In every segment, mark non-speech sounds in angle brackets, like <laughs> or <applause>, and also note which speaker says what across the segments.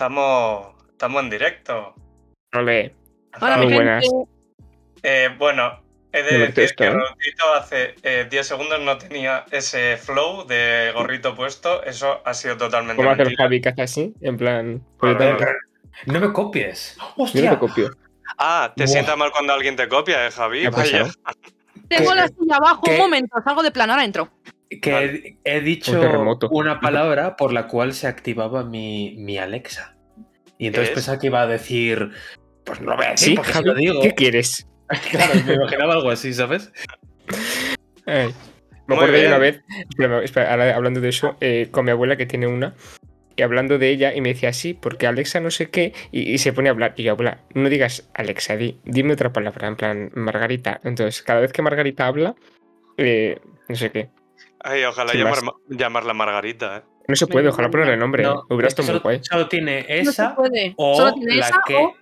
Speaker 1: Estamos, estamos en directo.
Speaker 2: Ole.
Speaker 3: Hola,
Speaker 2: Muy
Speaker 3: mi
Speaker 2: buenas.
Speaker 3: gente.
Speaker 1: Eh, bueno, he de
Speaker 2: No me
Speaker 1: decir que
Speaker 2: contesta, ¿eh?
Speaker 1: Rautito hace eh, 10 segundos no tenía ese flow de gorrito puesto. Eso ha sido totalmente
Speaker 2: ¿Cómo hace el
Speaker 1: mentira.
Speaker 2: Javi que hace así? En plan.
Speaker 4: A
Speaker 2: Pues yo,
Speaker 4: ver,
Speaker 2: también-
Speaker 4: No me copies.
Speaker 2: yo no
Speaker 4: ¡Hostia!
Speaker 2: te copio.
Speaker 1: Ah, te
Speaker 4: Buah.
Speaker 1: sienta mal cuando alguien te copia, eh, Javi.
Speaker 2: ¿Qué ha
Speaker 1: Vaya.
Speaker 2: pasado?
Speaker 3: Tengo la silla abajo.
Speaker 4: ¿Qué?
Speaker 3: Un momento, salgo de plano, ahora entro.
Speaker 4: que he, he dicho
Speaker 2: Un terremoto.
Speaker 4: una palabra por la cual se activaba mi, mi Alexa. Y entonces
Speaker 1: es?
Speaker 4: pensaba que iba
Speaker 1: <laughs>
Speaker 4: a decir. Pues no lo voy a decir,
Speaker 2: Sí,
Speaker 4: porque si
Speaker 2: Javi,
Speaker 4: lo digo.
Speaker 2: ¿qué quieres?
Speaker 4: Claro, me imaginaba algo así, ¿sabes?
Speaker 2: Ay, Me
Speaker 1: Muy
Speaker 2: acuerdo de
Speaker 1: bien.
Speaker 2: una vez, espera, espera, ahora hablando de eso, eh, con mi abuela que tiene una, y hablando de ella, y me decía, sí, porque Alexa no sé qué, y, y se pone a hablar. Y yo, abuela, no digas Alexa, di- dime otra palabra, en plan, Margarita. Entonces, cada vez que Margarita habla, eh, no sé qué.
Speaker 1: Ay, ojalá
Speaker 2: Sin
Speaker 1: llamar-
Speaker 2: más.
Speaker 1: llamarla Margarita. eh.
Speaker 2: No se puede,
Speaker 3: Menuda
Speaker 2: ojalá ponerle
Speaker 3: mierda.
Speaker 2: nombre.
Speaker 4: No,
Speaker 2: Hubiera
Speaker 4: es que
Speaker 2: estado muy
Speaker 4: solo,
Speaker 2: guay.
Speaker 4: solo tiene
Speaker 3: no se
Speaker 4: esa
Speaker 3: puede.
Speaker 4: o
Speaker 3: Solo tiene
Speaker 4: la
Speaker 3: esa
Speaker 4: que.
Speaker 3: o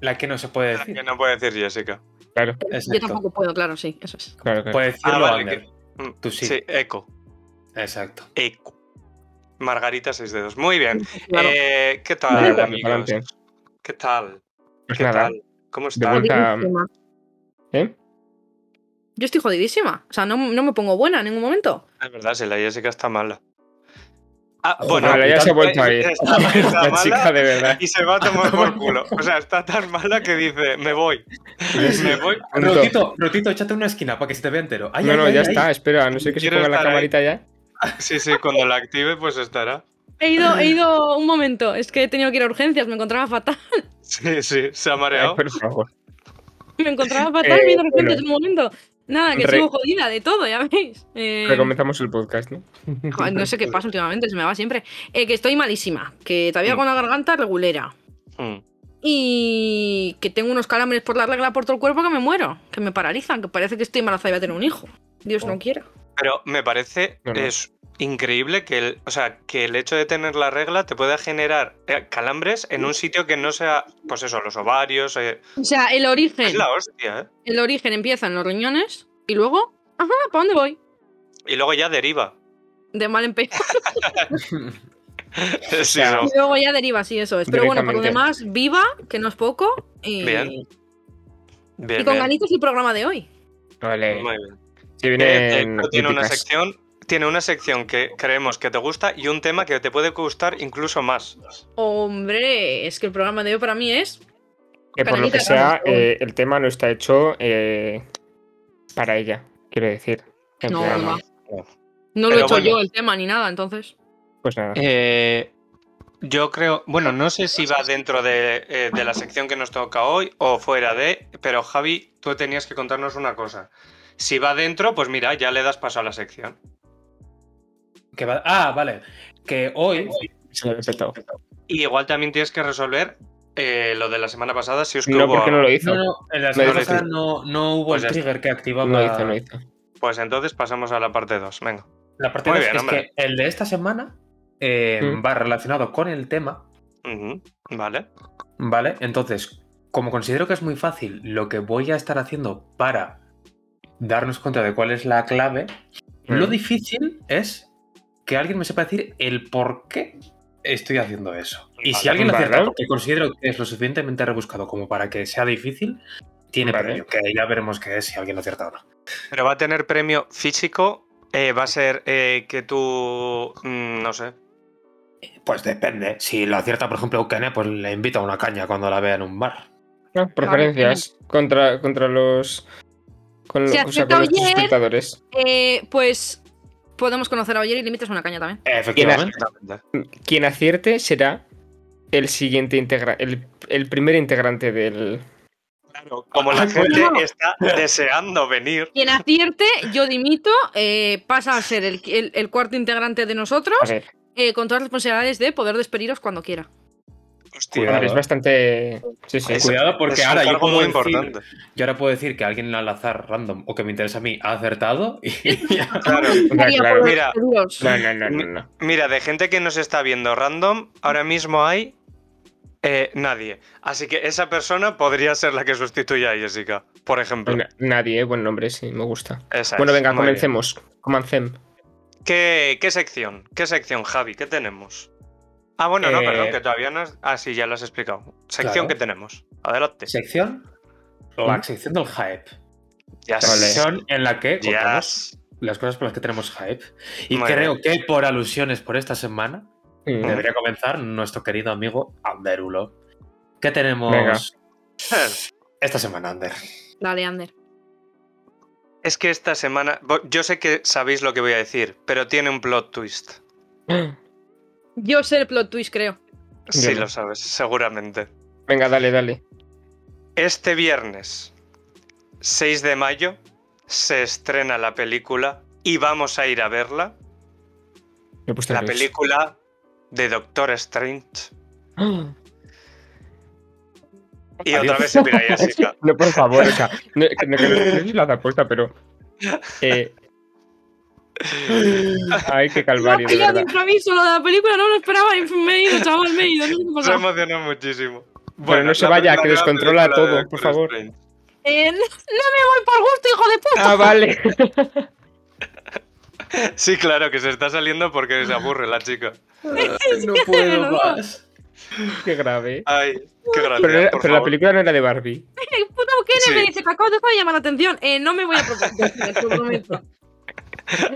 Speaker 4: La que no se puede
Speaker 1: La que
Speaker 4: decir.
Speaker 1: no puede decir Jessica.
Speaker 2: Claro,
Speaker 3: yo
Speaker 4: Exacto.
Speaker 3: tampoco puedo, claro, sí, eso es.
Speaker 2: claro, claro.
Speaker 4: Puede decirlo
Speaker 1: Ah, vale,
Speaker 4: Ander.
Speaker 1: Mm,
Speaker 4: Tú sí.
Speaker 1: Sí, eco.
Speaker 4: Exacto.
Speaker 1: Eco. Margarita seis dedos. Muy bien.
Speaker 3: Claro.
Speaker 1: Eh, ¿Qué tal,
Speaker 2: Vale, vale,
Speaker 1: amigos?
Speaker 2: adelante.
Speaker 1: ¿Qué tal?
Speaker 2: Pues
Speaker 1: ¿Qué
Speaker 2: nada,
Speaker 1: tal? ¿Cómo
Speaker 2: de
Speaker 1: están?
Speaker 2: vuelta.
Speaker 3: Jodidísima.
Speaker 2: ¿eh?
Speaker 3: Yo estoy jodidísima. O sea, no, no me pongo buena en ningún momento.
Speaker 1: Es verdad, si la Jessica está mala. Ah,
Speaker 4: Joder,
Speaker 1: bueno,
Speaker 2: Ahora ya se ha
Speaker 4: tanto-
Speaker 2: vuelto a ir.
Speaker 1: <laughs> está, está
Speaker 2: <laughs> La chica
Speaker 1: mala
Speaker 2: de verdad.
Speaker 1: y se va a tomar
Speaker 2: <laughs>
Speaker 1: por culo. O sea, está tan mala que dice, me voy. <laughs> Me voy.
Speaker 2: Pronto.
Speaker 4: Rotito, Rotito, échate una esquina para que se te vea entero. Ay,
Speaker 2: No,
Speaker 4: ay,
Speaker 2: no,
Speaker 4: ay,
Speaker 2: ya
Speaker 4: ay.
Speaker 2: está, espera, no sé que se
Speaker 1: Quiero
Speaker 2: ponga la
Speaker 1: estar ahí.
Speaker 2: camarita ya.
Speaker 1: Sí, sí, cuando la active, pues estará.
Speaker 3: He ido, he ido un momento. Es que he tenido que ir a urgencias. Me encontraba fatal. <laughs>
Speaker 1: Sí, sí, se ha
Speaker 2: Ay,
Speaker 1: mareado.
Speaker 2: por favor.
Speaker 3: Me encontraba fatal
Speaker 2: Eh,
Speaker 3: viendo
Speaker 2: bueno.
Speaker 3: urgencias en un momento. Nada, que
Speaker 2: Re-
Speaker 3: sigo jodida de todo, ya veis. Eh,
Speaker 2: Recomenzamos el podcast, ¿no?
Speaker 3: joder, no sé qué pasa últimamente, se me va siempre. Eh, que estoy malísima. Que
Speaker 2: Mm.
Speaker 3: todavía con la garganta regulera.
Speaker 2: pues-
Speaker 1: Mm.
Speaker 3: Y que tengo unos calambres por la regla por todo el cuerpo que me muero, que me paralizan, que parece que estoy embarazada y voy a tener un hijo. Dios
Speaker 1: Oh.
Speaker 3: no quiera.
Speaker 1: Pero me parece
Speaker 2: No, no.
Speaker 1: es increíble que el, o sea, que el hecho de tener la regla te pueda generar eh, calambres en un sitio que no sea, pues eso, los ovarios. eh.
Speaker 3: O sea, el
Speaker 1: Es
Speaker 3: origen,
Speaker 1: la hostia, ¿eh?
Speaker 3: el origen empieza en los riñones y luego, ajá, ¿para dónde voy?
Speaker 1: Y luego ya deriva.
Speaker 3: De mal en peor.
Speaker 1: <laughs> Sí,
Speaker 2: sea,
Speaker 1: no.
Speaker 3: Y luego ya deriva, sí, eso es. Pero bueno, por lo
Speaker 2: Directamente.
Speaker 3: demás, viva, que no es poco. Y,
Speaker 1: Bien,
Speaker 3: y
Speaker 1: Bien,
Speaker 3: con
Speaker 1: bien.
Speaker 3: ganitas el programa de hoy.
Speaker 2: Vale.
Speaker 1: Muy bien.
Speaker 2: Si
Speaker 1: Eh,
Speaker 2: vienen
Speaker 1: Teco tiene una
Speaker 2: críticas.
Speaker 1: sección. Tiene una sección que creemos que te gusta y un tema que te puede gustar incluso más.
Speaker 3: Hombre, es que el programa de hoy para mí es.
Speaker 2: Que por lo que
Speaker 3: Canelita,
Speaker 2: sea,
Speaker 3: vamos, por favor.
Speaker 2: eh, el tema no está hecho eh, para ella, quiero decir. En
Speaker 3: No,
Speaker 2: plan,
Speaker 3: no, no lo
Speaker 1: Pero
Speaker 3: he hecho
Speaker 1: bueno.
Speaker 3: yo el tema ni nada, entonces.
Speaker 2: Pues nada.
Speaker 1: Eh, yo creo, bueno, no sé si va dentro de, eh, de la sección que nos toca hoy o fuera de, pero Javi, tú tenías que contarnos una cosa. Si va dentro, pues mira, ya le das paso a la sección.
Speaker 4: Que va- Ah, vale. Que hoy
Speaker 2: se lo he respetado.
Speaker 1: Y igual también tienes que resolver eh, lo de la semana pasada, si os que
Speaker 2: No,
Speaker 1: hubo
Speaker 2: porque no
Speaker 1: algo.
Speaker 2: lo hizo.
Speaker 4: No,
Speaker 2: No,
Speaker 4: no, en la
Speaker 2: No
Speaker 4: semana
Speaker 1: lo
Speaker 4: pasada
Speaker 1: hice.
Speaker 4: no, no hubo
Speaker 1: Pues ya
Speaker 4: el
Speaker 1: está.
Speaker 4: trigger que activaba.
Speaker 2: hizo, no hizo.
Speaker 1: Pues entonces pasamos a la parte 2, venga.
Speaker 4: La parte
Speaker 1: Muy
Speaker 4: dos
Speaker 1: bien,
Speaker 4: es
Speaker 1: hombre.
Speaker 4: que el de esta semana eh,
Speaker 2: Mm.
Speaker 4: va relacionado con el tema,
Speaker 1: Ujú, Vale.
Speaker 4: ¿vale? Entonces, como considero que es muy fácil lo que voy a estar haciendo para darnos cuenta de cuál es la clave, lo
Speaker 2: Mm.
Speaker 4: difícil es que alguien me sepa decir el por qué estoy haciendo eso. Y si
Speaker 1: Vale,
Speaker 4: alguien lo
Speaker 2: vale.
Speaker 4: acierta, porque considero que es lo suficientemente rebuscado como para que sea difícil, tiene
Speaker 2: Vale.
Speaker 4: premio, que ahí ya veremos qué es si alguien lo acierta o no.
Speaker 1: Pero va a tener premio físico, eh, va a ser eh, que tú, mm, no sé,
Speaker 4: Pues depende. Si lo acierta, por ejemplo, Eukene, pues le invita a una caña cuando la vea en un bar.
Speaker 2: No, preferencias contra, contra los. Con,
Speaker 3: Si
Speaker 2: lo- o sea,
Speaker 3: acepta
Speaker 2: con los
Speaker 3: oyer-
Speaker 2: espectadores.
Speaker 3: Eh, pues podemos conocer a Oyer y limitas una caña también.
Speaker 4: Efectivamente.
Speaker 1: exactamente.
Speaker 2: Quien acierte será el siguiente integra el, el primer integrante del.
Speaker 1: Claro, como la
Speaker 4: Ah,
Speaker 1: gente
Speaker 3: bueno.
Speaker 1: está deseando venir.
Speaker 3: Quien acierte, yo dimito, eh, pasa a ser el, el- el cuarto integrante de nosotros,
Speaker 2: A ver,
Speaker 3: eh, con todas las responsabilidades de poder despediros cuando quiera.
Speaker 1: Hostia,
Speaker 4: Cuidado,
Speaker 2: es
Speaker 4: eh.
Speaker 2: bastante. Sí, sí.
Speaker 1: Es-
Speaker 4: Cuidado, porque
Speaker 1: es un
Speaker 4: ahora yo
Speaker 1: cargo
Speaker 4: puedo
Speaker 1: muy
Speaker 4: decir-
Speaker 1: importante.
Speaker 4: Yo ahora puedo decir que alguien al azar random o que me interesa a mí ha acertado y <laughs> ya.
Speaker 1: Claro.
Speaker 3: Daría
Speaker 2: claro.
Speaker 3: por
Speaker 1: Mira.
Speaker 3: despediros.
Speaker 2: No, no, no, no. no.
Speaker 1: Mira, de gente que nos está viendo random, ahora mismo hay eh, nadie. Así que esa persona podría ser la que sustituya a Jessica, por ejemplo.
Speaker 2: Na- Nadie, eh, buen nombre, sí, me gusta.
Speaker 1: Esa
Speaker 2: Bueno,
Speaker 1: es,
Speaker 2: venga,
Speaker 1: muy bien.
Speaker 2: comencemos. Comencem.
Speaker 1: ¿Qué, qué sección? ¿Qué sección, Javi? ¿Qué tenemos? Ah, bueno, no,
Speaker 4: Eh,
Speaker 1: perdón, que todavía no. es- Ah, sí, ya lo has explicado. Sección
Speaker 4: Claro.
Speaker 1: que tenemos. Adelante.
Speaker 4: Sección.
Speaker 2: Vale.
Speaker 4: La sección del hype.
Speaker 1: Ya
Speaker 2: Vale.
Speaker 1: sé.
Speaker 4: Sección en la que
Speaker 1: Ya
Speaker 4: contamos las cosas por las que tenemos hype. Y
Speaker 1: Muy
Speaker 4: creo que por alusiones por esta semana
Speaker 2: Mm.
Speaker 4: debería comenzar nuestro querido amigo Anderulo. ¿Qué tenemos
Speaker 2: Venga.
Speaker 1: sé.
Speaker 4: esta semana, Ander?
Speaker 3: Dale, Ander.
Speaker 1: <laughs> Es que esta semana. bo- Yo sé que sabéis lo que voy a decir, pero tiene un plot twist.
Speaker 3: Yo sé el plot twist, creo.
Speaker 1: Sí,
Speaker 2: no.
Speaker 1: lo sabes, seguramente.
Speaker 2: <gasps> Venga, dale, dale.
Speaker 1: Este viernes 6 de mayo se estrena la película y vamos a ir a verla.
Speaker 2: Lo he puesto
Speaker 1: La
Speaker 2: en Reels.
Speaker 1: película de Doctor Strange. <gasps>
Speaker 2: ¡Ah!
Speaker 1: Y
Speaker 4: Adiós.
Speaker 1: otra vez se pira
Speaker 4: <laughs>
Speaker 1: Jessica.
Speaker 2: <laughs> No, por favor,
Speaker 1: <laughs>
Speaker 2: o sea, no, que no, que no- no sé si lo hace apuesta, pero.
Speaker 1: <laughs>
Speaker 2: eh, ay, qué
Speaker 3: No,
Speaker 2: calvario, de
Speaker 3: ya de
Speaker 2: verdad.
Speaker 3: improviso lo de la película, no lo esperaba. y Me he ido, chaval, me he ido. No sé qué
Speaker 1: Se
Speaker 3: pasa.
Speaker 1: emociona muchísimo. Bueno,
Speaker 2: no se
Speaker 1: la
Speaker 2: vaya, que
Speaker 1: película es la película
Speaker 2: descontrola
Speaker 1: de
Speaker 2: todo,
Speaker 1: Doctor
Speaker 2: por favor.
Speaker 1: Strange.
Speaker 3: Eh, no me voy por gusto, hijo de puta.
Speaker 2: Ah, vale.
Speaker 1: <laughs>
Speaker 2: <laughs>
Speaker 1: Sí, claro, que se está saliendo porque se aburre la chica.
Speaker 4: no
Speaker 3: puedo verdad.
Speaker 1: <laughs>
Speaker 2: Qué grave.
Speaker 1: Ay, qué gracia,
Speaker 2: Pero, no era-
Speaker 1: por
Speaker 2: pero la
Speaker 1: favor.
Speaker 2: película no era de Barbie.
Speaker 3: Eh, Puta, ¿qué
Speaker 1: Sí.
Speaker 3: me dice? Que acabo de dejar de llamar la atención. Eh, no me voy a
Speaker 2: <laughs>
Speaker 3: proponer. te lo prometo.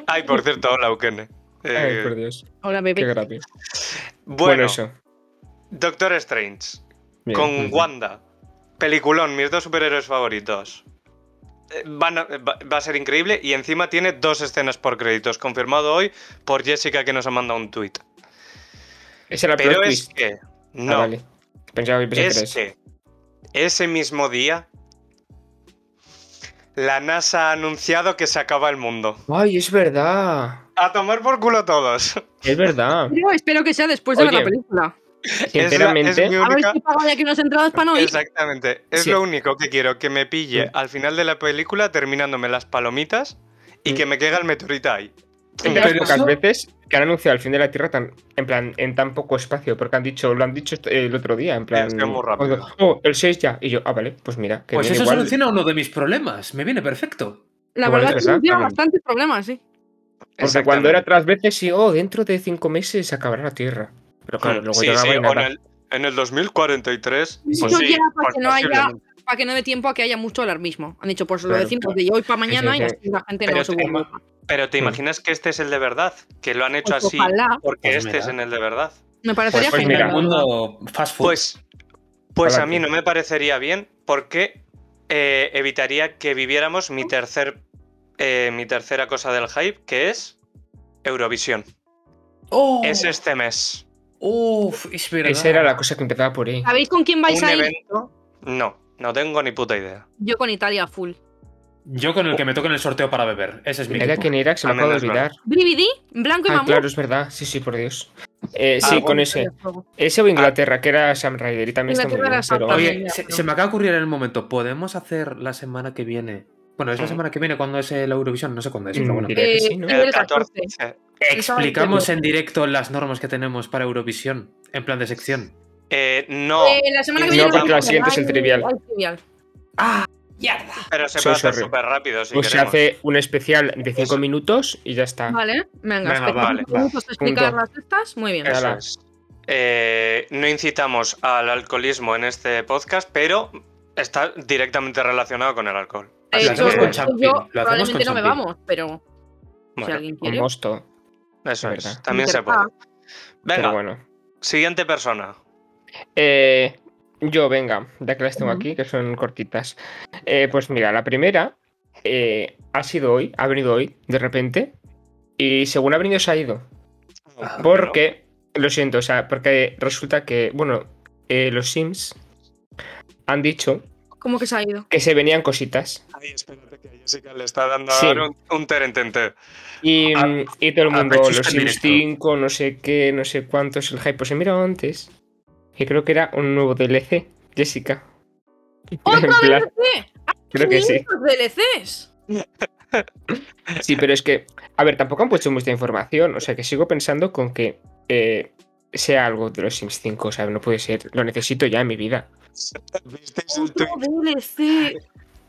Speaker 1: Ay, por cierto, hola, Ukene. Eh,
Speaker 2: Ay, por Dios.
Speaker 3: Hola,
Speaker 2: Qué
Speaker 3: bebé.
Speaker 2: grave. Bueno,
Speaker 1: bueno,
Speaker 2: eso.
Speaker 1: Doctor Strange.
Speaker 2: Bien.
Speaker 1: con Wanda. Peliculón, mis dos superhéroes favoritos. Eh, van a- va, va a ser increíble y encima tiene dos escenas por créditos, confirmado hoy por Jessica que nos ha mandado un tuit.
Speaker 2: Ah, Esa era
Speaker 1: Pero
Speaker 2: plot
Speaker 1: es
Speaker 2: twist.
Speaker 1: que,
Speaker 2: Ah,
Speaker 1: no,
Speaker 2: vale. Pensaba, pensaba que era
Speaker 1: es
Speaker 2: eso.
Speaker 1: que ese mismo día la NASA ha anunciado que se acaba el mundo.
Speaker 2: Ay, es verdad.
Speaker 1: A tomar por culo a todos.
Speaker 2: Es verdad.
Speaker 3: Yo espero que sea después de ver la
Speaker 2: Oye,
Speaker 3: película.
Speaker 2: Sinceramente.
Speaker 1: <laughs> es mi
Speaker 3: A ver
Speaker 1: única-
Speaker 3: si pago de aquí unas entradas para no ir.
Speaker 1: Exactamente. Es
Speaker 2: Sí.
Speaker 1: lo único que quiero, que me pille
Speaker 2: Mm.
Speaker 1: al final de la película terminándome las palomitas y
Speaker 2: Mm.
Speaker 1: que me caiga el meteorito ahí.
Speaker 3: Ya
Speaker 2: Pero
Speaker 3: está.
Speaker 2: pocas veces que han anunciado el fin de la Tierra tan, en plan en tan poco espacio, porque han dicho, lo han dicho est- el otro día, en plan.
Speaker 1: es que es muy rápido.
Speaker 2: cuando, Oh, el 6 ya. Y yo, ah, vale, pues mira, que
Speaker 4: Pues
Speaker 2: bien,
Speaker 4: eso
Speaker 2: igual.
Speaker 4: soluciona uno de mis problemas. Me viene perfecto.
Speaker 3: La
Speaker 2: Igual
Speaker 3: verdad
Speaker 2: es
Speaker 3: es que tiene
Speaker 2: exactamente.
Speaker 3: bastantes problemas, sí.
Speaker 2: Porque cuando era otras veces, sí, oh, dentro de 5 meses se acabará la Tierra. Pero claro, luego
Speaker 1: Mm, Sí,
Speaker 2: llegaba
Speaker 1: sí,
Speaker 2: y
Speaker 1: o en
Speaker 2: nada.
Speaker 1: el, en el 2043.
Speaker 3: Eso
Speaker 1: pues sí,
Speaker 3: ya para
Speaker 1: pues
Speaker 3: que no haya-
Speaker 1: posiblemente.
Speaker 3: Para que no dé tiempo a que haya mucho alarmismo. Han dicho, pues lo
Speaker 2: Claro,
Speaker 3: decimos
Speaker 2: claro.
Speaker 3: de hoy para mañana
Speaker 2: sí,
Speaker 3: y
Speaker 2: sí.
Speaker 3: así la gente
Speaker 1: Pero
Speaker 3: no Pues se
Speaker 1: tema-
Speaker 3: vuelve loca.
Speaker 1: Pero
Speaker 2: Mm.
Speaker 1: te imaginas que este es el de verdad, que lo han hecho
Speaker 3: Pues
Speaker 1: así
Speaker 3: ojalá.
Speaker 1: porque
Speaker 4: Pues
Speaker 1: este
Speaker 4: mira.
Speaker 1: es en el de verdad.
Speaker 3: Me parecería
Speaker 2: Pues
Speaker 3: genial.
Speaker 2: mira.
Speaker 4: el mundo fast food.
Speaker 1: Pues, pues a
Speaker 2: Adelante.
Speaker 1: mí no me parecería bien porque eh, evitaría que viviéramos mi tercer eh, mi tercera cosa del hype, que es Eurovisión.
Speaker 4: ¡Oh!
Speaker 1: Es este mes.
Speaker 4: ¡Uf! Es verdad.
Speaker 2: Esa era la cosa que empezaba por E. ahí.
Speaker 3: ¿Sabéis con quién vais
Speaker 1: ¿Un
Speaker 3: a ir?
Speaker 1: evento? No, no tengo ni puta idea.
Speaker 3: Yo con Italia full.
Speaker 4: Yo con el que me toca en el sorteo para beber. Ese es mi
Speaker 2: Era
Speaker 4: equipo.
Speaker 2: quien era, que se me
Speaker 1: Ah,
Speaker 2: acaba de
Speaker 1: menos
Speaker 2: olvidar.
Speaker 3: Brividi, Blanco y
Speaker 2: Ah,
Speaker 3: Mamú.
Speaker 2: claro, es verdad. Sí, sí, por Dios. Eh, sí,
Speaker 3: Ah,
Speaker 1: Ah, bueno,
Speaker 2: con ese. Ese
Speaker 1: Ah.
Speaker 2: o Inglaterra, que era Sam Ryder y también está muy
Speaker 3: Inglaterra
Speaker 2: bien.
Speaker 3: era
Speaker 2: Pero...
Speaker 3: Sam Ryder.
Speaker 4: Oye, se, se me acaba de ocurrir en el momento. ¿Podemos hacer la semana que viene? Bueno, es la
Speaker 1: Mm.
Speaker 4: semana que viene cuando es el Eurovisión, no sé cuándo es, pero
Speaker 2: Mm,
Speaker 4: bueno.
Speaker 2: diré. Creo que sí, ¿no?
Speaker 3: Eh, el
Speaker 1: El 14.
Speaker 3: 14.
Speaker 4: Explicamos en directo las normas que tenemos para Eurovisión, en plan de sección.
Speaker 1: Eh, no,
Speaker 3: Eh, la semana que
Speaker 1: No,
Speaker 3: viene.
Speaker 1: porque
Speaker 2: la
Speaker 3: hay-
Speaker 2: siguiente es el
Speaker 3: hay-
Speaker 2: trivial.
Speaker 3: hay trivial.
Speaker 1: pero se
Speaker 2: soy
Speaker 1: puede hacer
Speaker 2: sorry.
Speaker 1: súper rápido si
Speaker 2: Pues se
Speaker 1: queremos.
Speaker 2: hace un especial de 5 minutos y ya está.
Speaker 3: Vale, venga,
Speaker 4: Venga,
Speaker 3: espectacular.
Speaker 1: vale,
Speaker 2: va.
Speaker 3: Vamos a explicar
Speaker 2: Ah. Punto.
Speaker 3: las estas. Muy bien.
Speaker 2: Eh,
Speaker 1: Eso
Speaker 2: Ala.
Speaker 1: es. Eh, no incitamos al alcoholismo en este podcast, pero está directamente relacionado con el alcohol.
Speaker 3: De
Speaker 4: lo hacemos
Speaker 3: hecho,
Speaker 4: con champín, lo
Speaker 3: yo
Speaker 4: hacemos
Speaker 3: probablemente no
Speaker 4: con
Speaker 3: me
Speaker 4: champín.
Speaker 3: vamos, pero si
Speaker 1: Bueno,
Speaker 3: alguien
Speaker 2: Con
Speaker 3: quiere.
Speaker 2: mosto.
Speaker 1: eso
Speaker 2: es verdad.
Speaker 1: es. También se puede.
Speaker 3: Interfaz.
Speaker 1: Venga,
Speaker 2: Pero bueno.
Speaker 1: siguiente persona.
Speaker 2: Eh, yo, venga, ya que las tengo
Speaker 3: Ujú.
Speaker 2: aquí, que son cortitas. Eh, pues mira, la primera eh, ha sido hoy, ha venido hoy, de repente. Y según ha venido, se ha ido.
Speaker 3: Ah,
Speaker 1: Ah,
Speaker 2: Porque, lo siento, o sea, porque resulta que, bueno, eh, los Sims han dicho
Speaker 3: ¿Cómo que se ha
Speaker 2: <laughs>
Speaker 3: ido?
Speaker 2: que se venían cositas.
Speaker 1: Ay, espérate que a Jessica le está dando
Speaker 2: Sí.
Speaker 1: ahora un, un terentente.
Speaker 2: Y,
Speaker 4: Ah,
Speaker 2: mm, y todo el
Speaker 4: ah,
Speaker 2: mundo,
Speaker 4: precisa
Speaker 2: los
Speaker 4: en
Speaker 2: Sims
Speaker 4: directo.
Speaker 2: 5, no sé qué, no sé cuántos, el hype. Pues he mirado antes. Y creo que era un nuevo DLC, Jessica. En
Speaker 3: ¡Otra
Speaker 2: plan,
Speaker 3: DLC!
Speaker 2: creo que sí.
Speaker 3: ¡500 DLCs!
Speaker 2: Sí, pero es que, a ver, tampoco han puesto mucha información. O sea, que sigo pensando con que eh, sea algo de los Sims 5. O sea, no puede ser. Lo necesito ya en mi vida.
Speaker 1: ¿Visteis el
Speaker 3: ¡Otro
Speaker 1: tuit?
Speaker 3: DLC!
Speaker 2: Sí, sí,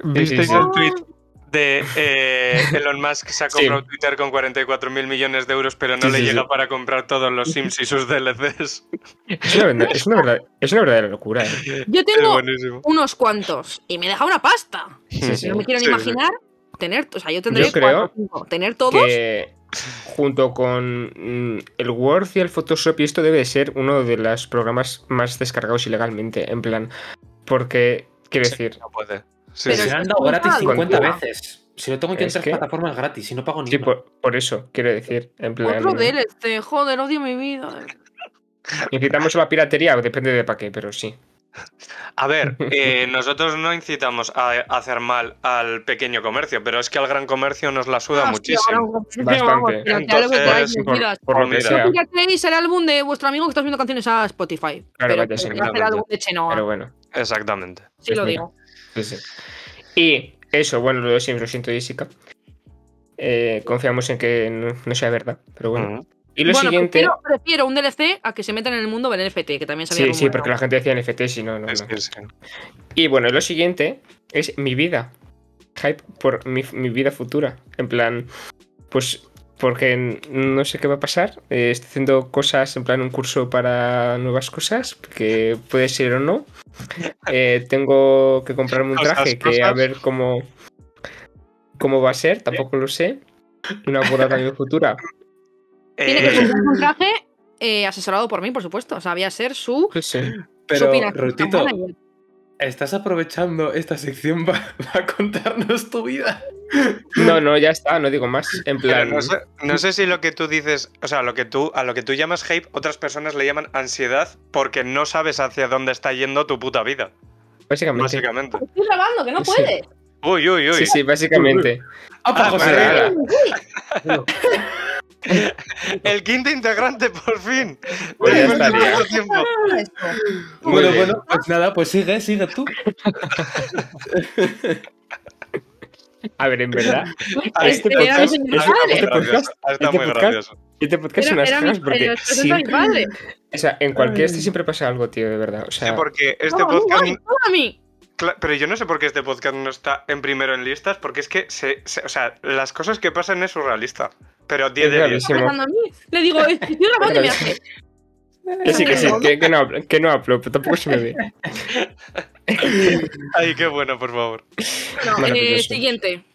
Speaker 1: ¿Visteis
Speaker 3: Ah,
Speaker 2: sí.
Speaker 1: el tuit de eh, Elon Musk se ha comprado
Speaker 2: Sí.
Speaker 1: Twitter con 44 mil millones de euros, pero no
Speaker 2: Sí,
Speaker 1: le
Speaker 2: sí,
Speaker 1: llega
Speaker 2: sí.
Speaker 1: para comprar todos los Sims y sus DLCs.
Speaker 2: Es una, verdad- es una verdad- es una verdadera locura. ¿eh?
Speaker 3: Yo
Speaker 1: Es
Speaker 3: tengo
Speaker 1: buenísimo.
Speaker 3: unos cuantos y me deja una pasta.
Speaker 2: Sí, sí.
Speaker 3: No me quiero ni
Speaker 1: Sí, sí.
Speaker 3: imaginar tener, o sea, yo tendré
Speaker 2: Yo creo
Speaker 3: cuatro, cinco. tener todos.
Speaker 2: Que junto con mm, el Word y el Photoshop, y esto debe de ser uno de los programas más descargados ilegalmente, en plan. Porque, quiero decir,
Speaker 1: No puede. Sí, sí.
Speaker 3: Pero
Speaker 4: Se
Speaker 3: es
Speaker 4: lo han
Speaker 3: que
Speaker 4: dado
Speaker 3: es
Speaker 4: gratis
Speaker 3: brutal.
Speaker 4: 50
Speaker 2: Continúa.
Speaker 4: veces. Si lo tengo yo en
Speaker 2: Es
Speaker 4: tres
Speaker 2: que-
Speaker 4: plataformas gratis y no pago ni
Speaker 2: sí, pues, por, por eso, quiero decir, en plan.
Speaker 3: Otro DLC, joder, odio mi vida.
Speaker 2: Necesitamos la piratería, o depende de para qué, pero sí.
Speaker 1: A
Speaker 2: <laughs>
Speaker 1: ver, eh, nosotros no incitamos a hacer mal al pequeño comercio, pero es que al gran comercio nos la suda
Speaker 3: Hostia, ahora
Speaker 1: muchísimo.
Speaker 3: vamos,
Speaker 2: Bastante.
Speaker 3: vamos, piratear lo que
Speaker 1: Entonces,
Speaker 3: queráis,
Speaker 2: Por,
Speaker 3: mentiras.
Speaker 2: por lo que
Speaker 1: Mira.
Speaker 2: sea.
Speaker 3: Pirateéis el álbum de vuestro amigo que está subiendo canciones a Spotify.
Speaker 2: vaya,
Speaker 3: pero piratead
Speaker 2: sí,
Speaker 3: el
Speaker 1: claramente.
Speaker 3: álbum de Chenoa.
Speaker 2: Pero bueno.
Speaker 1: Exactamente.
Speaker 3: sí lo
Speaker 2: pues
Speaker 3: digo.
Speaker 2: Sí, sí. Y eso, bueno, lo de Sims, lo siento, Jessica. Eh, confiamos en que no, no sea verdad, pero bueno.
Speaker 1: Ujú.
Speaker 2: Y lo
Speaker 3: bueno,
Speaker 2: siguiente.
Speaker 3: prefiero, prefiero un DLC a que se metan en el mundo del NFT, que también se
Speaker 2: Sí, sí,
Speaker 3: había rumoreado.
Speaker 2: porque la gente decía NFTs y no, no,
Speaker 1: Es
Speaker 2: no.
Speaker 1: que sí.
Speaker 2: Y bueno, lo siguiente es mi vida. Hype por mi, mi vida futura. En plan, pues porque n- no sé qué va a pasar. Eh, estoy haciendo cosas, en plan un curso para nuevas cosas, que puede ser o no. Eh, tengo que comprarme un
Speaker 1: Cosas,
Speaker 2: traje que a
Speaker 1: cosas.
Speaker 2: ver cómo, cómo va a ser, tampoco lo sé. Una boda también <laughs> futura.
Speaker 3: Tiene
Speaker 1: Eh,
Speaker 3: que comprar un traje eh, asesorado por mí, por supuesto. O sea, había ser su.
Speaker 2: Pues sí.
Speaker 3: su
Speaker 4: Pero,
Speaker 3: opinión.
Speaker 4: Rutito, ¿estás aprovechando esta sección <laughs> para, contarnos tu vida?
Speaker 2: No, no, ya está, no digo más. En
Speaker 1: Pero
Speaker 2: plan,
Speaker 1: no sé, no sé si lo que tú dices, o sea, lo que tú, a lo que tú llamas hype, otras personas le llaman ansiedad porque no sabes hacia dónde está yendo tu puta vida,
Speaker 2: básicamente.
Speaker 1: básicamente.
Speaker 3: Estoy grabando, que no
Speaker 2: Sí.
Speaker 3: <laughs> puedes.
Speaker 1: Uy, uy, uy.
Speaker 2: Sí, sí, básicamente.
Speaker 4: ¡Apa,
Speaker 1: Ah,
Speaker 4: pues José!
Speaker 2: vale, vale.
Speaker 1: El quinto integrante, por fin.
Speaker 2: Pues ya
Speaker 1: Después de
Speaker 2: estaría.
Speaker 1: tanto <laughs> tiempo.
Speaker 2: Muy
Speaker 4: Bueno,
Speaker 2: bien.
Speaker 4: bueno, pues nada, pues sigue, sigue tú.
Speaker 2: A ver, en verdad.
Speaker 1: Ay,
Speaker 3: Este
Speaker 1: entonces,
Speaker 3: era mi señor
Speaker 1: está muy
Speaker 2: padre.
Speaker 1: gracioso, Está
Speaker 2: Este
Speaker 1: muy
Speaker 2: podcast-
Speaker 1: gracioso.
Speaker 2: Este podcast es
Speaker 3: Era,
Speaker 2: unas
Speaker 3: era mi,
Speaker 2: cagas porque
Speaker 3: era- era mi
Speaker 2: siempre-
Speaker 3: padre.
Speaker 2: o sea, en cualquier este siempre pasa algo, tío, de verdad. O
Speaker 1: Sí,
Speaker 2: sea,
Speaker 1: porque este
Speaker 3: No, no,
Speaker 1: podcast.
Speaker 3: guay, todo a mí.
Speaker 1: cla- Pero yo no sé por qué este podcast no está en primero en listas, porque es que, se, se- o sea, las cosas que pasan es surrealista. Pero 10 de 10.
Speaker 2: realista. Sí, mo-
Speaker 3: Pensando a mí. Le digo, eh, yo la voz y me hace.
Speaker 2: que sí, que sí, que, que no hablo, que no hablo, pero tampoco se me
Speaker 3: <laughs>
Speaker 2: ve.
Speaker 1: Ay, qué bueno, por favor.
Speaker 3: No, eh,
Speaker 2: Maravilloso.
Speaker 3: siguiente.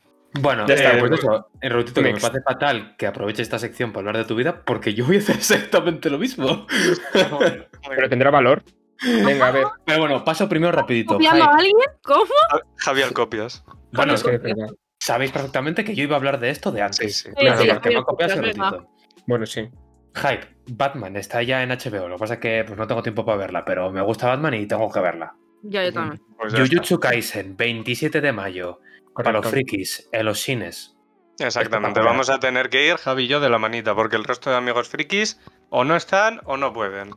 Speaker 4: Bueno,
Speaker 2: Ya está,
Speaker 4: eh,
Speaker 2: pues.
Speaker 4: pues eso, eh, Rutito, que me
Speaker 2: Next.
Speaker 4: parece fatal que aproveche esta sección para hablar de tu vida, porque yo voy a hacer <laughs> exactamente lo mismo.
Speaker 1: <laughs>
Speaker 2: Pero tendrá valor. Venga,
Speaker 3: <laughs>
Speaker 2: a ver.
Speaker 4: Pero bueno, paso primero rapidito.
Speaker 3: ¿Copiando a
Speaker 4: Hype.
Speaker 3: alguien? ¿Cómo?
Speaker 1: Javier Copias.
Speaker 4: Bueno,
Speaker 2: es que de verdad.
Speaker 4: sabéis perfectamente que yo iba a hablar de esto de antes.
Speaker 1: Sí, sí.
Speaker 2: Claro,
Speaker 3: Sí,
Speaker 2: porque
Speaker 3: Javier,
Speaker 4: me ha copiado
Speaker 3: es
Speaker 4: hace
Speaker 3: verdad.
Speaker 4: ratito.
Speaker 2: Bueno, sí.
Speaker 4: Hype, Batman está ya en HBO. Lo que pasa es que pues, no tengo tiempo para verla, pero me gusta Batman y tengo que verla.
Speaker 3: Ya, yo también.
Speaker 1: Pues ya está.
Speaker 4: Jujutsu Kaisen, 27 de mayo, para los
Speaker 2: correcto.
Speaker 4: frikis, en los cines.
Speaker 1: Exactamente.
Speaker 4: espectacular.
Speaker 1: Vamos a tener que ir Javi y yo de la manita, porque el resto de amigos frikis o no están o no pueden.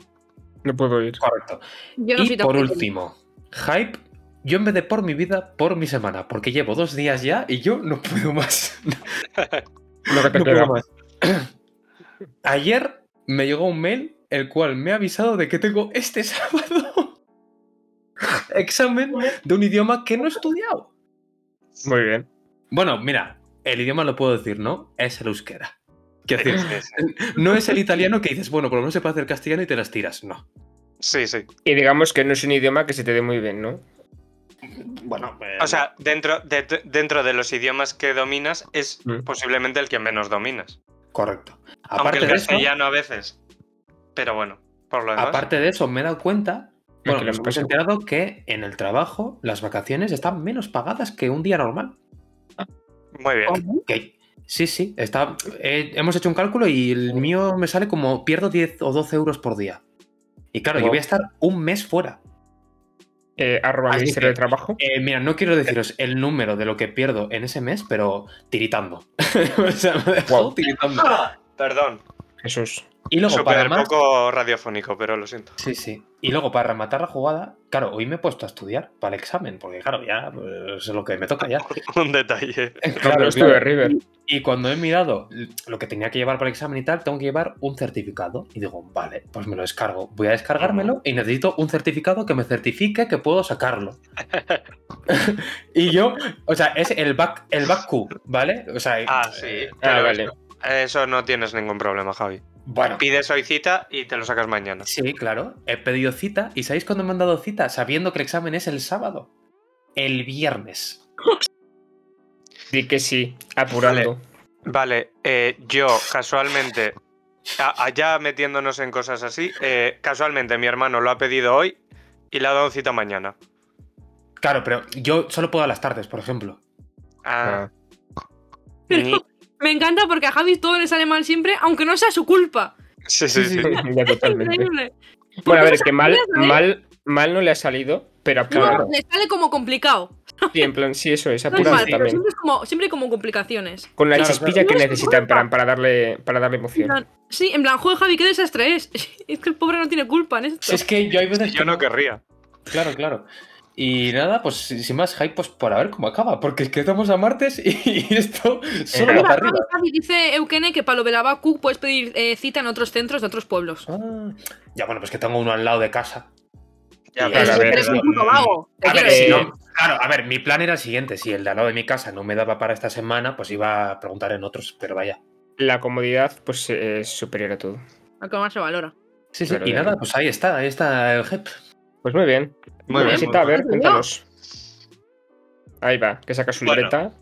Speaker 2: No puedo ir.
Speaker 4: Correcto.
Speaker 3: Yo no
Speaker 4: Y
Speaker 3: soy tan
Speaker 4: por
Speaker 3: friki.
Speaker 4: último, Hype, yo en vez de por mi vida, por mi semana, porque llevo dos días ya y yo no puedo más. <laughs>
Speaker 2: Lo que te
Speaker 4: No
Speaker 2: queda.
Speaker 4: puedo más. Ayer me llegó un mail el cual me ha avisado de que tengo este <laughs> sábado examen de un idioma que no he estudiado.
Speaker 2: Muy bien.
Speaker 4: Bueno, mira, el idioma lo puedo decir, ¿no? Es el euskera. Quiero
Speaker 1: <laughs>
Speaker 4: decir,
Speaker 1: Sí, sí.
Speaker 4: no es el italiano que dices, bueno, por lo menos se puede hacer castellano y te las tiras. No.
Speaker 1: Sí, sí.
Speaker 2: Y digamos que no es un idioma que se te dé muy bien, ¿no?
Speaker 4: Bueno, eh,
Speaker 1: O sea, dentro de, dentro de los idiomas que dominas es
Speaker 2: Mm.
Speaker 1: posiblemente el que menos dominas.
Speaker 4: correcto.
Speaker 1: Aunque
Speaker 4: Aparte
Speaker 1: el
Speaker 4: de, eso,
Speaker 1: castellano a veces. Pero bueno, por lo demás.
Speaker 4: aparte de eso, me he dado cuenta, bueno,
Speaker 2: que lo
Speaker 4: nos hemos
Speaker 2: pasa.
Speaker 4: enterado que en el trabajo las vacaciones están menos pagadas que un día normal.
Speaker 1: Muy bien.
Speaker 4: Ok. Sí, sí, está, eh, hemos hecho un cálculo y el mío me sale como pierdo 10 o 12 euros por día. Y claro, yo voy a estar un mes fuera.
Speaker 2: Eh, arroba
Speaker 4: Así
Speaker 2: Ministerio
Speaker 4: que-
Speaker 2: de Trabajo.
Speaker 4: Eh, mira, no quiero deciros el número de lo que pierdo en ese mes, pero tiritando. <laughs> o sea, me dejó
Speaker 2: Guau.
Speaker 4: tiritando.
Speaker 1: Perdón.
Speaker 2: Jesús.
Speaker 4: Y luego, para
Speaker 1: Ah, Súper
Speaker 4: más-
Speaker 1: poco radiofónico, pero lo siento. <laughs>
Speaker 4: Sí, sí. Y luego, para rematar la jugada, claro, hoy me he puesto a estudiar para el examen, porque claro, ya pues, es lo que me toca ya.
Speaker 1: Un detalle.
Speaker 2: Claro,
Speaker 4: Claro,
Speaker 2: estuve
Speaker 4: claro.
Speaker 2: River. Ah,
Speaker 4: Y cuando he mirado lo que tenía que llevar para el examen y tal, tengo que llevar un certificado. Y digo, vale, pues me lo descargo. Voy a descargármelo y necesito un certificado que me certifique que puedo
Speaker 1: <laughs>
Speaker 4: sacarlo. <laughs> y yo, o sea, es el back, el back Q, ¿vale? O sea,
Speaker 1: Ah, sí.
Speaker 4: eh,
Speaker 2: Ah,
Speaker 1: pero
Speaker 2: vale.
Speaker 1: eso- Eso no tienes ningún problema, Javi.
Speaker 4: bueno,
Speaker 1: Pides hoy cita y te lo sacas mañana.
Speaker 4: Sí, claro. He pedido cita. ¿Y sabéis cuándo me han dado cita? Sabiendo que el examen es el sábado. El viernes.
Speaker 2: Di que sí, apurando.
Speaker 1: Vale, eh, yo casualmente, a- allá metiéndonos en cosas así, eh, casualmente mi hermano lo ha pedido hoy y le ha dado cita mañana.
Speaker 4: Claro, pero yo solo puedo a las tardes, por ejemplo.
Speaker 1: Ah.
Speaker 3: Pero- Me encanta porque a Javi todo le sale mal siempre, aunque no sea su culpa.
Speaker 1: Sí, sí, sí.
Speaker 2: <laughs> ya
Speaker 3: Es
Speaker 2: totalmente.
Speaker 3: increíble.
Speaker 2: Bueno, a ver,
Speaker 3: Porque
Speaker 2: es que mal,
Speaker 3: esas mierdas,
Speaker 2: mal, mal no le ha salido, pero
Speaker 3: No,
Speaker 2: apurando.
Speaker 3: le sale como complicado.
Speaker 2: Sí, en plan, sí, eso es,
Speaker 3: No es
Speaker 2: apurando
Speaker 3: mal, pero
Speaker 2: también.
Speaker 3: siempre, es como, siempre hay como complicaciones.
Speaker 2: Con la
Speaker 4: Claro,
Speaker 2: chispilla
Speaker 3: claro.
Speaker 2: que
Speaker 3: No es
Speaker 2: necesitan
Speaker 3: culpa.
Speaker 2: para, para darle, para darle
Speaker 3: En
Speaker 2: emoción.
Speaker 3: plan, sí, en plan, joder, Javi, qué desastre es. <laughs> Es que el pobre no tiene culpa en esto.
Speaker 4: Es que yo hay veces.
Speaker 1: Yo no querría.
Speaker 4: Claro, claro. Y nada, pues sin más hype, pues para ver cómo acaba. Porque es que estamos a martes y <laughs> esto
Speaker 2: Mira,
Speaker 4: solo va
Speaker 3: Mira, Javi,
Speaker 4: para arriba.
Speaker 3: Javi, dice Eukene que para lo de la Bacu puedes pedir eh, cita en otros centros de otros pueblos.
Speaker 4: Ah, ya, bueno, pues que tengo uno al lado de casa.
Speaker 1: Ya,
Speaker 2: Claro,
Speaker 1: pero-
Speaker 2: a
Speaker 3: Eso,
Speaker 2: ver,
Speaker 3: eres un puto vago. te
Speaker 4: A ver,
Speaker 3: quiero
Speaker 2: eh,
Speaker 4: si
Speaker 3: decir.
Speaker 4: no- claro, a ver, mi plan era el siguiente. Si el de al lado de mi casa no me daba para esta semana, pues iba a preguntar en otros, pero vaya.
Speaker 2: La comodidad, pues, es superior a todo.
Speaker 3: Al que más se valora.
Speaker 4: Sí, sí.
Speaker 2: Pero
Speaker 4: Y
Speaker 2: bien.
Speaker 4: nada, pues ahí está, ahí está el hype.
Speaker 2: Pues muy bien.
Speaker 1: Muy
Speaker 2: Bueno,
Speaker 1: bien,
Speaker 2: Sita, a
Speaker 1: muy
Speaker 2: ver,
Speaker 3: bien.
Speaker 2: cuéntanos. Ahí va, que saca su
Speaker 1: Bueno.
Speaker 2: libreta.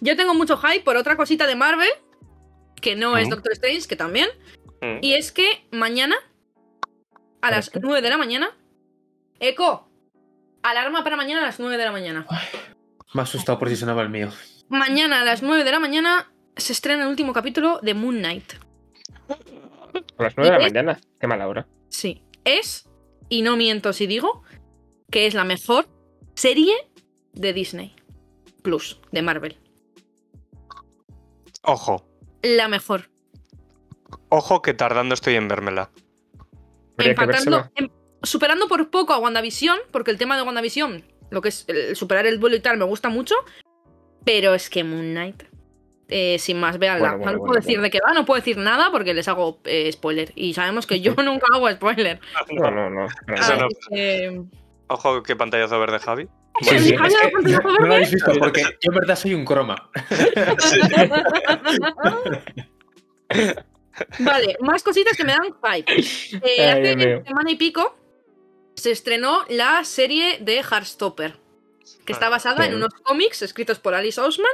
Speaker 3: Yo tengo mucho hype por otra cosita de Marvel, que no es
Speaker 2: Mm.
Speaker 3: Doctor Strange, que también.
Speaker 1: Mm.
Speaker 3: Y es que mañana, a las
Speaker 2: Correcto.
Speaker 3: 9 de la mañana, Eco, alarma para mañana a las 9 de la mañana.
Speaker 4: Me ha asustado por si sonaba el mío.
Speaker 3: Mañana a las 9 de la mañana se estrena el último capítulo de Moon Knight.
Speaker 2: A las 9 de la
Speaker 3: ¿Y es?
Speaker 2: mañana. Qué mala hora.
Speaker 3: Sí, es, y no miento si digo, que es la mejor serie de Disney Plus, de Marvel.
Speaker 1: Ojo,
Speaker 3: La mejor.
Speaker 1: ojo que tardando estoy en vérmela.
Speaker 2: Habría que
Speaker 3: Empatando,
Speaker 2: vérsela.
Speaker 3: em- superando por poco a WandaVision, porque el tema de WandaVision, lo que es el superar el vuelo y tal, me gusta mucho. Pero es que Moon Knight. eh, sin más, véanla.
Speaker 2: Bueno, bueno,
Speaker 3: no
Speaker 2: bueno,
Speaker 3: puedo decir
Speaker 2: bueno.
Speaker 3: de qué va, no puedo decir nada porque les hago eh, spoiler. Y
Speaker 2: <laughs>
Speaker 3: sabemos que yo nunca hago spoiler.
Speaker 2: No, no, no. no,
Speaker 1: Eso
Speaker 2: no.
Speaker 1: no.
Speaker 3: Así que-
Speaker 1: Ojo que pantallazo verde, Javi.
Speaker 2: Sí, sí.
Speaker 3: Javi, ¿algo
Speaker 4: no,
Speaker 3: contigo,
Speaker 4: no lo
Speaker 3: Verde?
Speaker 4: habéis visto porque yo en verdad soy un croma.
Speaker 3: Vale, más cositas que me dan
Speaker 2: <laughs>
Speaker 3: hype. Eh,
Speaker 2: Ay, Dios
Speaker 3: hace
Speaker 2: mío.
Speaker 3: semana y pico se estrenó la serie de Heartstopper, que está
Speaker 1: Ah,
Speaker 3: basada en
Speaker 2: sí.
Speaker 3: unos cómics escritos por Alice Osman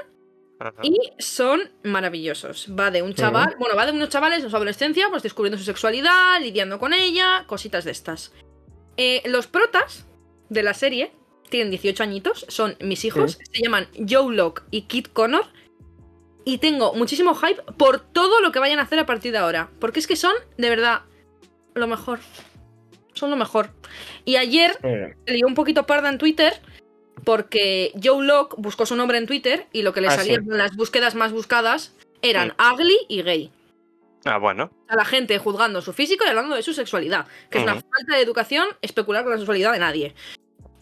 Speaker 3: y son maravillosos. Va de un chaval, bueno, va de unos chavales en su adolescencia, pues descubriendo su sexualidad, lidiando con ella, cositas de estas. Eh, los protas de la serie tienen 18 añitos, son mis hijos, se llaman Joe Locke y Kit Connor. Y tengo muchísimo hype por todo lo que vayan a hacer a partir de ahora. Porque es que son, de verdad, lo mejor. Son lo mejor. Y ayer
Speaker 2: Muy bien. pues
Speaker 3: se lió un poquito parda en Twitter porque Joe Locke buscó su nombre en Twitter y lo que le
Speaker 2: Ah,
Speaker 3: salía
Speaker 2: sí.
Speaker 3: en las búsquedas más buscadas eran ugly y gay.
Speaker 1: Ah, bueno.
Speaker 3: A la gente juzgando su físico y hablando de su sexualidad, que es una
Speaker 1: Ujú.
Speaker 3: falta de educación especular con la sexualidad de nadie.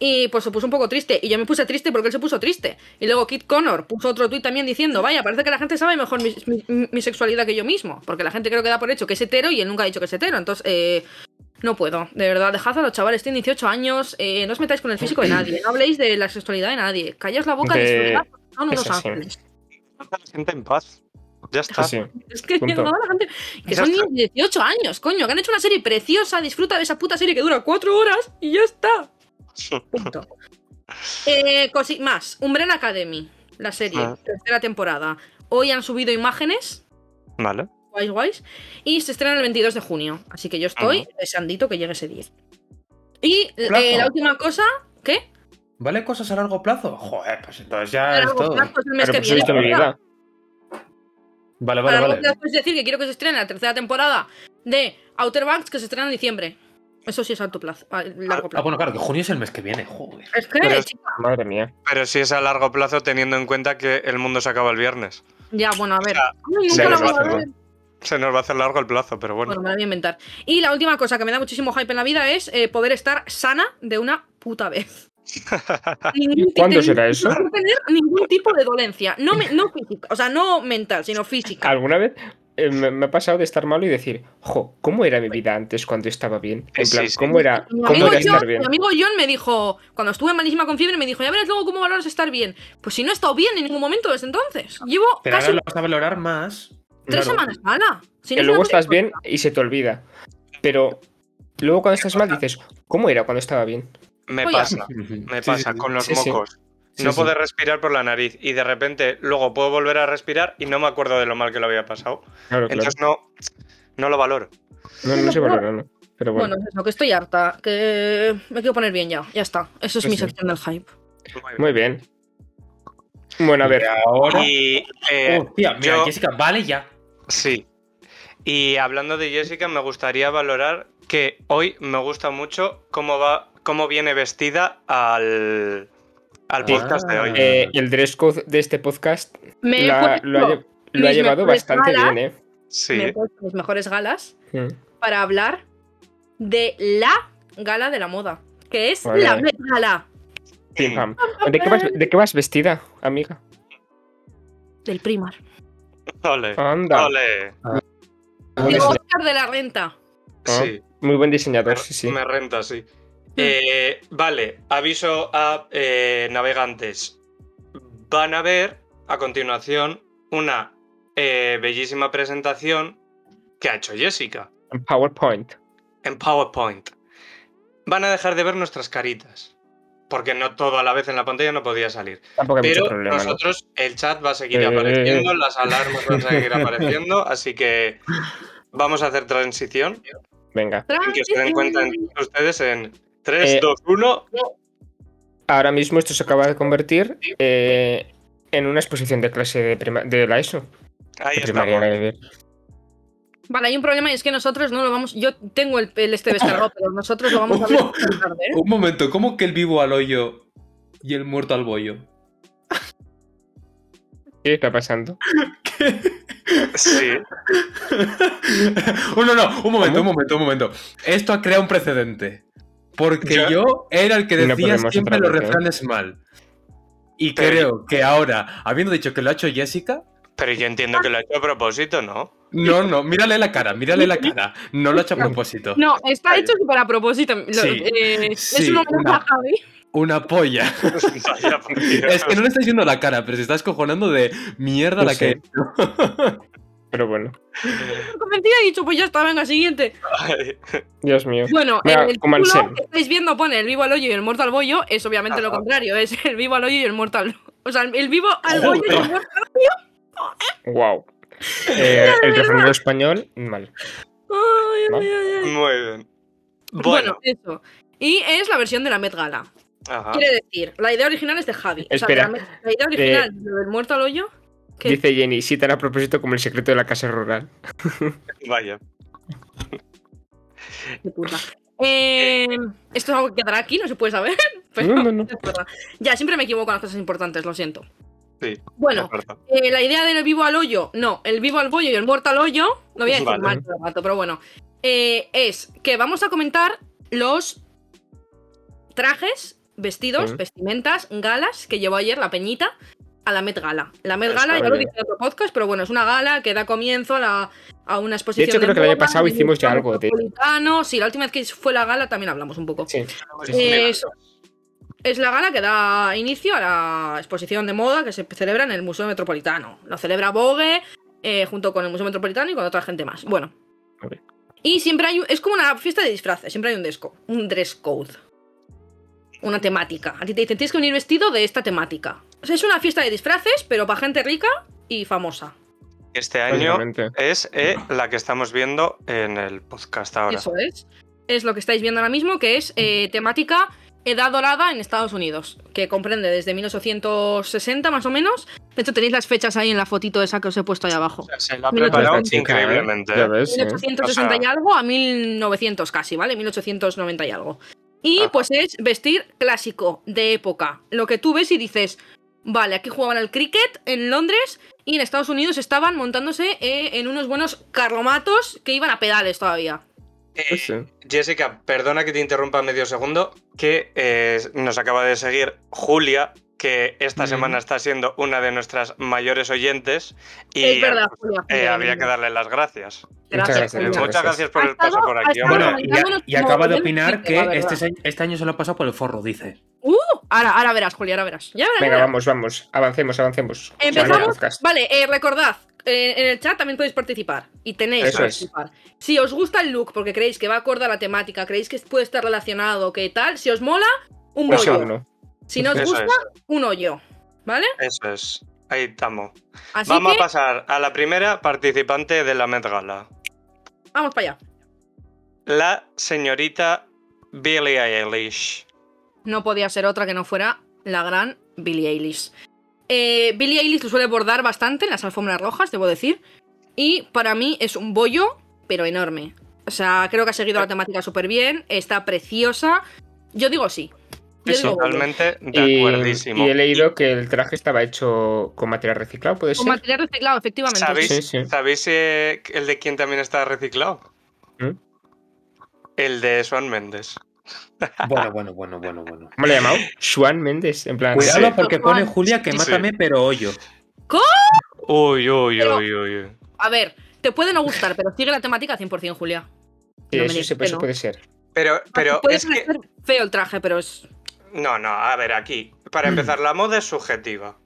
Speaker 3: Y pues se puso un poco triste, y yo me puse triste porque él se puso triste. Y luego Kit Connor puso otro tuit también diciendo, vaya, parece que la gente sabe mejor mi, mi- mi sexualidad que yo mismo, porque la gente creo que da por hecho que es hetero y él nunca ha dicho que es hetero, entonces eh, no puedo, de verdad, dejad a los chavales, tienen 18 años, eh, no os metáis con el físico de nadie, no habléis de la sexualidad de nadie, callaos la boca,
Speaker 2: De-
Speaker 3: disfrutad, porque son unos
Speaker 2: es así.
Speaker 3: ángeles.
Speaker 1: Deja a la gente en paz. Ya
Speaker 2: Sí,
Speaker 1: está.
Speaker 2: sí.
Speaker 3: Es que
Speaker 2: Punto.
Speaker 3: no, la gente- Que
Speaker 1: Ya
Speaker 3: son
Speaker 1: está.
Speaker 3: niños de 18 años, coño, que han hecho una serie preciosa, disfruta de esa puta serie que dura 4 horas y ya está.
Speaker 1: <laughs>
Speaker 3: Punto. Eh, cosi- más, Umbrella Academy, la serie,
Speaker 1: Ah.
Speaker 3: tercera temporada. Hoy han subido imágenes,
Speaker 1: Vale.
Speaker 3: guays, guays, y se estrena el 22 de junio. Así que yo estoy
Speaker 1: Ah.
Speaker 3: deseandito que llegue ese 10. Y eh,
Speaker 4: Plazo.
Speaker 3: la última cosa, ¿qué?
Speaker 4: ¿Vale cosas a largo plazo? Joder, pues entonces ya
Speaker 3: Para
Speaker 4: es todo.
Speaker 3: plazo es el mes
Speaker 2: Claro,
Speaker 3: que
Speaker 2: pues he visto
Speaker 3: viene,
Speaker 2: mi
Speaker 3: ¿verdad?
Speaker 2: vida.
Speaker 4: Vale,
Speaker 3: Para
Speaker 4: vale,
Speaker 3: luego
Speaker 4: vale.
Speaker 3: te puedes decir que quiero que se estrene la tercera temporada de Outer Banks que se estrena en diciembre. Eso sí es alto plazo, a largo
Speaker 4: Ah,
Speaker 3: plazo.
Speaker 4: bueno, claro, que junio es el mes que viene, joder.
Speaker 3: Es que,
Speaker 1: Pero es-
Speaker 3: chica,
Speaker 2: Madre mía.
Speaker 1: Pero si es a largo plazo, teniendo en cuenta que el mundo se acaba el viernes.
Speaker 3: ya, bueno, a ver.
Speaker 1: sea,
Speaker 3: Ay, nunca
Speaker 2: se
Speaker 3: la
Speaker 2: les va
Speaker 3: voy a
Speaker 2: a hacer
Speaker 3: ver.
Speaker 1: Se nos va a hacer largo el plazo, pero bueno.
Speaker 3: Bueno, me la voy a inventar. Y la última cosa que me da muchísimo hype en la vida es eh, poder estar sana de una puta
Speaker 4: <laughs>
Speaker 3: vez. Ningún ti-
Speaker 2: cuándo
Speaker 3: ten-
Speaker 2: será eso?
Speaker 3: No tener ningún tipo de dolencia. No, me- no física, o sea, no mental, sino física.
Speaker 2: ¿Alguna vez eh, me, me ha pasado de estar malo y decir, jo, ¿cómo era mi vida antes cuando estaba bien? En
Speaker 1: Sí,
Speaker 2: plan,
Speaker 1: sí.
Speaker 2: ¿cómo era,
Speaker 3: Mi
Speaker 2: cómo
Speaker 3: amigo,
Speaker 2: era estar
Speaker 3: John,
Speaker 2: bien?
Speaker 3: mi amigo John me dijo, cuando estuve malísima con fiebre, me dijo, ya verás luego cómo valoras estar bien. Pues si no he estado bien en ningún momento desde entonces. Llevo
Speaker 4: Pero
Speaker 3: casi
Speaker 4: ahora lo vas a valorar más.
Speaker 3: tres
Speaker 2: Claro.
Speaker 3: semanas mala. Si no
Speaker 2: Que
Speaker 3: es
Speaker 2: luego
Speaker 3: una cosa
Speaker 2: estás bien y se te olvida. Pero luego cuando estás mal dices, ¿cómo era cuando estaba bien?
Speaker 1: Me
Speaker 3: Oye.
Speaker 1: pasa, me
Speaker 4: Sí,
Speaker 1: pasa
Speaker 4: sí,
Speaker 1: con los
Speaker 2: Sí, sí.
Speaker 1: mocos.
Speaker 2: Sí,
Speaker 1: no
Speaker 2: sí.
Speaker 1: poder respirar por la nariz y de repente luego puedo volver a respirar y no me acuerdo de lo mal que lo había pasado.
Speaker 2: Claro, claro.
Speaker 1: Entonces no, no lo valoro.
Speaker 2: no, no se valora, ¿no? Pero bueno.
Speaker 3: Bueno, es eso, que estoy harta, que me quiero poner bien ya, ya está. Eso es
Speaker 2: Sí,
Speaker 3: mi
Speaker 2: Pues sí.
Speaker 3: sección del hype.
Speaker 1: Muy bien.
Speaker 2: Muy bien. Bueno, a ver.
Speaker 4: Ahora.
Speaker 1: Y eh,
Speaker 2: Uh.
Speaker 4: Hostia, mira,
Speaker 1: yo-
Speaker 4: Jessica, vale ya.
Speaker 1: sí. Y hablando de Jessica, me gustaría valorar que hoy me gusta mucho cómo va, cómo viene vestida al, al
Speaker 4: Ah.
Speaker 1: podcast de hoy.
Speaker 2: eh, el dress code de este podcast
Speaker 3: Me he
Speaker 2: lo ha,
Speaker 3: puesto-
Speaker 2: lo ha lle- lo ha
Speaker 3: mis
Speaker 2: llevado
Speaker 3: mejores
Speaker 2: bastante
Speaker 3: galas.
Speaker 2: bien, ¿eh?
Speaker 3: me he
Speaker 1: Sí.
Speaker 3: puesto mis mejores galas
Speaker 2: Mm.
Speaker 3: para hablar de la gala de la moda, que es
Speaker 2: Vale,
Speaker 3: la
Speaker 2: vale.
Speaker 3: Met Gala
Speaker 2: Pim, pam. ¿De qué, vas, de qué vas vestida, amiga?
Speaker 3: del Primar.
Speaker 1: Ole.
Speaker 2: Anda.
Speaker 1: Ole.
Speaker 3: El
Speaker 2: sí.
Speaker 3: Oscar de la renta.
Speaker 2: Ah,
Speaker 1: Sí.
Speaker 2: Muy buen diseñador, sí, sí.
Speaker 1: Me renta, sí. Eh, vale, aviso a eh, navegantes. Van a ver a continuación una eh, bellísima presentación que ha hecho Jessica
Speaker 2: En PowerPoint.
Speaker 1: en PowerPoint. Van a dejar de ver nuestras caritas, porque no todo a la vez en la pantalla no podía salir.
Speaker 2: Tampoco hay
Speaker 1: Pero
Speaker 2: mucho problema, ¿no?
Speaker 1: nosotros, el chat va a seguir
Speaker 2: Eh, eh, eh.
Speaker 1: apareciendo, las alarmas van a
Speaker 2: <laughs>
Speaker 1: seguir apareciendo, así que vamos a hacer transición
Speaker 2: Venga.
Speaker 3: Ah,
Speaker 1: que se den cuenta en- ustedes en 3,
Speaker 2: Eh,
Speaker 1: 2, 1.
Speaker 2: Ahora mismo esto se acaba de convertir eh, en una exposición de clase de, prima- de la ESO.
Speaker 1: Ahí
Speaker 2: de primaria,
Speaker 1: estamos.
Speaker 2: nada que ver.
Speaker 3: Vale, hay un problema y es que nosotros no lo vamos. Yo tengo el, el este descargado, pero nosotros lo vamos a ver más tarde. ¿eh?
Speaker 4: Un momento, ¿cómo que el vivo al hoyo y el muerto al bollo?
Speaker 2: ¿Qué está pasando?
Speaker 1: Sí,
Speaker 4: Oh, no, no, un momento, un momento, un momento. Esto ha creado un precedente. Porque
Speaker 1: Ya.
Speaker 4: yo era el que
Speaker 2: No
Speaker 4: decía
Speaker 2: podemos
Speaker 4: siempre
Speaker 2: entrar
Speaker 4: los
Speaker 2: en eso, ¿eh?
Speaker 4: refranes mal. Y
Speaker 1: Pero-
Speaker 4: creo que ahora, habiendo dicho que lo ha hecho Jessica,
Speaker 1: pero yo entiendo que lo ha hecho a propósito, ¿no? <laughs>
Speaker 4: no, no, mírale la cara, mírale la cara. No lo ha hecho a propósito.
Speaker 3: No, está hecho súper a propósito. Lo-
Speaker 4: Sí.
Speaker 3: eh, es
Speaker 4: Sí,
Speaker 3: un homenaje
Speaker 4: una-
Speaker 3: a Javi.
Speaker 4: Una polla.
Speaker 1: <laughs> Vaya,
Speaker 2: <laughs>
Speaker 1: por Dios.
Speaker 4: Es que no le estás viendo la cara, pero se está escojonando de mierda
Speaker 2: No
Speaker 4: la
Speaker 2: sé.
Speaker 4: que.
Speaker 2: Pero bueno.
Speaker 3: Convencida y he dicho, pues ya está, venga, siguiente.
Speaker 1: Ay,
Speaker 2: Dios mío.
Speaker 3: Bueno,
Speaker 2: Venga,
Speaker 3: en el
Speaker 2: Pues como
Speaker 3: título
Speaker 2: Anselm.
Speaker 3: que estáis viendo pone el vivo al hoyo y el muerto al bollo, es obviamente lo
Speaker 1: Ajá.
Speaker 3: contrario, es el vivo al hoyo y el muerto al O sea, el vivo al
Speaker 4: Joder.
Speaker 3: bollo y el muerto al <laughs>
Speaker 2: Wow. Eh, el refranero español, mal.
Speaker 3: Ay,
Speaker 2: ¿No?
Speaker 3: ay, ay, ay.
Speaker 1: Muy bien.
Speaker 3: Bueno,
Speaker 1: Bueno, Ah.
Speaker 3: eso. Y es la versión de la Met Gala.
Speaker 1: ajá.
Speaker 3: Quiere decir, la idea original es de Javi. O sea, de
Speaker 2: Espera.
Speaker 3: la, Met- la idea original lo del muerto al hoyo. ¿Qué?
Speaker 2: Dice Jenny, sí tan a propósito como el secreto de la casa rural.
Speaker 1: vaya.
Speaker 3: qué puta. Eh, Esto es algo que quedará aquí, no se puede saber. <laughs> pero
Speaker 2: No, no, no.
Speaker 3: es verdad. Ya, siempre me equivoco en las cosas importantes, lo siento.
Speaker 1: Sí.
Speaker 3: Bueno,
Speaker 1: correcto.
Speaker 3: Eh, la idea del vivo al hoyo, no, el vivo al bollo y el muerto al hoyo, no
Speaker 2: Pues
Speaker 3: voy a decir
Speaker 1: Vale.
Speaker 3: mal todo el rato, pero bueno, eh, es que vamos a comentar los trajes, vestidos,
Speaker 2: Sí.
Speaker 3: vestimentas, galas que llevó ayer la Peñita a la Met Gala. La Met
Speaker 1: Eso,
Speaker 3: Gala, ya lo
Speaker 2: vale.
Speaker 3: dije en otro podcast, pero bueno, es una gala que da comienzo a, la- a una exposición.
Speaker 2: creo que el año
Speaker 3: moda,
Speaker 2: pasado
Speaker 3: de
Speaker 2: hicimos ya
Speaker 3: mercado
Speaker 2: algo de-
Speaker 3: metropolitano. Sí, la última vez que fue la gala también hablamos un poco.
Speaker 2: Sí. Pues sí, sí.
Speaker 3: eh, Es, es la gala que da inicio a la exposición de moda que se celebra en el Museo Metropolitano. Lo celebra Vogue eh, junto con el Museo Metropolitano y con otra gente más. Bueno.
Speaker 2: Vale.
Speaker 3: Y siempre hay... un- Es como una fiesta de disfraces. Siempre hay un, desco, un dress code. Una temática. A ti te dicen, tienes que venir vestido de esta temática. O sea, es una fiesta de disfraces, pero para gente rica y famosa.
Speaker 1: Este año
Speaker 2: Básicamente.
Speaker 1: es eh, la que estamos viendo en el podcast ahora.
Speaker 3: Eso es. Es lo que estáis viendo ahora mismo, que es eh, temática Edad Dorada en Estados Unidos, que comprende desde 1860 más o menos. De hecho, tenéis las fechas ahí en la fotito esa que os he puesto ahí abajo.
Speaker 1: O sea, se la ha
Speaker 3: Mira,
Speaker 1: preparado
Speaker 2: Esta chica, ¿eh?
Speaker 1: increíblemente.
Speaker 2: Ya
Speaker 1: ¿eh?
Speaker 2: ves, sí.
Speaker 3: 1860
Speaker 1: O sea-
Speaker 3: y algo a 1900 casi, ¿vale? 1890 y algo. Y
Speaker 1: Ajá.
Speaker 3: pues es vestir clásico, de época. Lo que tú ves y dices, Vale, aquí jugaban al cricket en Londres y en Estados Unidos estaban montándose eh, en unos buenos carromatos que iban a pedales todavía.
Speaker 2: pues,
Speaker 1: Eh, Jessica, perdona que te interrumpa medio segundo, que eh, nos acaba de seguir Julia, que esta
Speaker 2: Mm.
Speaker 1: semana está siendo una de nuestras mayores oyentes y
Speaker 3: es verdad, Julia.
Speaker 1: eh,
Speaker 3: Julia,
Speaker 1: habría que darle las gracias. Eh,
Speaker 2: Muchas gracias.
Speaker 1: Muchas gracias por el
Speaker 3: Ha estado-
Speaker 1: paso por
Speaker 3: ha
Speaker 1: aquí.
Speaker 3: estado-
Speaker 1: hombre.
Speaker 4: Bueno,
Speaker 3: Bueno,
Speaker 4: y,
Speaker 3: ya no
Speaker 4: y
Speaker 3: nos-
Speaker 4: acaba de
Speaker 3: no,
Speaker 4: opinar
Speaker 3: no,
Speaker 4: que
Speaker 3: la verdad.
Speaker 4: este, se- este año se lo ha pasado por el
Speaker 1: <laughs>
Speaker 4: forro, dice.
Speaker 3: Uh, ahora, ahora verás, Julia, ahora verás. Ya verás, ya
Speaker 2: Venga,
Speaker 3: verás.
Speaker 2: vamos, vamos. Avancemos, avancemos.
Speaker 3: Empezamos.
Speaker 2: Vale, podcast.
Speaker 3: Vale, eh, recordad, eh, en el chat también podéis participar. Y tenéis
Speaker 2: Eso
Speaker 3: que
Speaker 2: es.
Speaker 3: participar. Si os gusta el look, porque creéis que va acorde a la temática, creéis que puede estar relacionado, que tal, si os mola, un
Speaker 2: Un
Speaker 3: bollo.
Speaker 2: segundo.
Speaker 3: Si no os
Speaker 1: Eso
Speaker 3: gusta,
Speaker 1: es,
Speaker 3: un hoyo. ¿Vale?
Speaker 1: eso es. Ahí estamos.
Speaker 3: Así
Speaker 1: Vamos
Speaker 3: que
Speaker 1: a pasar a la primera participante de la Met Gala.
Speaker 3: vamos para allá.
Speaker 1: La señorita Billie Eilish.
Speaker 3: No podía ser otra que no fuera la gran Billie Eilish. Eh, Billie Eilish lo suele bordar bastante en las alfombras rojas, debo decir. Y para mí es un bollo, pero enorme. O sea, creo que ha
Speaker 1: Eh.
Speaker 3: seguido la temática súper bien, está preciosa. Yo digo sí. Yo digo bollo.
Speaker 1: Totalmente de
Speaker 2: Y,
Speaker 1: acuerdísimo.
Speaker 2: y he leído que el traje estaba hecho con material reciclado, ¿puede
Speaker 3: Con
Speaker 2: ser?
Speaker 3: material reciclado, efectivamente.
Speaker 1: ¿Sabéis,
Speaker 2: Sí, sí.
Speaker 1: ¿sabéis, eh, el de quién también está reciclado?
Speaker 2: ¿Mm?
Speaker 1: El de Swan Méndez.
Speaker 4: Bueno, bueno, bueno, bueno, bueno.
Speaker 2: ¿Cómo le he llamado? Juan Méndez, en plan.
Speaker 1: Cuidado,
Speaker 4: Cuidado porque pone Julia que
Speaker 1: Sí.
Speaker 4: mátame, pero hoyo.
Speaker 1: Uy, uy,
Speaker 3: Pero-
Speaker 1: uy, uy, uy.
Speaker 3: A ver, te puede no gustar, pero sigue la temática 100%, Julia.
Speaker 2: Sí,
Speaker 3: no me
Speaker 2: eso,
Speaker 3: digas
Speaker 2: se-
Speaker 3: que
Speaker 2: eso
Speaker 3: no.
Speaker 2: puede ser.
Speaker 1: Pero, pero
Speaker 3: puede
Speaker 1: es que.
Speaker 3: parecer feo el traje, pero es.
Speaker 1: No, no, a ver, aquí. Para empezar, la moda es subjetiva.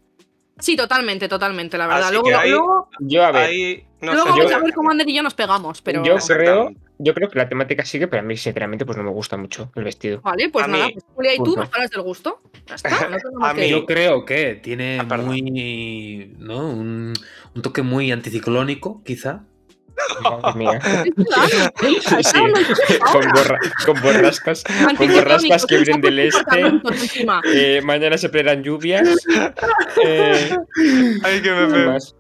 Speaker 3: Sí, totalmente, totalmente, la verdad.
Speaker 1: Así
Speaker 3: Luego,
Speaker 1: que ahí-
Speaker 3: luego,
Speaker 2: Yo, a ver,
Speaker 1: Ahí no
Speaker 3: luego
Speaker 1: sé,
Speaker 3: vamos
Speaker 1: yo-
Speaker 3: a ver cómo Ander y yo nos pegamos, pero.
Speaker 2: yo creo,
Speaker 1: Exactamente.
Speaker 2: yo creo que la temática sigue, pero a mí, sinceramente, pues no me gusta mucho el <laughs> vestido.
Speaker 3: Vale, pues
Speaker 1: A
Speaker 3: nada,
Speaker 1: mí-
Speaker 3: pues Julia y tú
Speaker 2: Punto.
Speaker 3: me hablas del gusto. Ya
Speaker 2: <laughs>
Speaker 3: está, no tengo
Speaker 1: A
Speaker 3: más
Speaker 1: mí-
Speaker 3: que decir.
Speaker 4: Yo creo que tiene
Speaker 1: Ah, perdón.
Speaker 4: muy. ¿no? Un, un toque muy anticiclónico, quizá.
Speaker 2: Madre mía.
Speaker 3: Estoy
Speaker 2: <laughs> Sí.
Speaker 3: dando-
Speaker 2: con, borra- con
Speaker 3: <laughs>
Speaker 2: borrascas, con borrascas que vienen del este.
Speaker 3: Apartamentos encima.
Speaker 2: eh, mañana se esperan lluvias. eh, <laughs>
Speaker 1: Ay, que
Speaker 3: <laughs>
Speaker 1: me
Speaker 2: ¿qué
Speaker 1: me-
Speaker 2: más?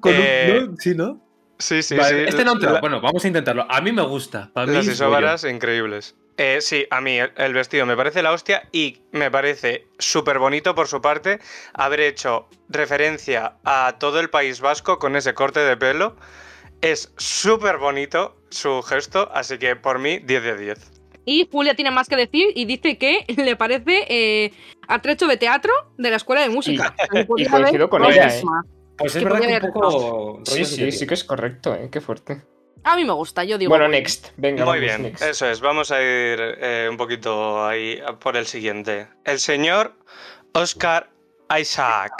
Speaker 1: Con un- Eh,
Speaker 4: ¿no? Sí, ¿no?
Speaker 1: Sí, sí,
Speaker 4: Vale,
Speaker 1: sí.
Speaker 4: este no entró.
Speaker 1: La-
Speaker 4: Bueno, vamos a intentarlo. A mí me gusta. A mí
Speaker 1: Las
Speaker 4: es
Speaker 1: isóbaras increíbles. Eh, sí, a mí el, el vestido me parece la hostia y me parece súper bonito por su parte haber hecho referencia a todo el País Vasco con ese corte de pelo. Es súper bonito su gesto, así que por mí 10 de 10.
Speaker 3: Y Julia tiene más que decir y dice que le parece eh, atrecho de teatro de la escuela
Speaker 2: <laughs>
Speaker 3: de música.
Speaker 2: y coincido con ella, eh.
Speaker 4: bollo. Pues es
Speaker 3: que
Speaker 4: verdad que
Speaker 3: podría
Speaker 4: un
Speaker 3: haber
Speaker 4: poco.
Speaker 2: Sí,
Speaker 4: rollo
Speaker 2: sí,
Speaker 4: serio.
Speaker 2: sí que es correcto, ¿eh? Qué fuerte.
Speaker 3: A mí me gusta, yo digo.
Speaker 2: Bueno, next. Venga,
Speaker 1: Muy
Speaker 2: vamos,
Speaker 1: bien,
Speaker 2: next.
Speaker 1: eso es. Vamos a ir eh, un poquito ahí a por el siguiente. El señor Oscar Isaac.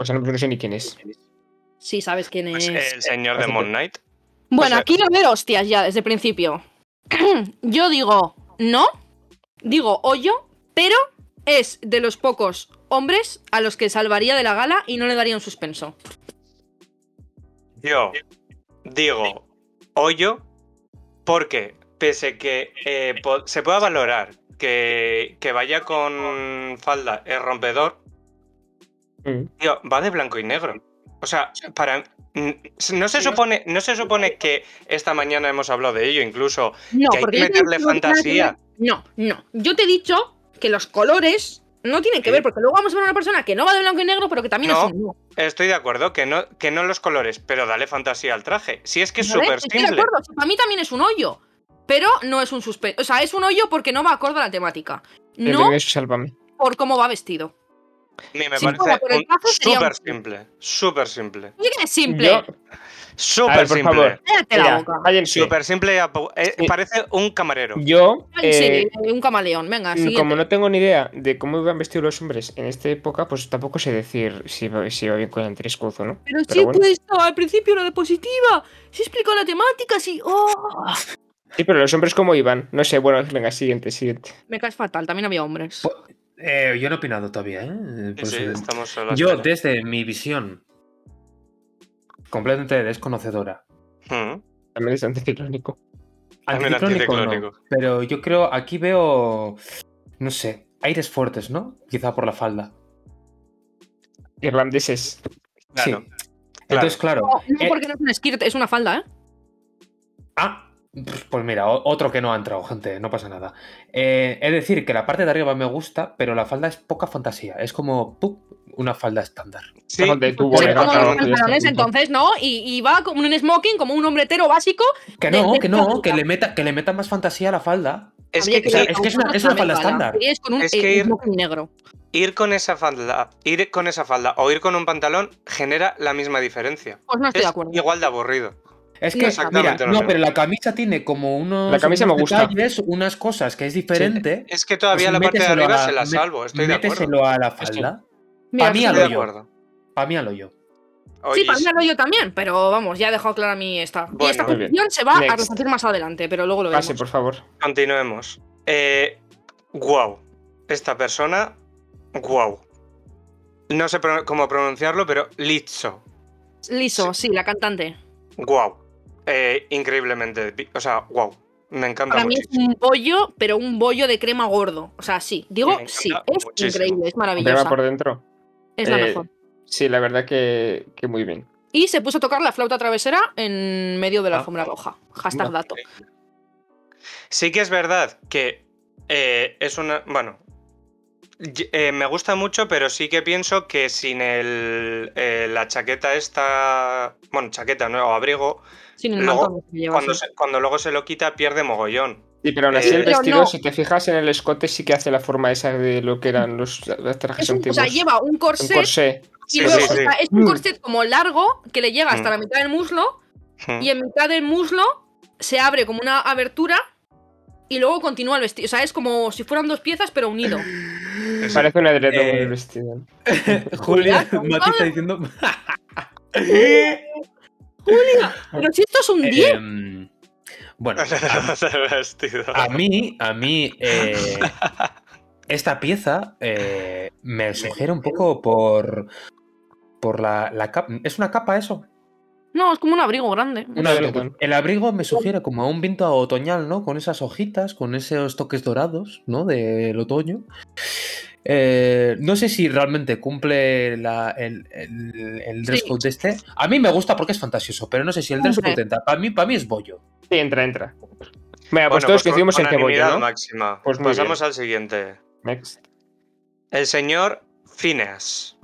Speaker 2: O sea, no, no sé ni quién es.
Speaker 3: Sí, sabes quién
Speaker 1: Pues
Speaker 3: es.
Speaker 1: el señor de Moon Knight.
Speaker 3: Bueno,
Speaker 1: pues, eh.
Speaker 3: aquí a ver hostias ya, desde el principio. <clears throat> yo digo no, digo hoyo, pero es de los pocos hombres a los que salvaría de la gala y no le daría un suspenso.
Speaker 1: Yo digo hoyo porque pese que eh, po- se pueda valorar que, que vaya con falda es rompedor,
Speaker 2: Mm.
Speaker 1: tío, va de blanco y negro. O sea, para mm, no se supone no se supone que esta mañana hemos hablado de ello incluso
Speaker 3: No,
Speaker 1: que hay
Speaker 3: porque
Speaker 1: que
Speaker 3: yo te he
Speaker 1: meterle
Speaker 3: dicho que nada que
Speaker 1: fantasía.
Speaker 3: ver. No, no. Yo te he dicho que los colores no tienen que
Speaker 1: Sí.
Speaker 3: ver, porque luego vamos a ver a una persona que no va de blanco y negro, pero que también
Speaker 1: No,
Speaker 3: es un no.
Speaker 1: estoy de acuerdo que no que no los colores pero dale fantasía al traje si es que es
Speaker 3: ¿Vale?
Speaker 1: súper
Speaker 3: Estoy de
Speaker 1: simple
Speaker 3: acuerdo, sí, para mí también es un hoyo, pero no es un suspenso. O sea, es un hoyo porque no va acorde a la temática.
Speaker 2: El
Speaker 3: No
Speaker 2: de Dios, sálvame.
Speaker 3: por cómo va vestido.
Speaker 1: A mí me
Speaker 2: Sí,
Speaker 1: parece
Speaker 3: fuera por el
Speaker 1: un-
Speaker 3: traje sería un-
Speaker 1: súper simple súper simple
Speaker 3: Oye, que es simple.
Speaker 2: Yo, a
Speaker 1: súper
Speaker 2: ver, por
Speaker 1: simple
Speaker 2: favor.
Speaker 3: Cállate la
Speaker 2: mira,
Speaker 3: boca.
Speaker 2: cállense.
Speaker 1: Súper simple y apu- eh,
Speaker 2: Sí.
Speaker 1: parece un camarero.
Speaker 2: Yo,
Speaker 3: Ay, sí,
Speaker 2: eh,
Speaker 3: un camaleón, venga,
Speaker 2: Mm,
Speaker 3: siguiente.
Speaker 2: Como no tengo ni idea de cómo iban vestidos los hombres en esta época, pues tampoco sé decir si va, si va bien con el trescuzo, ¿no?
Speaker 3: Pero
Speaker 2: Pero
Speaker 3: sí,
Speaker 2: bueno.
Speaker 3: pues no, al principio era de positiva. Sí explicó la temática, sí. Oh.
Speaker 2: Sí, pero los hombres cómo iban. No sé, bueno, venga, siguiente, siguiente.
Speaker 3: Me caes fatal, también había hombres.
Speaker 2: Pues,
Speaker 4: Eh, yo no he opinado todavía, ¿eh?
Speaker 1: Sí,
Speaker 4: Pues,
Speaker 1: sí,
Speaker 4: eh,
Speaker 1: estamos a la
Speaker 4: yo,
Speaker 1: espera.
Speaker 4: desde mi visión completamente desconocedora.
Speaker 1: Mm.
Speaker 2: También es anticiclónico.
Speaker 1: También
Speaker 4: Anticiclónico, no,
Speaker 1: anticiclónico.
Speaker 4: pero yo creo, aquí veo, no sé, aires fuertes, ¿no? Quizá por la falda.
Speaker 2: Irlandeses.
Speaker 1: Claro.
Speaker 4: Sí. Entonces, claro.
Speaker 3: No, no,
Speaker 4: eh,
Speaker 3: porque no es un skirt, es una falda, ¿eh?
Speaker 4: ah, Pues, pues mira, o- otro que no ha entrado, gente, no pasa nada. Eh, es decir, que la parte de arriba me gusta, pero la falda es poca fantasía. Es como ¡pup! una falda estándar.
Speaker 1: Sí,
Speaker 2: Déjate tú,
Speaker 3: Pues
Speaker 2: Bueno,
Speaker 3: como
Speaker 2: claro,
Speaker 3: los
Speaker 2: ya está,
Speaker 3: pantalones,
Speaker 2: punto.
Speaker 3: entonces, ¿no? Y, y va como un smoking, como un hombretero básico.
Speaker 4: Que
Speaker 3: De-
Speaker 4: no,
Speaker 3: de
Speaker 4: que no,
Speaker 3: falda.
Speaker 4: que le meta, que le meta más fantasía a la falda.
Speaker 1: es
Speaker 3: Habría
Speaker 1: que,
Speaker 4: o sea,
Speaker 3: ir
Speaker 4: es
Speaker 3: a
Speaker 4: que es una- es una falda
Speaker 3: chavala,
Speaker 4: estándar.
Speaker 3: y Es con un
Speaker 1: Es
Speaker 3: eh,
Speaker 1: que ir-
Speaker 3: smoking negro.
Speaker 1: ir con esa falda, ir con esa falda o ir con un pantalón genera la misma diferencia.
Speaker 3: Pues no estoy de
Speaker 1: es
Speaker 3: acuerdo.
Speaker 1: igual de aburrido.
Speaker 4: Es
Speaker 3: No,
Speaker 4: que, mira,
Speaker 1: exactamente lo
Speaker 4: no,
Speaker 1: mismo.
Speaker 4: pero la camisa tiene como unos,
Speaker 2: La camisa me
Speaker 4: unos
Speaker 2: gusta.
Speaker 4: detalles, unas cosas que es diferente.
Speaker 1: Es que todavía
Speaker 4: Pues
Speaker 1: la parte de
Speaker 4: méteselo
Speaker 1: arriba
Speaker 4: a-
Speaker 1: se la
Speaker 4: mé-
Speaker 1: salvo, estoy de acuerdo.
Speaker 4: Méteselo a la falda.
Speaker 3: Mira,
Speaker 4: a mí
Speaker 3: sí,
Speaker 4: a
Speaker 1: Estoy
Speaker 4: lo
Speaker 1: de
Speaker 4: yo.
Speaker 1: acuerdo.
Speaker 4: Para mí a lo yo.
Speaker 1: Oye,
Speaker 3: Sí, para mí lo yo también, pero vamos, ya he dejado clara mi esta. y
Speaker 1: Bueno,
Speaker 3: esta
Speaker 2: muy bien.
Speaker 3: posición se va
Speaker 2: Next.
Speaker 3: a repetir más adelante, pero luego lo veremos.
Speaker 2: Pase, por favor.
Speaker 1: continuemos. Eh, wow. Esta persona, wow. No sé pro- cómo pronunciarlo, pero Lizzo.
Speaker 3: Liso, sí, la cantante.
Speaker 1: Wow. Eh, increíblemente. bi- O sea, wow. Me encanta
Speaker 3: Para mí es
Speaker 1: muchísimo.
Speaker 3: un bollo, pero un bollo de crema gordo. O sea, sí, digo
Speaker 1: Me encanta
Speaker 3: sí. Es
Speaker 1: muchísimo.
Speaker 3: increíble, es
Speaker 2: Problema
Speaker 3: maravillosa.
Speaker 2: por dentro.
Speaker 3: Es la
Speaker 2: Eh,
Speaker 3: mejor.
Speaker 2: Sí, la verdad que, que muy bien.
Speaker 3: Y se puso a tocar la flauta travesera en medio de la
Speaker 4: Ah.
Speaker 3: alfombra roja. Hashtag
Speaker 4: Ah,
Speaker 3: dato.
Speaker 1: Eh, Sí que es verdad que eh, es una... Bueno, y- eh, me gusta mucho, pero sí que pienso que sin el, eh, la chaqueta esta... Bueno, chaqueta, ¿no? O abrigo.
Speaker 3: Sin el
Speaker 1: Luego,
Speaker 3: mantón que lleva,
Speaker 1: Cuando,
Speaker 3: sí.
Speaker 1: se- cuando luego se lo quita pierde mogollón.
Speaker 2: Sí, pero aún así
Speaker 1: Eh,
Speaker 2: el
Speaker 3: pero
Speaker 2: vestido,
Speaker 3: no.
Speaker 2: si te fijas en el escote, sí que hace la forma esa de lo que eran los trajes
Speaker 3: Es un- o
Speaker 2: antiguos.
Speaker 3: sea, lleva un
Speaker 2: un
Speaker 3: corset,
Speaker 2: corsé.
Speaker 3: y
Speaker 1: Sí,
Speaker 3: luego
Speaker 1: sí, sí. <laughs>
Speaker 3: está- es un corset como largo que le llega hasta
Speaker 1: Mm.
Speaker 3: la mitad del muslo
Speaker 1: Mm.
Speaker 3: y en mitad del muslo se abre como una abertura y luego continúa el vestido. O sea, es como si fueran dos piezas pero unido.
Speaker 1: Sí, sí.
Speaker 2: Parece un edredón
Speaker 4: Eh,
Speaker 2: el vestido.
Speaker 4: Julia,
Speaker 3: Cuidado,
Speaker 4: Mati está diciendo.
Speaker 3: Pero si esto es
Speaker 1: Eh,
Speaker 3: un 10,
Speaker 4: Em, bueno,
Speaker 1: El vestido.
Speaker 2: Ah,
Speaker 4: a mí, a mí, eh, esta pieza eh, me sugiere un poco por, por la, la capa. ¿Es una capa eso?
Speaker 1: eh.
Speaker 3: no, es como un abrigo grande.
Speaker 2: Un edredón.
Speaker 4: El abrigo me sugiere como a un viento otoñal, ¿no? Con esas hojitas, con esos toques dorados, ¿no? Del otoño. Eh, no sé si realmente cumple la- el, el- el dress
Speaker 3: Sí.
Speaker 4: code de este. A mí me gusta porque es fantasioso, pero no sé si el dress
Speaker 3: Hombre.
Speaker 4: code entra. Para mí, para mí es bollo.
Speaker 2: Sí, entra, entra. Venga, pues
Speaker 1: Bueno,
Speaker 2: todos
Speaker 1: con-
Speaker 2: coincidimos en que voy,
Speaker 1: unanimidad
Speaker 2: ¿no?
Speaker 1: máxima.
Speaker 2: Pues muy
Speaker 1: Pasamos al siguiente.
Speaker 2: Next.
Speaker 1: El señor Phineas.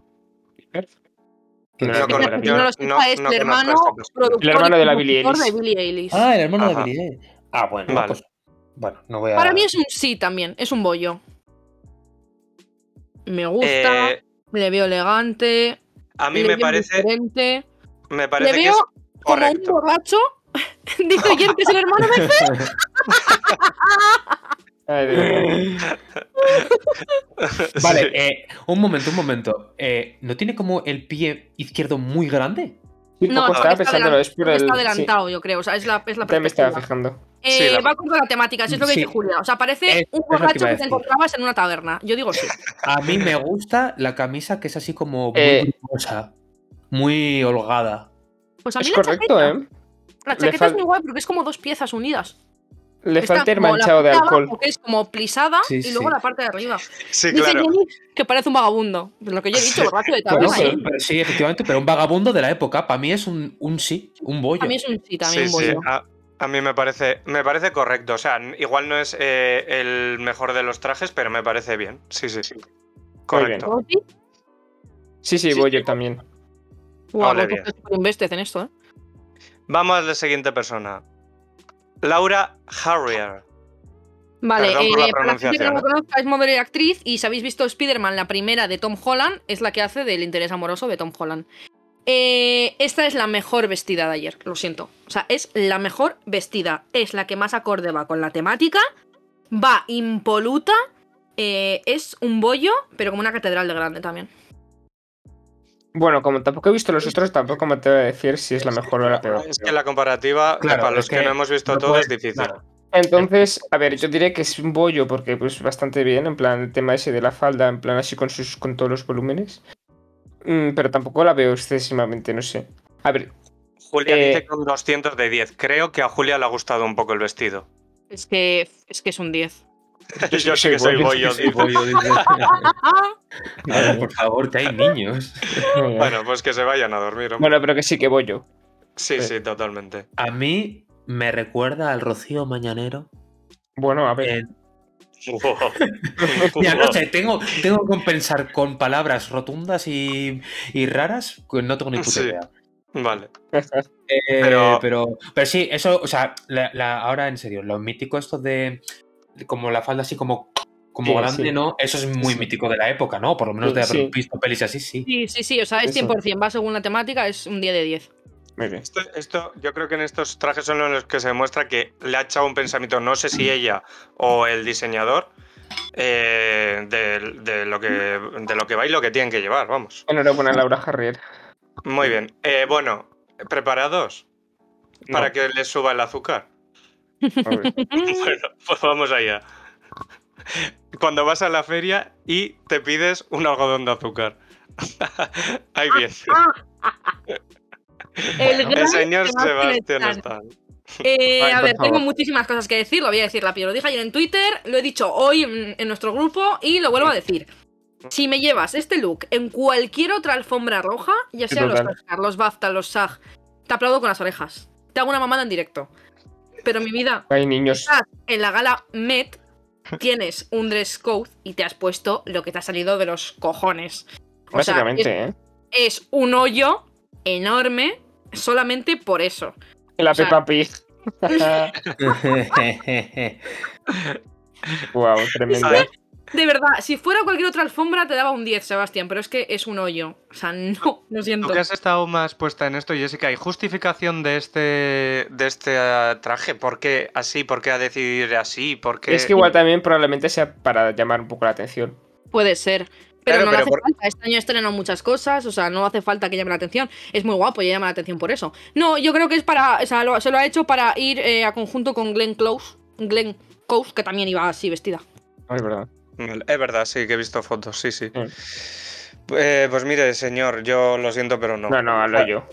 Speaker 2: No,
Speaker 1: Yo
Speaker 2: no,
Speaker 1: con-
Speaker 2: no,
Speaker 3: Mira,
Speaker 2: no,
Speaker 3: que no lo sepa,
Speaker 1: no- no
Speaker 3: es el
Speaker 1: conozco a
Speaker 3: hermano
Speaker 1: esta persona.
Speaker 3: productor
Speaker 2: El hermano
Speaker 3: y
Speaker 2: de la Billie
Speaker 3: compositor
Speaker 2: Eilish.
Speaker 3: de Billie Eilish.
Speaker 4: Ah, el hermano
Speaker 1: Ajá.
Speaker 4: de Billy. Ah, bueno.
Speaker 1: Vale.
Speaker 4: pues- bueno, no voy a.
Speaker 3: Para
Speaker 4: <laughs>
Speaker 1: <laughs>
Speaker 3: mí es un sí también, es un bollo. Me gusta,
Speaker 1: Eh,
Speaker 3: le veo elegante,
Speaker 1: a mí
Speaker 3: le
Speaker 1: me
Speaker 3: veo
Speaker 1: parece,
Speaker 3: diferente.
Speaker 1: me parece
Speaker 3: le
Speaker 1: que
Speaker 3: veo
Speaker 1: es
Speaker 3: como un
Speaker 1: correcto.
Speaker 3: borracho. <laughs> Dice Jen que es el hermano de
Speaker 2: Ay, de verdad.
Speaker 4: Vale,
Speaker 1: <laughs> Sí.
Speaker 4: eh, un momento, un momento. Eh, ¿No tiene como el pie izquierdo muy grande?
Speaker 2: Sí, <laughs> un
Speaker 3: No,
Speaker 2: poco
Speaker 3: no,
Speaker 2: estaba
Speaker 3: está
Speaker 2: pensándolo, es por
Speaker 3: porque
Speaker 2: el.
Speaker 3: está
Speaker 2: sí,
Speaker 3: adelantado, yo creo. O sea, es la, es la
Speaker 2: también me estaba
Speaker 3: perspectiva.
Speaker 2: fijando.
Speaker 3: Eh,
Speaker 1: Sí, la-
Speaker 3: va contra la temática, si es lo que
Speaker 4: Sí.
Speaker 3: dice Julia. O sea,
Speaker 4: Es-
Speaker 3: parece
Speaker 4: es
Speaker 3: un
Speaker 4: lo que iba a
Speaker 3: borracho que te
Speaker 4: decir.
Speaker 3: encontrabas en una taberna. Yo digo sí.
Speaker 4: A mí <laughs> me gusta la camisa que es así como muy
Speaker 2: Eh.
Speaker 4: grumosa, muy holgada.
Speaker 3: Pues a mí
Speaker 2: Es
Speaker 3: la
Speaker 2: correcto,
Speaker 3: chaqueta,
Speaker 2: ¿eh?
Speaker 3: la
Speaker 2: Le
Speaker 3: chaqueta es
Speaker 2: fal-
Speaker 3: muy guay porque es como dos piezas unidas.
Speaker 2: Le
Speaker 3: Está
Speaker 2: falta el
Speaker 3: como la
Speaker 2: manchado de
Speaker 3: parte
Speaker 2: alcohol.
Speaker 3: abajo, que es como plisada
Speaker 4: Sí,
Speaker 3: y luego
Speaker 4: sí.
Speaker 3: la parte de arriba.
Speaker 1: Sí,
Speaker 3: Dice
Speaker 1: claro.
Speaker 3: Jenny que parece un vagabundo. Lo que yo he dicho, borracho de
Speaker 4: Bueno,
Speaker 3: taberna.
Speaker 4: pero-
Speaker 3: ¿eh?
Speaker 4: pero sí, efectivamente, pero un vagabundo de la época, para mí es un, un sí, un bollo.
Speaker 3: A mí es un sí, también
Speaker 1: Sí,
Speaker 3: un
Speaker 1: sí,
Speaker 3: bollo.
Speaker 1: A, a mí me parece, me parece correcto. O sea, n- igual no es eh, el mejor de los trajes, pero me parece bien. Sí, sí, sí. Correcto.
Speaker 3: Gordi,
Speaker 2: Sí, sí,
Speaker 1: Sí.
Speaker 2: voy yo también.
Speaker 3: Guau,
Speaker 1: Ole,
Speaker 3: Gordi,
Speaker 1: bien.
Speaker 3: estás súper invested en esto, ¿eh?
Speaker 1: Vamos a la siguiente persona. Laura Harrier.
Speaker 3: Vale,
Speaker 1: Perdón por
Speaker 3: eh,
Speaker 1: la
Speaker 3: para la gente que no
Speaker 1: pronunciación,
Speaker 3: lo conozca, es modelo y actriz. Y si habéis visto Spider-Man, la primera de Tom Holland, es la que hace del interés amoroso de Tom Holland. Eh, esta es la mejor vestida de ayer, lo siento. O sea, es la mejor vestida. Es la que más acorde va con la temática. Va impoluta. eh, es un bollo, pero como una catedral de grande también.
Speaker 2: Bueno, como tampoco he visto los otros, tampoco me atrevo a decir si es la mejor o la peor.
Speaker 1: Es que la comparativa,
Speaker 4: Claro,
Speaker 1: para
Speaker 4: es
Speaker 1: los que,
Speaker 4: que
Speaker 1: no hemos visto
Speaker 4: no
Speaker 1: todo,
Speaker 4: puedes-
Speaker 1: es difícil.
Speaker 4: claro.
Speaker 2: Entonces, a ver, yo diré que es un bollo porque pues bastante bien, en plan el tema ese de la falda, en plan así con sus con todos los volúmenes. Mm, pero tampoco la veo excesivamente, no sé. A ver,
Speaker 1: Julia
Speaker 2: Eh,
Speaker 1: dice con 200 de 10. Creo que a Julia le ha gustado un poco el vestido.
Speaker 3: Es que es, que es un 10.
Speaker 1: <laughs> Yo,
Speaker 2: soy-
Speaker 1: sé que
Speaker 2: soy
Speaker 1: soy
Speaker 2: bollo.
Speaker 1: bollo.
Speaker 4: <laughs> Sí,
Speaker 3: <laughs>
Speaker 4: bollo, dice.
Speaker 3: ¡Ah!
Speaker 4: Ahora, por favor, que <laughs> hay niños.
Speaker 1: Bueno, pues que se vayan a dormir, hombre.
Speaker 2: bueno, pero que sí que bollo.
Speaker 1: sí, sí, totalmente.
Speaker 4: A mí me recuerda al Rocío Mañanero.
Speaker 2: Bueno, a ver.
Speaker 4: en- <laughs> Ya, no sé, tengo, tengo que compensar con palabras rotundas y, y raras que no tengo ni puta
Speaker 1: Sí.
Speaker 4: idea.
Speaker 1: <laughs> Vale.
Speaker 4: Eh,
Speaker 1: Pero-
Speaker 4: pero... Pero, sí, eso, o sea, la- la- ahora en serio, lo mítico esto de, de como la falda así como, como
Speaker 2: Sí,
Speaker 4: grande,
Speaker 2: sí.
Speaker 4: ¿no? Eso es muy
Speaker 2: Sí.
Speaker 4: mítico de la época, ¿no? Por lo menos de
Speaker 2: Sí.
Speaker 4: haber visto pelis así, sí.
Speaker 3: <laughs> Sí, sí, sí, o sea, es
Speaker 2: Eso.
Speaker 3: 100%, va según la temática, es un 10 de 10.
Speaker 2: Muy bien.
Speaker 1: Esto, esto- yo creo que en estos trajes son los que se demuestra que le ha echado un pensamiento, no sé si ella o el diseñador, eh, de, de lo que, de lo que va y lo que tienen que llevar, vamos.
Speaker 2: Enhorabuena, Laura Harrier.
Speaker 1: Muy bien. Eh, bueno, ¿preparados
Speaker 2: No,
Speaker 1: para que les suba el azúcar?
Speaker 2: a ver.
Speaker 1: <laughs> Bueno, <laughs> pues vamos allá. Cuando vas a la feria y te pides un algodón de azúcar. <laughs> Ahí bien.
Speaker 4: Ah,
Speaker 3: El, gran
Speaker 1: El señor
Speaker 3: Sebastián
Speaker 1: Sebastián
Speaker 3: Stan.
Speaker 1: está.
Speaker 3: Eh,
Speaker 2: Vale,
Speaker 3: a
Speaker 2: por
Speaker 3: ver, tengo
Speaker 2: favor.
Speaker 3: muchísimas cosas que decir, lo voy a decir rápido. Lo dije ayer en Twitter, lo he dicho hoy en, en nuestro grupo y lo vuelvo a decir. Si me llevas este look en cualquier otra alfombra roja, ya
Speaker 2: Sí,
Speaker 3: sea los
Speaker 2: total.
Speaker 3: Oscar, los BAFTA, los SAG, te aplaudo con las orejas. Te hago una mamada en directo. Pero mi vida,
Speaker 2: Hay
Speaker 3: <laughs>
Speaker 2: niños.
Speaker 3: estás en la gala Met, tienes un dress code y te has puesto lo que te ha salido de los cojones. O sea,
Speaker 2: Básicamente, ¿eh?
Speaker 3: es, es un hoyo enorme solamente por eso.
Speaker 2: La
Speaker 3: o sea-
Speaker 2: Peppa
Speaker 3: <laughs>
Speaker 2: Pig. wow, tremenda.
Speaker 3: De verdad, si fuera cualquier otra alfombra te daba un 10, Sebastián, pero es que es un hoyo. O sea, no, lo
Speaker 1: Tú
Speaker 3: siento.
Speaker 1: que has estado más puesta en esto, Jessica, ¿hay justificación de este, de este eh, traje? ¿Por qué así? ¿Por qué a decidir así? ¿Por qué-
Speaker 2: Es que igual también probablemente sea para llamar un poco la atención.
Speaker 3: Puede ser. Pero
Speaker 1: Claro,
Speaker 3: no
Speaker 1: pero
Speaker 3: le hace
Speaker 1: por-
Speaker 3: falta. Este año estrenó muchas cosas, o sea, no hace falta que llame la atención. Es muy guapo y llama la atención por eso. No, yo creo que es para. O sea, lo- se lo ha hecho para ir eh, a conjunto con Glenn Close. Glenn Close, que también iba así vestida.
Speaker 2: No, es verdad.
Speaker 1: Vale, Mm, Es verdad, sí, que he visto fotos, sí, sí.
Speaker 2: Mm.
Speaker 1: Eh, pues mire, señor, yo lo siento, pero no.
Speaker 2: No, no, hablo yo.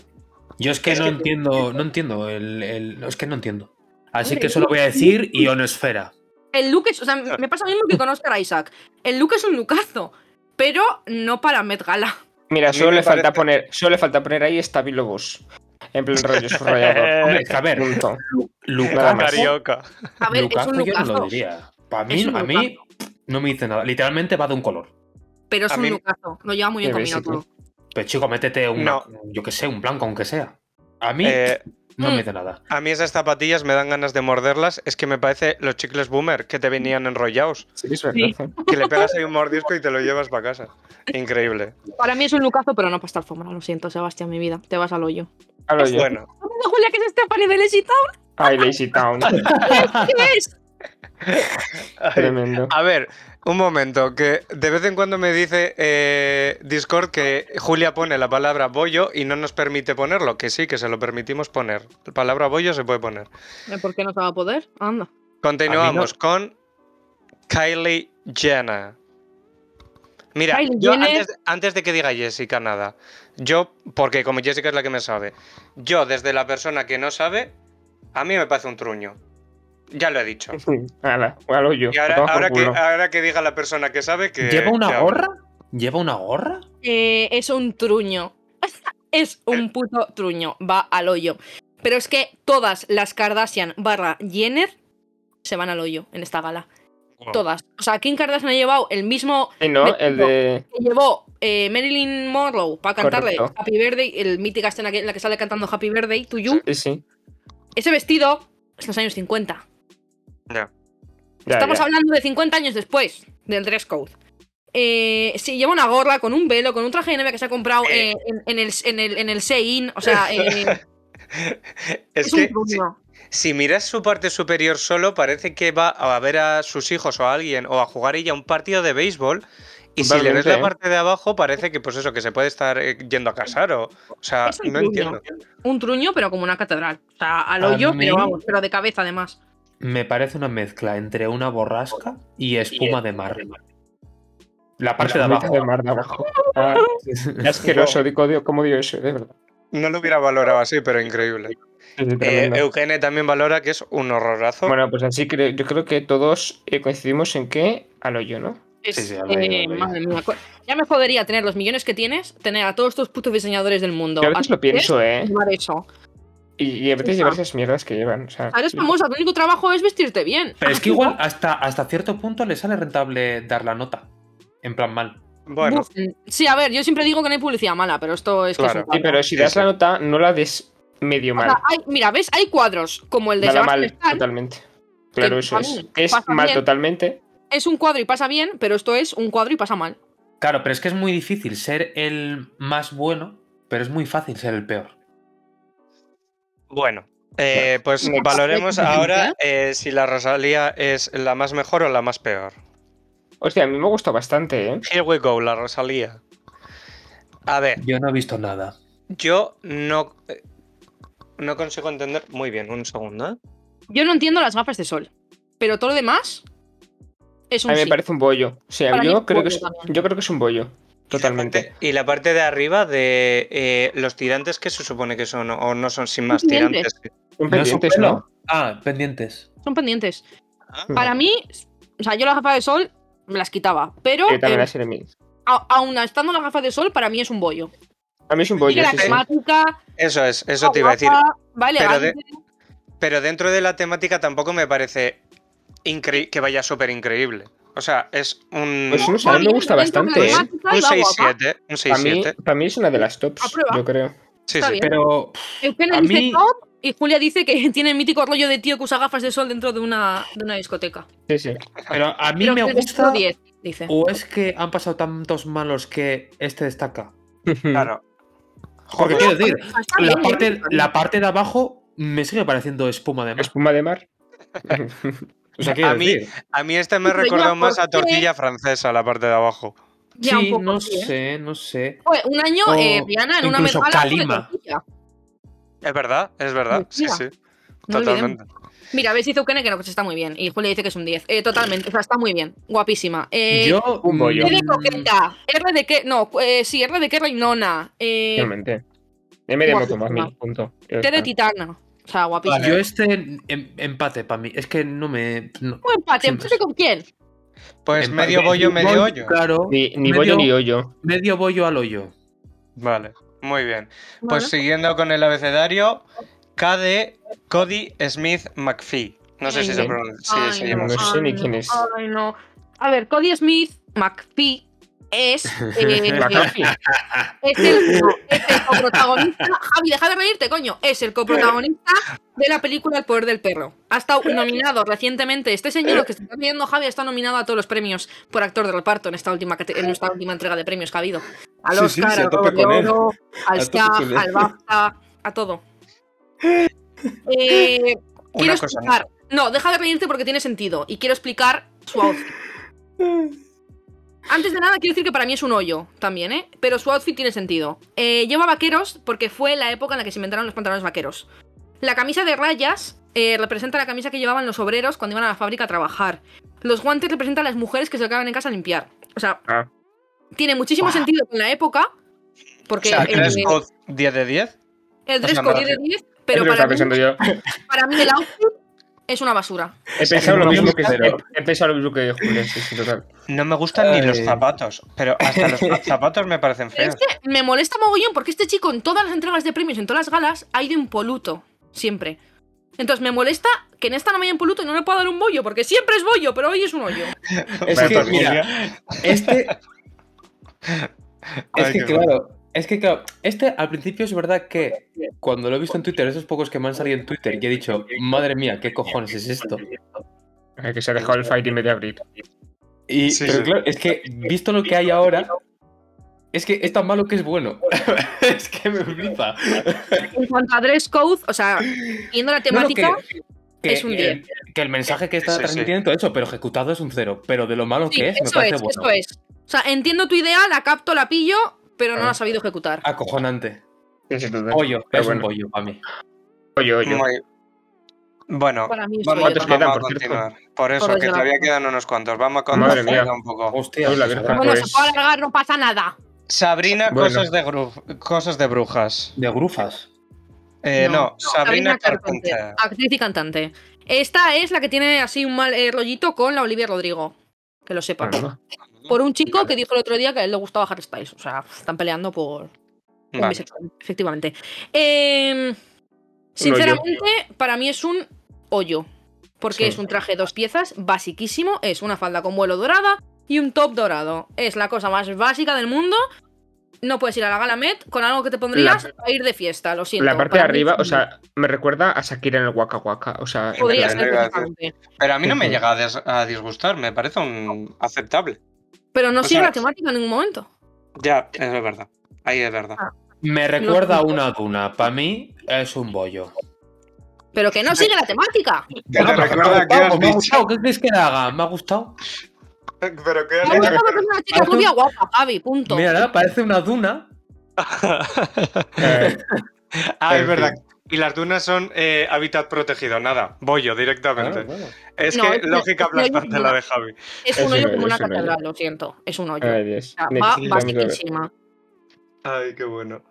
Speaker 4: Yo es que
Speaker 1: Es
Speaker 4: no
Speaker 1: que-
Speaker 4: entiendo, no entiendo, el, el- no, es que no entiendo. Así
Speaker 3: Hombre,
Speaker 4: que solo voy a decir ionosfera.
Speaker 3: El look es. O sea, me pasa lo mismo que con Oscar Isaac. El look es un lucazo, pero no para Met Gala.
Speaker 1: A
Speaker 2: Mira,
Speaker 1: mí
Speaker 2: solo
Speaker 1: me
Speaker 2: le, falta
Speaker 1: parece-
Speaker 2: poner, solo le falta poner ahí Stabilo Boss. En plan
Speaker 1: <laughs>
Speaker 2: rollo subrayado.
Speaker 4: Hombre, a ver,
Speaker 2: Punto.
Speaker 4: Lukaku-
Speaker 1: Eh, Carioca.
Speaker 3: A ver, es un
Speaker 4: Lukaku yo no lo
Speaker 3: lucazo.
Speaker 4: diría. Para mí,
Speaker 3: Es un
Speaker 4: a mí no me dice nada. Literalmente va de un color.
Speaker 3: Pero es
Speaker 1: A
Speaker 3: un
Speaker 1: mí-
Speaker 3: lucazo. Lo lleva muy bien
Speaker 2: Qué
Speaker 3: combinado
Speaker 2: básico.
Speaker 3: todo.
Speaker 4: Pero chico, métete una,
Speaker 1: No.
Speaker 4: yo que sé, un blanco aunque sea. A mí
Speaker 1: Eh,
Speaker 4: no me
Speaker 3: mm.
Speaker 4: dice nada.
Speaker 1: a mí esas zapatillas me dan ganas de morderlas. Es que me parece los chicles boomer que te venían enrollados.
Speaker 2: Sí, es verdad.
Speaker 1: Que le pegas ahí un mordisco y te lo llevas para casa. Increíble.
Speaker 3: Para mí es un lucazo, pero no para esta alfombra. Lo siento, Sebastián, mi vida. Te vas al hoyo.
Speaker 2: Hablo yo.
Speaker 1: Bueno,
Speaker 3: ¿No Julia que es Stephanie de Lazy Town?
Speaker 2: Ay,
Speaker 1: <laughs>
Speaker 2: Lazy Town.
Speaker 3: ¿Qué es?
Speaker 2: Tremendo.
Speaker 1: A ver, un momento, que de vez en cuando me dice eh, Discord que Julia pone la palabra bollo y no nos permite ponerlo, que sí, que se lo permitimos poner. La palabra bollo se puede poner.
Speaker 3: Eh, ¿Por qué no se va a poder? Anda.
Speaker 1: Continuamos con Kylie Jenner. Mira,
Speaker 3: Kylie
Speaker 1: yo
Speaker 3: Jenner.
Speaker 1: Antes, antes de que diga Jessica nada, yo, porque como Jessica es la que me sabe, yo desde la persona que no sabe, a mí me parece un truño. Ya lo he dicho.
Speaker 2: Hala, hablo yo.
Speaker 1: Y ahora,
Speaker 2: Toma por
Speaker 1: ahora que,
Speaker 2: culo.
Speaker 1: ahora que diga la persona que sabe que...
Speaker 4: ¿Lleva
Speaker 1: que
Speaker 4: una
Speaker 1: hable.
Speaker 4: gorra? ¿Lleva una gorra?
Speaker 3: Eh, es un truño. <laughs> es un puto truño. Va al hoyo. Pero es que todas las Kardashian barra Jenner se van al hoyo en esta gala.
Speaker 1: Wow.
Speaker 3: Todas. O sea, Kim Kardashian ha llevado el mismo
Speaker 2: Sí, no, el de.
Speaker 3: que llevó eh, Marilyn Monroe para cantarle
Speaker 2: Correcto.
Speaker 3: Happy Birthday, el mítica escena que- en la que sale cantando Happy Birthday to you.
Speaker 2: Sí, sí.
Speaker 3: Ese vestido es los años 50.
Speaker 1: Ya.
Speaker 2: Ya,
Speaker 3: Estamos
Speaker 2: ya.
Speaker 3: hablando de 50 años después del dress code. Eh, sí, lleva una gorra con un velo, con un traje de novia que se ha comprado
Speaker 1: Eh.
Speaker 3: eh, en, en el, en, el, en el Shein, O sea, eh,
Speaker 1: Es,
Speaker 3: es,
Speaker 1: que
Speaker 3: un truño.
Speaker 1: Si miras su parte superior solo, parece que va a ver a sus hijos o a alguien o a jugar ella un partido de béisbol. Y si le ves
Speaker 2: Totalmente,
Speaker 1: la
Speaker 2: ¿eh?
Speaker 1: parte de abajo, parece que pues eso, que se puede estar eh, yendo a casar o. O sea,
Speaker 3: Es un
Speaker 1: no
Speaker 3: truño.
Speaker 1: entiendo.
Speaker 3: Un truño, pero como una catedral. O sea, al
Speaker 4: A
Speaker 3: hoyo,
Speaker 4: mí-
Speaker 3: pero vamos, pero de cabeza además.
Speaker 4: Me parece una mezcla entre una borrasca y espuma de <laughs> mar. La parte de
Speaker 2: La mitad
Speaker 4: abajo.
Speaker 2: de mar de
Speaker 3: <laughs>
Speaker 2: abajo. Ah, qué asqueroso, digo, digo, ¿cómo digo eso? De verdad.
Speaker 1: No lo hubiera valorado así, pero increíble.
Speaker 2: Sí, sí,
Speaker 1: Eh,
Speaker 2: tremendo.
Speaker 1: Eugene también valora que es un horrorazo.
Speaker 2: Bueno, pues así creo, yo creo que todos eh, coincidimos en que al hoyo, ¿no?
Speaker 3: Es,
Speaker 4: Sí, sí, al hoyo, al
Speaker 3: eh,
Speaker 4: hoyo.
Speaker 3: madre mía, co- Ya me jodería tener los millones que tienes, tener a todos estos putos diseñadores del mundo.
Speaker 2: Yo a veces
Speaker 3: a
Speaker 2: lo
Speaker 3: tus pies,
Speaker 2: pienso, ¿eh?
Speaker 3: llevar eso.
Speaker 2: Y, y a veces llevar esas mierdas que llevan. O sea,
Speaker 3: Eres famosa, tu único trabajo es vestirte bien.
Speaker 4: Pero es que igual hasta, hasta cierto punto le sale rentable dar la nota. En plan mal.
Speaker 1: Bueno,
Speaker 3: Buf, Sí, a ver, yo siempre digo que no hay publicidad mala, pero esto es que
Speaker 1: Claro.
Speaker 3: es un
Speaker 2: Sí, pero si das la nota, no la des medio
Speaker 3: O
Speaker 2: mal.
Speaker 3: sea, hay- mira, ¿ves? Hay cuadros como el de
Speaker 2: Dala
Speaker 3: Sebastián
Speaker 2: mal
Speaker 3: Stan,
Speaker 2: totalmente. Claro, eso
Speaker 3: a
Speaker 2: es.
Speaker 3: mí
Speaker 2: Es
Speaker 3: pasa
Speaker 2: mal
Speaker 3: bien.
Speaker 2: totalmente.
Speaker 3: es un cuadro y pasa bien, pero esto es un cuadro y pasa mal.
Speaker 4: Claro, pero es que es muy difícil ser el más bueno, pero es muy fácil ser el peor.
Speaker 1: bueno. eh, pues
Speaker 2: Bueno.
Speaker 1: valoremos
Speaker 3: ¿Qué
Speaker 1: ahora eh, si la Rosalía es la más mejor o la más peor.
Speaker 2: Hostia, a mí me gustó bastante, ¿eh?
Speaker 1: Here we go, la Rosalía. A ver,
Speaker 4: Yo no he visto nada.
Speaker 1: yo no, eh, no consigo entender. Muy bien, un segundo. ¿eh?
Speaker 3: Yo no entiendo las gafas de sol, pero todo lo demás es un
Speaker 2: A mí me
Speaker 3: sí.
Speaker 2: parece un bollo. O sea,
Speaker 3: Para mí es
Speaker 2: yo creo,
Speaker 3: bollo
Speaker 2: que es,
Speaker 3: también.
Speaker 2: yo creo que es un bollo. Totalmente.
Speaker 1: Y la parte de arriba de eh, los tirantes que se supone que son o no son sin más
Speaker 3: Pendientes.
Speaker 1: tirantes.
Speaker 2: Un
Speaker 4: ¿No es un
Speaker 2: pendientes,
Speaker 4: pelo?
Speaker 2: ¿no?
Speaker 4: Ah, pendientes.
Speaker 3: Son pendientes.
Speaker 1: Ah,
Speaker 3: Para mí, o sea, yo las gafas de sol me las quitaba, pero
Speaker 2: Que también
Speaker 3: eh,
Speaker 2: las enemigos.
Speaker 3: a- aún estando las gafas de sol, para mí es un bollo.
Speaker 2: A mí es un
Speaker 3: Y que
Speaker 2: bollo,
Speaker 3: la
Speaker 2: sí, sí.
Speaker 3: temática,
Speaker 1: Eso es, eso
Speaker 3: está
Speaker 1: te iba a decir.
Speaker 3: guapa, va
Speaker 1: Pero de-
Speaker 3: elegante.
Speaker 1: Pero dentro de la temática tampoco me parece incre- que vaya súper increíble. O sea, es un,
Speaker 2: Pues no sé,
Speaker 3: Va
Speaker 2: a mí me
Speaker 3: bien,
Speaker 2: gusta
Speaker 3: dentro de
Speaker 2: bastante,
Speaker 3: la
Speaker 2: ¿eh?
Speaker 3: temática
Speaker 1: un
Speaker 3: y va guapa.
Speaker 1: 6-7. Un
Speaker 2: Para mí,
Speaker 1: 6-7.
Speaker 2: para mí es una de las tops,
Speaker 3: Aprueba.
Speaker 2: yo creo.
Speaker 1: Sí,
Speaker 3: está
Speaker 1: sí.
Speaker 3: bien.
Speaker 4: Pero
Speaker 3: Eugenia
Speaker 4: A
Speaker 3: dice
Speaker 4: mí-
Speaker 3: top y Julia dice que tiene el mítico rollo de tío que usa gafas de sol dentro de una, de una discoteca.
Speaker 2: Sí, sí.
Speaker 4: Pero a mí
Speaker 3: Pero
Speaker 4: me
Speaker 3: que este. es el
Speaker 4: gusta.
Speaker 3: número 10, dice.
Speaker 4: ¿O es que han pasado tantos malos que este destaca?
Speaker 1: Claro.
Speaker 4: Porque quiero decir,
Speaker 3: Está bien,
Speaker 4: la
Speaker 3: ¿eh?
Speaker 4: parte, la parte de abajo me sigue pareciendo espuma de mar.
Speaker 2: Espuma de mar.
Speaker 4: O sea, quiero
Speaker 1: A mí-
Speaker 4: decir,
Speaker 1: A mí este me ha
Speaker 3: Pero ya,
Speaker 1: recordado más
Speaker 3: ¿por
Speaker 1: a tortilla francesa, la parte de abajo.
Speaker 3: Ya, un
Speaker 4: sí,
Speaker 3: poco
Speaker 4: no
Speaker 3: así, ¿eh?
Speaker 4: sé, no sé.
Speaker 3: Fue un año
Speaker 4: O
Speaker 3: eh, Rihanna en una
Speaker 4: incluso
Speaker 3: mezcala fue de
Speaker 4: Kalima.
Speaker 3: tortilla.
Speaker 1: Es verdad, es verdad. Sí,
Speaker 3: Mentira.
Speaker 1: sí.
Speaker 3: No
Speaker 1: Totalmente.
Speaker 3: Mira, ves, dice Eugenia que no, que está muy bien. Y Julia dice que es un 10. Eh, totalmente, o sea, está muy bien. Guapísima. Eh,
Speaker 4: Yo.
Speaker 2: un bollo.
Speaker 3: T de
Speaker 4: mm,
Speaker 3: coqueta. R de que. No, eh, sí, R de que reinona. Eh,
Speaker 2: Realmente. M de
Speaker 3: Guapísima.
Speaker 2: Motomami, punto. Ya
Speaker 3: T de
Speaker 2: está.
Speaker 3: titana. O sea, guapísima.
Speaker 4: Yo este em- empate para mí. Es que no me. no.
Speaker 3: Un empate,
Speaker 4: Sí,
Speaker 3: empate con quién?
Speaker 1: Pues
Speaker 4: Empate.
Speaker 1: medio bollo, medio hoyo.
Speaker 4: Claro.
Speaker 2: Ni, ni
Speaker 4: medio-
Speaker 2: bollo ni hoyo.
Speaker 4: Medio bollo al hoyo.
Speaker 1: Vale, muy bien.
Speaker 3: Vale.
Speaker 1: Pues siguiendo con el abecedario, K de Cody Smith McPhee. No sé si se
Speaker 2: Bien.
Speaker 1: pronuncia.
Speaker 3: Ay,
Speaker 1: Sí, se
Speaker 3: no,
Speaker 1: llama
Speaker 2: no
Speaker 1: así.
Speaker 2: sé ni
Speaker 3: ay,
Speaker 2: quién es.
Speaker 3: ay, no. A ver, Cody Smith, McPhee,
Speaker 4: <laughs>
Speaker 3: es. eh,
Speaker 2: McAfee.
Speaker 3: es, el, no, es el coprotagonista. Javi, deja de reírte, coño. Es el coprotagonista de la película El poder del perro. Ha estado nominado recientemente. Este señor que se está viendo, Javi, está nominado a todos los premios por actor de reparto en esta última, cate- en esta última entrega de premios que ha habido. Al
Speaker 4: Sí, sí,
Speaker 3: Oscar,
Speaker 4: sí, a
Speaker 3: al
Speaker 4: tope
Speaker 3: Globo de
Speaker 4: con él.
Speaker 3: Oro, al
Speaker 4: A tope
Speaker 3: SAG,
Speaker 4: con él.
Speaker 3: al BAFTA, a todo. Eh,
Speaker 1: Una
Speaker 3: quiero
Speaker 1: cosa.
Speaker 3: explicar. No, deja de reírte porque tiene sentido. Y quiero explicar su outfit. Antes de nada, quiero decir que para mí es un hoyo también, ¿eh? Pero su outfit tiene sentido. Eh, lleva vaqueros porque fue la época en la que se inventaron los pantalones vaqueros. La camisa de rayas eh, representa la camisa que llevaban los obreros cuando iban a la fábrica a trabajar. Los guantes representan a las mujeres que se lo quedaban en casa a limpiar. O sea,
Speaker 2: Ah.
Speaker 3: tiene muchísimo sentido con la época.
Speaker 1: O
Speaker 3: Porque
Speaker 1: sea,
Speaker 3: eh,
Speaker 1: dress code 10 de 10.
Speaker 3: el dress
Speaker 1: sea,
Speaker 3: code
Speaker 1: nada
Speaker 3: tiene
Speaker 1: que-
Speaker 3: 10,
Speaker 2: Es lo
Speaker 3: pero
Speaker 2: que estaba
Speaker 3: para mí,
Speaker 2: pensando yo.
Speaker 3: para mí el outfit es una basura.
Speaker 2: He pensado
Speaker 4: no
Speaker 2: lo
Speaker 4: me
Speaker 2: mismo que
Speaker 4: gusta.
Speaker 2: he, he pensado lo mismo que Julia, sí, sí, total.
Speaker 1: No me gustan ni los
Speaker 2: Eh.
Speaker 4: Ay.
Speaker 1: zapatos, pero hasta los
Speaker 2: <laughs>
Speaker 1: zapatos me parecen
Speaker 3: Pero
Speaker 1: feos.
Speaker 3: es
Speaker 1: <laughs>
Speaker 3: que me molesta mogollón porque este chico en todas las entregas de premios, en todas las galas, ha ido impoluto. Siempre. Entonces me molesta que en esta no me haya impoluto y no le pueda dar un bollo, porque siempre es bollo, pero hoy es un hoyo.
Speaker 4: Es
Speaker 1: pues
Speaker 4: que, mira,
Speaker 1: <laughs>
Speaker 4: este.
Speaker 1: Ay,
Speaker 4: Es que,
Speaker 1: qué
Speaker 4: claro, es que, claro, este al principio es verdad que cuando lo he visto en Twitter, esos pocos que me han salido en Twitter, y he dicho, madre mía, ¿qué cojones es esto?
Speaker 2: Eh, Que se ha dejado el fight y medio abrir.
Speaker 4: Y,
Speaker 1: Sí,
Speaker 4: pero
Speaker 1: sí.
Speaker 4: claro, es que visto lo que hay ahora, es que es tan malo que es bueno. <laughs> es que me flipa.
Speaker 3: En cuanto a dress code, o sea, viendo la
Speaker 4: No, no, que-
Speaker 3: temática,
Speaker 4: que
Speaker 3: es un
Speaker 4: el-
Speaker 3: 10.
Speaker 4: Que el mensaje que
Speaker 1: Sí,
Speaker 4: está
Speaker 1: sí.
Speaker 4: transmitiendo, todo hecho, pero ejecutado es un cero. Pero de lo malo
Speaker 3: sí,
Speaker 4: que es, me
Speaker 3: eso
Speaker 4: parece
Speaker 3: es, eso
Speaker 4: bueno.
Speaker 3: es. O sea, entiendo tu idea, la capto, la pillo, pero no
Speaker 2: Ah.
Speaker 3: la has sabido ejecutar.
Speaker 4: Acojonante.
Speaker 2: Sí, sí, total.
Speaker 4: Pollo,
Speaker 2: Pero
Speaker 4: es
Speaker 2: bueno.
Speaker 4: un pollo para mí.
Speaker 2: Hoyo, hoyo.
Speaker 1: Muy- Bueno,
Speaker 3: Para mí es un
Speaker 1: vamos,
Speaker 3: hoyo.
Speaker 2: ¿Cuántos quedan,
Speaker 1: vamos a
Speaker 2: por cierto?
Speaker 1: continuar. Por eso,
Speaker 3: Por
Speaker 1: que
Speaker 3: desgracia.
Speaker 1: todavía quedan unos cuantos. Vamos a
Speaker 2: Madre
Speaker 1: contar
Speaker 2: mía.
Speaker 1: un poco.
Speaker 4: Hostia,
Speaker 2: Uy, la
Speaker 4: se
Speaker 2: verdad.
Speaker 4: saca
Speaker 3: Bueno,
Speaker 2: pues-
Speaker 3: se puede alargar, no pasa nada.
Speaker 1: Sabrina,
Speaker 2: Bueno.
Speaker 1: cosas, de gru- cosas de brujas.
Speaker 4: de grufas.
Speaker 1: Eh, no, Sabrina, Carpenter.
Speaker 3: Actriz y cantante. Esta es la que tiene así un mal eh, rollito con la Olivia Rodrigo. Que lo sepa.
Speaker 2: Bueno,
Speaker 3: Por un chico que dijo el otro día que a él le gustaba Harry Styles. O sea, están peleando por un
Speaker 1: Vale.
Speaker 3: bisexual, efectivamente. Em, Sinceramente, para mí es un hoyo. Porque es un traje de dos piezas, basiquísimo. Es una falda con vuelo dorada y un top dorado. Es la cosa más básica del mundo. No puedes ir a la gala Met con algo que te pondrías
Speaker 2: La-
Speaker 3: a ir de fiesta, lo siento.
Speaker 2: La parte de
Speaker 3: para mí
Speaker 2: arriba,
Speaker 3: es un-
Speaker 2: o sea, me recuerda a Shakira en el Waka Waka. O sea, en
Speaker 3: Podría
Speaker 2: plan-
Speaker 3: ser
Speaker 1: Gracias.
Speaker 3: perfectamente.
Speaker 1: Pero a mí no me llega a, des- a disgustar, me parece un aceptable.
Speaker 3: Pero no
Speaker 1: O
Speaker 3: sigue
Speaker 1: sea-
Speaker 3: la temática en ningún momento.
Speaker 1: Ya, eso es verdad. Ahí es
Speaker 3: Ah,
Speaker 1: verdad.
Speaker 4: Me recuerda a
Speaker 3: puntos.
Speaker 4: una duna. Para mí es un bollo.
Speaker 3: Pero
Speaker 2: <laughs>
Speaker 3: que no sigue la temática.
Speaker 5: Que te
Speaker 4: No, pero
Speaker 5: recuerda
Speaker 4: me
Speaker 5: que
Speaker 4: ha
Speaker 5: has
Speaker 4: gustado, me ha
Speaker 5: dicho.
Speaker 4: gustado. ¿Qué crees que le haga? Me ha gustado.
Speaker 5: Pero que
Speaker 3: Me
Speaker 5: has dicho.
Speaker 3: ha gustado que es una chica rubia guapa, Javi, punto.
Speaker 4: Mira, parece una duna.
Speaker 2: Eh,
Speaker 1: Ah, es
Speaker 2: En
Speaker 1: verdad. Y las dunas son eh, hábitat protegido, nada, bollo directamente.
Speaker 5: Ah.
Speaker 1: Es
Speaker 3: No,
Speaker 1: que
Speaker 3: es-
Speaker 1: lógica
Speaker 3: es- no hay
Speaker 1: aplastante la de Javi.
Speaker 2: Es
Speaker 3: Es un
Speaker 2: un
Speaker 3: hoyo
Speaker 2: hoyo,
Speaker 3: como una
Speaker 2: es un hoyo.
Speaker 3: catedral, lo siento. Es un hoyo.
Speaker 2: ay, Dios.
Speaker 3: O sea,
Speaker 2: Next,
Speaker 3: va
Speaker 2: vamos a ver.
Speaker 3: basiquísima.
Speaker 1: Ay, qué bueno.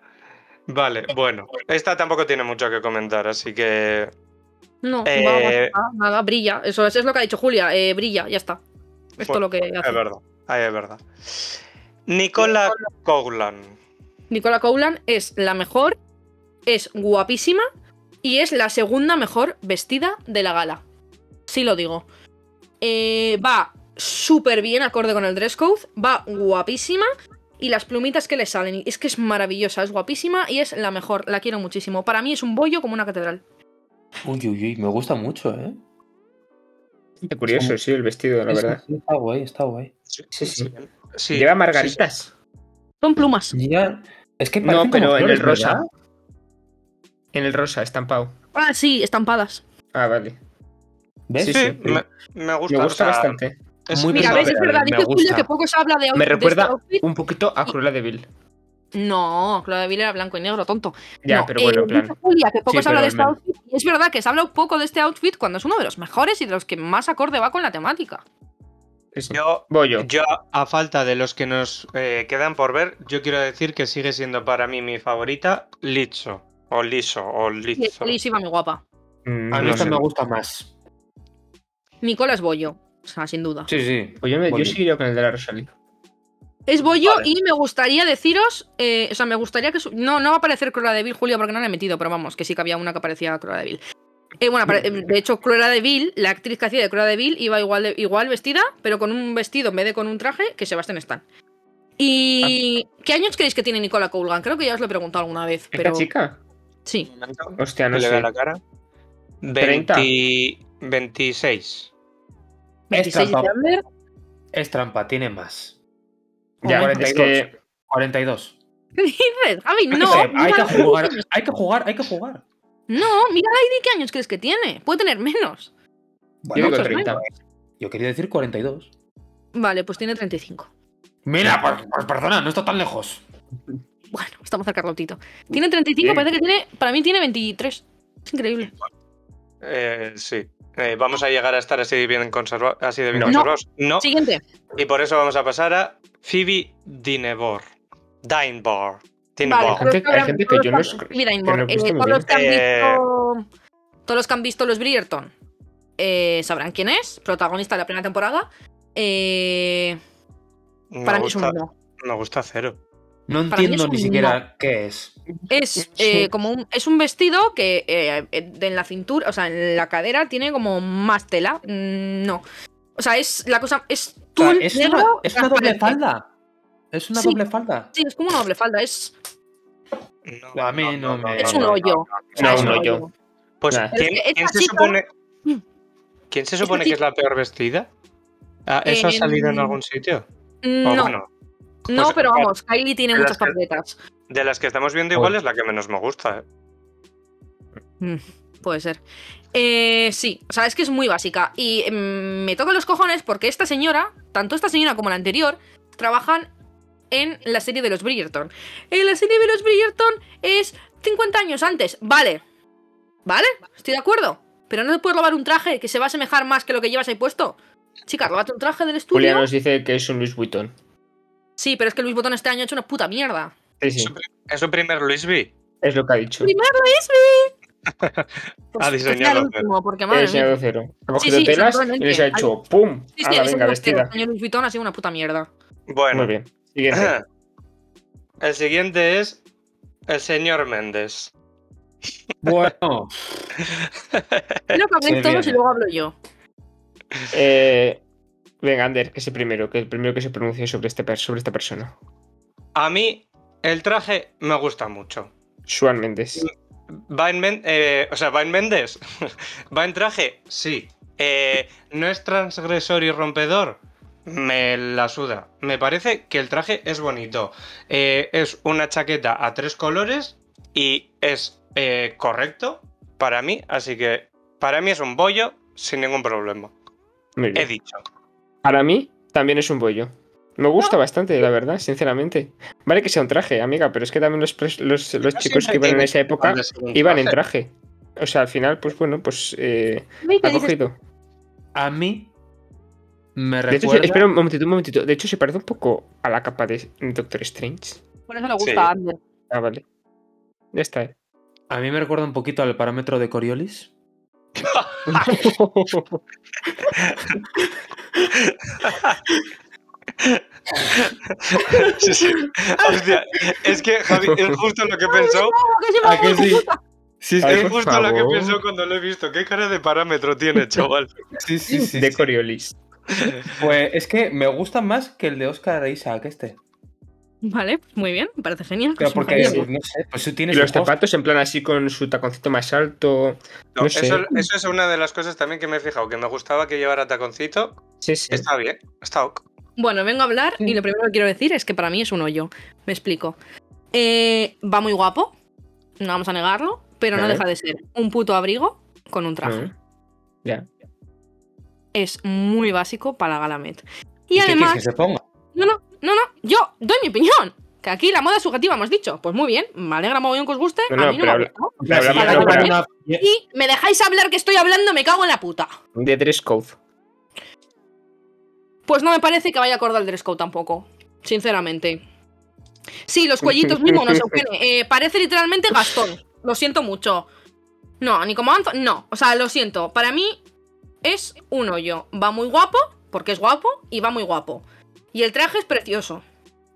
Speaker 1: Vale, bueno. Esta tampoco tiene mucho que comentar, así que.
Speaker 3: No,
Speaker 1: Eh,
Speaker 3: va, va, va, va, brilla. Eso es, es lo que ha dicho Julia, eh, brilla, ya está. Esto
Speaker 1: Bueno,
Speaker 3: lo que hace.
Speaker 1: Es verdad. Ahí es verdad. Nicola Coughlan.
Speaker 3: Nicola Coulan es la mejor, es guapísima y es la segunda mejor vestida de la gala. Sí lo digo. Eh, va súper bien acorde con el dress code, va guapísima y las plumitas que le salen. y Es que es maravillosa, es guapísima y es la mejor. La quiero muchísimo. Para mí es un bollo como una catedral.
Speaker 4: Uy, uy, uy, me gusta mucho, ¿eh?
Speaker 2: Qué curioso, sí, el vestido, la
Speaker 4: Es-
Speaker 2: verdad.
Speaker 4: Está guay, está guay.
Speaker 2: Sí, sí.
Speaker 1: Sí,
Speaker 2: Lleva
Speaker 1: sí,
Speaker 2: margaritas.
Speaker 3: Son plumas.
Speaker 4: Ya- Es que
Speaker 2: No,
Speaker 4: parecen como
Speaker 2: pero en el
Speaker 4: flores,
Speaker 2: rosa.
Speaker 4: ¿verdad?
Speaker 2: En el rosa, estampado.
Speaker 3: Ah, sí, estampadas.
Speaker 2: Ah, vale.
Speaker 4: ¿Ves?
Speaker 1: sí.
Speaker 2: Sí,
Speaker 1: Sí, Me, me gusta.
Speaker 2: Me
Speaker 1: o
Speaker 2: gusta
Speaker 1: sea,
Speaker 2: bastante.
Speaker 1: es-
Speaker 4: Muy
Speaker 3: Mira,
Speaker 4: bien.
Speaker 1: no,
Speaker 3: ves,
Speaker 4: ver,
Speaker 3: es verdad.
Speaker 4: me
Speaker 3: Dice Julia
Speaker 4: gusta.
Speaker 3: que poco se habla de, out-
Speaker 2: Me
Speaker 3: de este
Speaker 2: recuerda
Speaker 3: outfit.
Speaker 2: un poquito a Cruella de Vil.
Speaker 3: No, Cruella de Vil era blanco y negro, tonto.
Speaker 2: Ya,
Speaker 3: No,
Speaker 2: pero bueno,
Speaker 3: eh,
Speaker 2: en plan.
Speaker 3: dice Julia, que poco
Speaker 2: Sí,
Speaker 3: se habla
Speaker 2: pero
Speaker 3: de
Speaker 2: al
Speaker 3: este
Speaker 2: menos.
Speaker 3: outfit. Y es verdad que se habla un poco de este outfit cuando es uno de los mejores y de los que más acorde va con la temática.
Speaker 2: eso.
Speaker 1: Yo,
Speaker 2: Voy yo.
Speaker 1: yo, a falta de los que nos eh, quedan por ver, yo quiero decir que sigue siendo para mí mi favorita Lizo. O Liso, o
Speaker 3: Y es
Speaker 1: Lizo.
Speaker 3: muy guapa.
Speaker 2: Mm,
Speaker 1: A
Speaker 4: A mí
Speaker 2: no
Speaker 4: esta
Speaker 2: sé.
Speaker 4: me gusta más.
Speaker 3: Nicola es Bollo. O sea, sin duda.
Speaker 4: Sí, sí.
Speaker 2: Pues yo, me-
Speaker 4: Voy
Speaker 2: yo
Speaker 4: yo.
Speaker 2: seguiría con el de la Rosalía.
Speaker 3: Es Bollo
Speaker 1: Vale.
Speaker 3: y me gustaría deciros. eh, o sea, me gustaría que. su- No, no va a aparecer Cruella de Vil, Julia, porque no la he metido, pero vamos, que sí que había una que parecía Cruella de Vil. Eh, bueno, apare- de hecho, Cruella de Vil, la actriz que hacía de Cruella de Vil, iba igual, de- igual vestida, pero con un vestido en vez de con un traje que Sebastián Stan. ¿Y qué años creéis que tiene Nicola Coulgan? Creo que ya os lo he preguntado alguna vez,
Speaker 2: ¿Esta
Speaker 3: pero.
Speaker 2: chica?
Speaker 3: Sí.
Speaker 2: Hostia,
Speaker 1: Que
Speaker 2: no
Speaker 1: le vea
Speaker 2: sé.
Speaker 1: la cara.
Speaker 2: 30.
Speaker 1: 20 26.
Speaker 4: Es
Speaker 3: 26 de
Speaker 4: trampa,
Speaker 3: Amber.
Speaker 4: es trampa, tiene más.
Speaker 2: Ya,
Speaker 4: Hombre,
Speaker 2: es que.
Speaker 4: 42.
Speaker 3: <laughs> ¿Qué dices? Javi,
Speaker 4: Hay que
Speaker 3: no.
Speaker 4: ser- hay
Speaker 3: mira-
Speaker 4: que jugar, hay que jugar, hay que jugar.
Speaker 3: No, mira la ID, ¿qué años crees que tiene? Puede tener menos.
Speaker 2: Yo digo
Speaker 3: muchos
Speaker 2: 30.
Speaker 4: Yo quería decir 42.
Speaker 3: Vale, pues tiene 35.
Speaker 4: Mira, pues, pues perdona, no está tan lejos.
Speaker 3: Bueno, estamos cerca, Rautito. Tiene 35,
Speaker 2: Bien.
Speaker 3: parece que tiene. Para mí tiene 23. Es increíble.
Speaker 1: Eh, sí. Eh, vamos a llegar a estar así, bien conserva- así de bien
Speaker 2: No.
Speaker 1: conservados. No.
Speaker 3: Siguiente.
Speaker 1: Y por eso vamos a pasar a Phoebe Dinebor. Dinebor.
Speaker 3: Vale,
Speaker 1: Dinebor.
Speaker 2: Hay gente-
Speaker 3: todos
Speaker 2: hay gente que
Speaker 3: todos
Speaker 2: yo
Speaker 3: los
Speaker 2: no
Speaker 3: que-
Speaker 2: es-
Speaker 3: Mira,
Speaker 2: que
Speaker 3: Inbor,
Speaker 2: no he
Speaker 3: eh,
Speaker 2: visto muy
Speaker 3: todos los que han
Speaker 1: bien.
Speaker 3: visto. Todos los que han visto los Bridgerton eh, sabrán quién es. Protagonista de la primera temporada. Eh,
Speaker 1: Me,
Speaker 3: para mí es
Speaker 1: gusta,
Speaker 3: un no.
Speaker 1: me gusta cero.
Speaker 4: No
Speaker 3: Para mí
Speaker 4: entiendo
Speaker 3: es
Speaker 4: ni
Speaker 3: un
Speaker 4: siquiera qué es.
Speaker 3: Es eh, como un, es un vestido que eh, eh, en la cintura, o sea, en la cadera tiene como más tela. Mm, No. O sea, es la cosa. Es
Speaker 4: O sea,
Speaker 3: tul
Speaker 4: es,
Speaker 3: negro
Speaker 4: una, es una doble
Speaker 3: transparente.
Speaker 4: falda. Es una
Speaker 3: Sí.
Speaker 4: doble falda.
Speaker 3: Sí, es como una doble falda. Es,
Speaker 1: Eh, No,
Speaker 4: A mí no me-
Speaker 3: es un hoyo. O sea,
Speaker 2: No,
Speaker 3: es
Speaker 2: un
Speaker 3: un
Speaker 2: hoyo.
Speaker 3: hoyo.
Speaker 1: Pues,
Speaker 2: Nah.
Speaker 1: ¿quién,
Speaker 3: Pero es que
Speaker 1: quién
Speaker 3: esta
Speaker 1: se
Speaker 3: chica-
Speaker 1: supone, ¿quién se
Speaker 3: Esta
Speaker 1: supone que es
Speaker 3: chica-
Speaker 1: la peor vestida? Ah, ¿Eso ha
Speaker 3: Eh,
Speaker 1: salido en algún sitio? O
Speaker 3: No,
Speaker 1: Oh, bueno,
Speaker 3: no,
Speaker 1: pues, claro,
Speaker 3: pero vamos, Kylie tiene
Speaker 1: las
Speaker 3: muchas
Speaker 1: que-
Speaker 3: papeletas.
Speaker 1: de las que estamos viendo igual
Speaker 4: Uy.
Speaker 1: es la que menos me gusta. eh.
Speaker 3: Puede ser. Eh, sí, o sea, es que es muy básica. Y mm, me toca los cojones porque esta señora, tanto esta señora como la anterior, trabajan en la serie de los Bridgerton. En la serie de los Bridgerton es 50 años antes. Vale. Vale, estoy de acuerdo. Pero no te puedes robar un traje que se va a asemejar más que lo que llevas ahí puesto. Chica, róbate un traje del
Speaker 2: Julia
Speaker 3: estudio.
Speaker 2: nos dice que es un Luis Vuitton.
Speaker 3: Sí, pero es que Luis Botón este año ha hecho una puta mierda.
Speaker 2: Sí, sí.
Speaker 1: Su pri- Es su primer Luis B.
Speaker 2: Es lo que ha dicho.
Speaker 3: Pues,
Speaker 1: Ha
Speaker 3: que sea el
Speaker 1: diseñado, pero-
Speaker 3: último, porque
Speaker 2: He
Speaker 3: madre mía.
Speaker 2: diseñado cero. Ha cogido
Speaker 3: sí,
Speaker 2: telas y
Speaker 3: seguramente.
Speaker 2: les ha hecho ¡pum!
Speaker 3: Sí, sí,
Speaker 2: Ala,
Speaker 3: eso
Speaker 2: venga,
Speaker 3: es lo que
Speaker 2: vestida.
Speaker 3: el señor Luis Vuitton ha sido una puta mierda.
Speaker 1: Bueno,
Speaker 2: Muy bien.
Speaker 1: <laughs> <clears throat>
Speaker 2: Siguiente.
Speaker 1: El siguiente es el señor Méndez.
Speaker 4: Bueno,
Speaker 3: Quiero que habléis
Speaker 4: Sí,
Speaker 3: todos y
Speaker 4: bien.
Speaker 3: luego hablo yo.
Speaker 2: Eh, venga, Ander, que es el primero, que el primero que se pronuncie sobre, este, per- sobre esta persona.
Speaker 1: A mí el traje me gusta mucho.
Speaker 2: Suan Méndez.
Speaker 1: ¿Va en, men- eh, o sea, ¿va en Méndez? <laughs> ¿Va en traje? Sí. Eh, ¿No es transgresor y rompedor? Me la suda. Me parece que el traje es bonito. Eh, es una chaqueta a tres colores y es eh, correcto para mí, así que para mí es un bollo sin ningún problema.
Speaker 2: Muy
Speaker 1: He
Speaker 2: bien.
Speaker 1: dicho.
Speaker 2: Para mí, también es un bollo. Me gusta bastante, la verdad, sinceramente. Vale que sea un traje, amiga, pero es que también los, pres- los, los
Speaker 1: Yo
Speaker 2: chicos
Speaker 1: siempre
Speaker 2: que iban en
Speaker 1: tengo
Speaker 2: esa época
Speaker 1: ganas de un
Speaker 2: iban en
Speaker 1: traje.
Speaker 2: traje. O sea, al final, pues bueno, pues eh,
Speaker 3: Ve,
Speaker 2: ha
Speaker 3: te dices,
Speaker 2: cogido.
Speaker 4: a mí me
Speaker 2: De hecho,
Speaker 4: recuerda.
Speaker 2: espera un momentito, un momentito. De hecho, se parece un poco a la capa de Doctor Strange.
Speaker 3: por eso le
Speaker 1: Sí.
Speaker 3: gusta a Ander.
Speaker 2: Ah, vale. Ya está. <laughs> eh.
Speaker 4: A mí me recuerda un poquito al parámetro de Coriolis.
Speaker 1: <laughs> Sí, sí. Hostia, es que Javi, es justo lo que pensó.
Speaker 3: ¿Cómo que se
Speaker 2: Ah,
Speaker 4: ¿A
Speaker 3: me
Speaker 4: que
Speaker 3: gusta?
Speaker 4: sí? Sí, es
Speaker 2: Ay,
Speaker 4: que-
Speaker 1: Es
Speaker 2: por
Speaker 1: justo lo que
Speaker 2: favor.
Speaker 1: pensó cuando lo he visto. ¿Qué cara de parámetro tiene, chaval?
Speaker 4: sí, sí, sí,
Speaker 2: de
Speaker 4: sí.
Speaker 2: Coriolis.
Speaker 4: Pues es que me gusta más que el de Oscar Isaac este.
Speaker 3: Vale, pues muy bien, me parece genial.
Speaker 4: Pero
Speaker 3: Pues
Speaker 4: porque,
Speaker 3: maravilloso.
Speaker 4: no sé, pues tú
Speaker 2: Y
Speaker 4: tienes
Speaker 2: los
Speaker 4: un post-
Speaker 2: zapatos en plan así con su taconcito más alto.
Speaker 1: No,
Speaker 2: No sé.
Speaker 1: eso, eso es una de las cosas también que me he fijado, que me gustaba que llevara taconcito.
Speaker 2: Sí, sí.
Speaker 1: Está bien, está ok.
Speaker 3: Bueno, vengo a hablar y lo primero que quiero decir es que para mí es un hoyo. Me explico. Eh, va muy guapo, no vamos a negarlo, pero no
Speaker 2: Vale.
Speaker 3: deja de ser un puto abrigo con un traje.
Speaker 2: Ah, Ya.
Speaker 3: Es muy básico para Galamet. Y
Speaker 4: ¿Qué quieres
Speaker 3: además,
Speaker 4: que se ponga?
Speaker 3: No, no, no, no. Yo doy mi opinión. Que aquí la moda es subjetiva, hemos dicho. Pues muy bien, me alegra mogollón que os guste.
Speaker 2: No, no,
Speaker 3: a mí no me
Speaker 2: pero
Speaker 3: ha
Speaker 2: habla-
Speaker 3: gustado.
Speaker 2: Le hablamos
Speaker 4: Sí,
Speaker 3: de
Speaker 4: pero
Speaker 3: una-
Speaker 4: una-
Speaker 3: Y me dejáis hablar que estoy hablando, me cago en la puta.
Speaker 2: De dress code.
Speaker 3: Pues no me parece que vaya acorde al dress code tampoco. Sinceramente. Sí, los cuellitos muy monos, Eugene. Eh, parece literalmente Gastón. Lo siento mucho. No, ni como Anzo. No, o sea, lo siento. Para mí es un hoyo. Va muy guapo, porque es guapo, y va muy guapo. Y el traje es precioso.